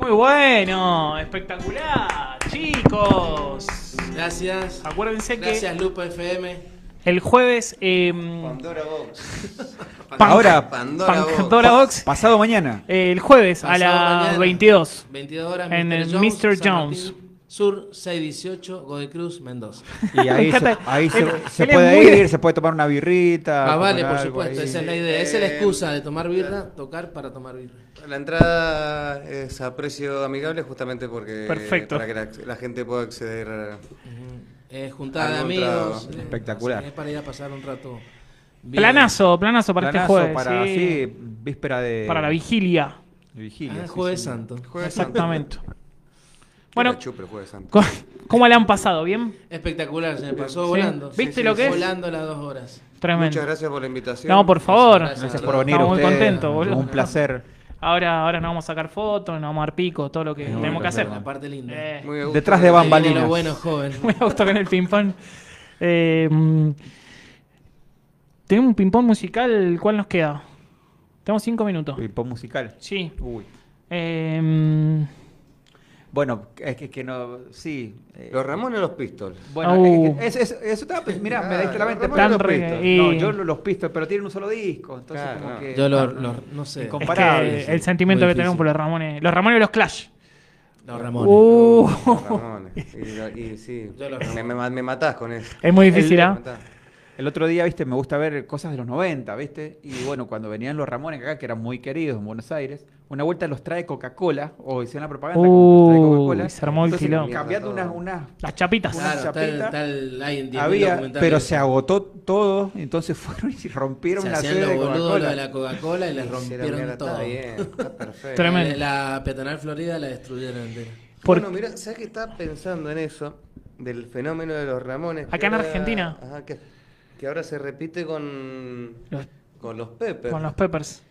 Muy bueno, espectacular, chicos. Gracias. Acuérdense que Gracias, Lupa FM. el jueves eh, Pandora Box. Ahora, Pandora Box. Pandora Box, *laughs* Pasado mañana. eh, el jueves a Pasado las mañana, 22. 22 horas. En el Mr. San Martín Jones. Sur 618, Godoy Cruz, Mendoza. Y Me ahí, se, encanta. ahí se- Él- se él es puede muy ir, de- se puede tomar una birrita. Ah, vale, comer por algo supuesto. ahí. Esa es la idea. Esa es la Eh, excusa de tomar birra, tocar para tomar birra. La entrada es a precio amigable justamente porque Perfecto. para que la, la gente pueda acceder a- Eh, juntada de Algún amigos. trago. eh, Espectacular. así que es para ir a pasar un rato. bien. Planazo, planazo para Planazo este jueves. para, sí. sí, eh. víspera de. Para la vigilia. de vigilia. Ah, sí, Jueves sí. Santo. Jueves Santo. Exactamente. *laughs* Bueno, Bueno, Jueves Santo. co- ¿cómo la han pasado? ¿Bien? Espectacular, se me pasó Sí. volando. ¿Viste lo que es? Volando las dos horas. Tremendo. Muchas gracias por la invitación. No, por favor. Gracias. Gracias por venir. Estamos muy ustedes. contentos, boludo. Un placer. Ahora, ahora nos vamos a sacar fotos, nos vamos a dar pico, todo lo que tenemos que hacer. La parte linda. Eh, *laughs* Muy a gusto. Detrás de Lo bambalinas. bueno, joven. me gusta con el ping-pong. Eh, mm, tenemos un ping-pong musical, ¿cuál nos queda? Tenemos cinco minutos. Pop musical. Sí. Uy. Eh, mm, Bueno, es que, es que no. Sí. eh, Los Ramones o los Pistols. Bueno, Au. es que- es- es- eso estaba pensando. Mirá, me diste la mente. Claro, pero tan los re- Pistols. y- No, yo lo- los pistos, pero tienen un solo disco. Entonces, Claro, como no. que. Yo lo, lo- no sé. es que Comparable, el sentimiento Muy que tenemos difícil. por los Ramones. Los Ramones y los Clash. Los Ramones. Uh, Los Ramones. Y, lo- y sí, Yo los me, me, me matás con eso. es muy difícil, El- ¿ah? Me matás. El otro día, viste, me gusta ver cosas de los 90, viste. Y bueno, cuando venían los Ramones acá, que eran muy queridos en Buenos Aires, una vuelta los trae Coca-Cola, o hicieron la propaganda con los trae Uh, Coca-Cola. se armó el Entonces, quilombo. Cambiando unas. unas Las chapitas. Claro, Una está el- chapita. está el- hay en 10.000 había, documentales. pero se agotó todo, entonces *laughs* fueron y rompieron Se la hacían sede los de boludos lo de Coca-Cola. la Coca-Cola y les Hicieron mierda, rompieron todo. Está bien, está perfecto. Tremendo. La- La peatonal Florida la destruyeron entera. Por- Bueno, mira, ¿sabes que estaba pensando en eso? Del fenómeno de los Ramones. que Acá en ahora- Argentina. Ajá, que, que ahora se repite con, Los- con los Peppers. con los Peppers.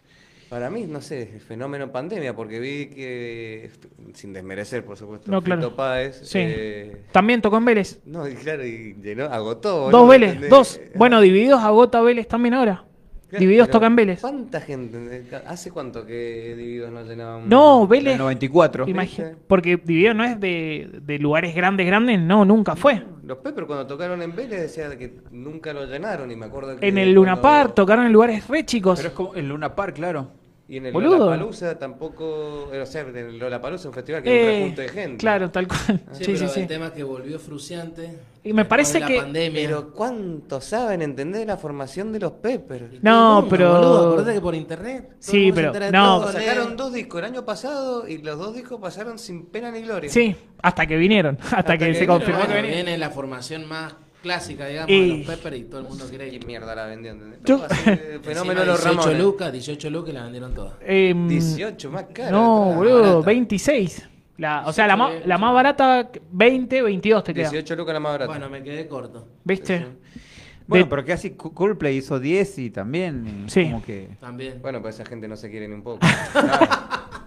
Para mí, no sé, es fenómeno pandemia, porque vi que, sin desmerecer, por supuesto, No, claro. Fito Páez, Sí. eh, También tocó en Vélez. no, y claro, y llenó, agotó. boludo, Dos Vélez, ¿entendés? dos. Eh, Bueno, Divididos agota Vélez también ahora. claro, Divididos pero toca en Vélez. ¿Cuánta gente? ¿entendés? ¿Hace cuánto que Divididos no llenaban? No, En el Vélez. 94. imagi- Sí. Porque Divididos no es de, de lugares grandes, grandes. No, nunca fue. Los Peppers cuando tocaron en Vélez decían que nunca lo llenaron, y me acuerdo que En el Luna cuando- Park tocaron en lugares re chicos. Pero es como el Luna Park, claro. Y en el Boludo. Lollapalooza tampoco, eh, o sea, en el Lollapalooza es un festival que es Eh, un rejunte de gente. Claro, tal cual. Sí, Sí, sí, pero sí. el tema es que volvió fruciante. Y me parece después de que- La pandemia. Pero ¿cuánto saben entender la formación de los Peppers? No, Todo el mundo, pero- boludo, acordate que por internet. todo el Sí, mundo se pero- entera de no. todo, Sacaron lee. dos discos el año pasado y los dos discos pasaron sin pena ni gloria. Sí, hasta que vinieron. *laughs* Hasta, que, que se vinieron, confirmó Bueno, que venían. viene la formación más clásica, digamos, Y- de los Pepper y todo el mundo quiere Y ir. mierda la vendió, ¿entendés? Yo- No, así, eh, Fenómeno los 18 Ramones. lucas, 18 lucas y la vendieron todas. Em, 18 más caro. no, está boludo, barata. 26. La, o sea, la, ma- la más barata, 20, 22 te queda. 18 lucas la más barata. Bueno, me quedé corto ¿Viste? Bueno, De- pero que así Cu- Coldplay hizo 10 y también. y Sí. Como que. también. Bueno, pues esa gente no se quiere ni un *laughs* poco. Nada.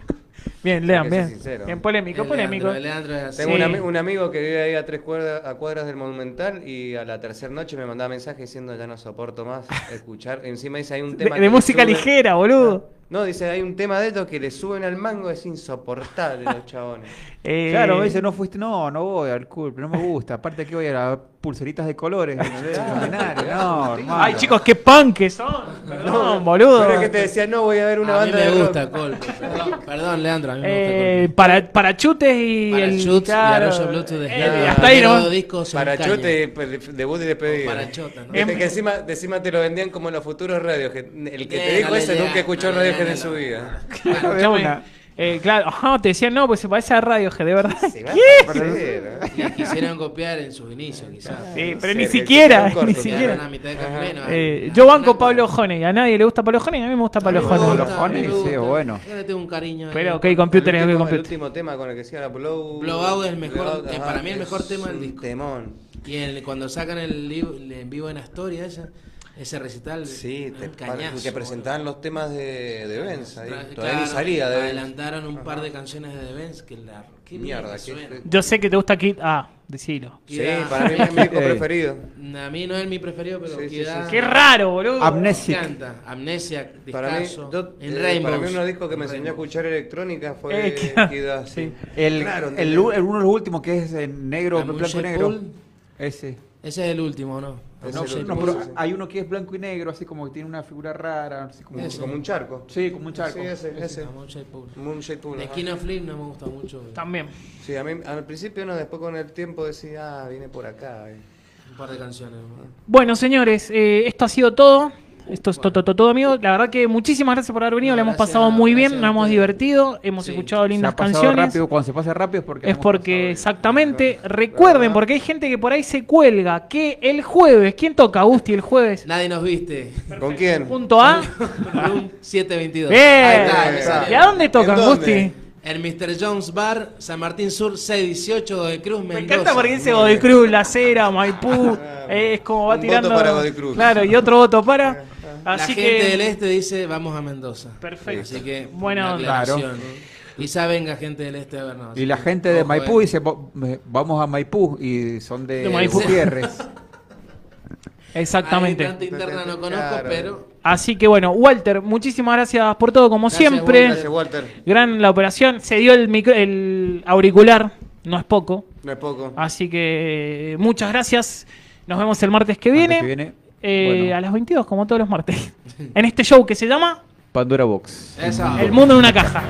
Bien, Lean, que ser bien. sincero. Bien polémico, El polémico. Leandro, el Leandro es así. Tengo Sí. un, ami- un amigo que vive ahí a tres cuadras, a cuadras del Monumental y a la tercera noche me mandaba mensaje diciendo ya no soporto más escuchar. *laughs* Encima dice hay un De, tema de que le música suben- ligera, boludo. No, dice hay un tema de estos que le suben al mango, es insoportable los *laughs* chabones. Eh, Claro, me dice, no fuiste. No, no voy al Coldplay, no me gusta. Aparte que voy a las pulseritas de colores. *laughs* ¿entendés? Luminarias, no, hermano. Ay, chicos, qué punk que son. Perdón, boludo. Pero es que te decía no voy a ver una a mí banda me de gusta rock. Coldplay. Perdón, perdón, Leandro, a mí me gusta Eh, Coldplay. para, para chutes y. Para el- Chutes y claro, Arroyo Bluetooth de eh, Slava. Hasta ahí, Los ¿no? dos discos son Para caña. chote, pe- debut y despedida. Para chota, ¿no? Este, que encima, encima te lo vendían como en los futuros radios. que el que te Eh, dijo no le ese llega, nunca escuchó no Radio le Head llega, en su no. vida. Escuchame, Eh, claro, *laughs* ajá, te decían no, pues se parece a Radiohead, de verdad. Se va a perder, ¿eh? Le quisieran copiar en sus inicios, quizás. Sí, no pero sé, ni le siquiera, hicieron ni corto, siquiera. Quedaron a mitad de camino, Eh, a- yo a- banco una- Pablo Honey. A nadie le gusta Pablo Honey, a mí me gusta Pablo Me Honey. gusta, Pablo Honey, me sí, gusta. bueno. Yo le tengo un cariño. Pero ahí. OK Computer es el OK último, el Computer. último tema con el que cierra Blow. Blowout es el mejor, eh, ajá, para mí el mejor es tema del un disco. Temón. Y el- cuando sacan el, libro- el en vivo en Astoria, esa, ese recital. Sí, es te, un cañazo, te presentaban los temas de, de Benz ahí. boludo. Tra- Todavía claro, ni salía de Benz. Adelantaron un par de canciones de Benz que la. qué Mierda, que qué- suena. Yo sé que te gusta Kid A, decilo. Sí, Queda- para mí es mi *laughs* disco Sí. preferido. A mí no es mi preferido, pero Sí, sí, queda- sí, Qué raro, boludo. me Amnesic. encanta. Amnesia, Descanso, Para mí, yo- en eh, Rainbows. para mí uno de los discos que me enseñó a Rainbows. escuchar electrónica Eh, *laughs* fue claro, Kid A, sí. El, Claro, el entendés. u- el uno de los últimos que es en negro, La blanco y Moonshine negro. Pool. Ese. Ese es el último, ¿no? Ese No, es el no, último, pero sí, sí. hay uno que es blanco y negro, así como que tiene una figura rara. Así como, Como, como un charco. sí, como un charco. Sí, ese, Ese. ese. Moonshade Pool, De ajá. Skin of Flip no me gusta mucho. pero También. Sí, a mí al principio no, después con el tiempo decía, ah, viene por acá. eh. Un par de canciones. ¿no? Bueno, señores, eh, esto ha sido todo. Esto es to- to- to- todo, amigo. La verdad que muchísimas gracias por haber venido. No, la hemos gracias, pasado muy gracias bien, a nos hemos ustedes. divertido, hemos Sí. escuchado Se lindas ha pasado canciones. rápido, cuando se pasa rápido es porque... Es hemos porque, pasado exactamente, recuerden, porque hay gente que por ahí se cuelga, que el jueves, ¿quién toca, Gusti, el jueves? Nadie nos viste. *laughs* ¿Con quién? Punto A. Room 722. Ahí Bien. está, me salió. ¿Y a dónde tocan, ¿En dónde? Gusti? El Mr. Jones Bar, San Martín Sur, 618, Godoy Cruz, Me Mendoza. encanta porque dice Godoy Cruz, La Cera, Maipú. Ah, eh, es como va Un voto tirando. para Godoy Cruz. Claro, y otro voto para. La Así gente que. del este dice, vamos a Mendoza. Perfecto. Así que, Buena bueno, onda. Quizá venga gente del este a vernos. Y la gente de Ojo, Maipú eh. dice, "Vo- me- vamos a Maipú, y son de, De Maipú. Gutiérrez. Ahí tanta Exactamente. interna no conozco, Claro. pero... Así que bueno, Walter, muchísimas gracias por todo, como Gracias, siempre. Walter. Gracias, Walter. Gran la operación. Se dio el, micro- el auricular, no es poco. No es poco. Así que eh, muchas gracias. Nos vemos el martes que viene. Que viene eh, Bueno. A las 22, como todos los martes. *laughs* en este show que se llama Pandora Box. Eso. El mundo en una caja.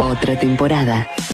Otra temporada.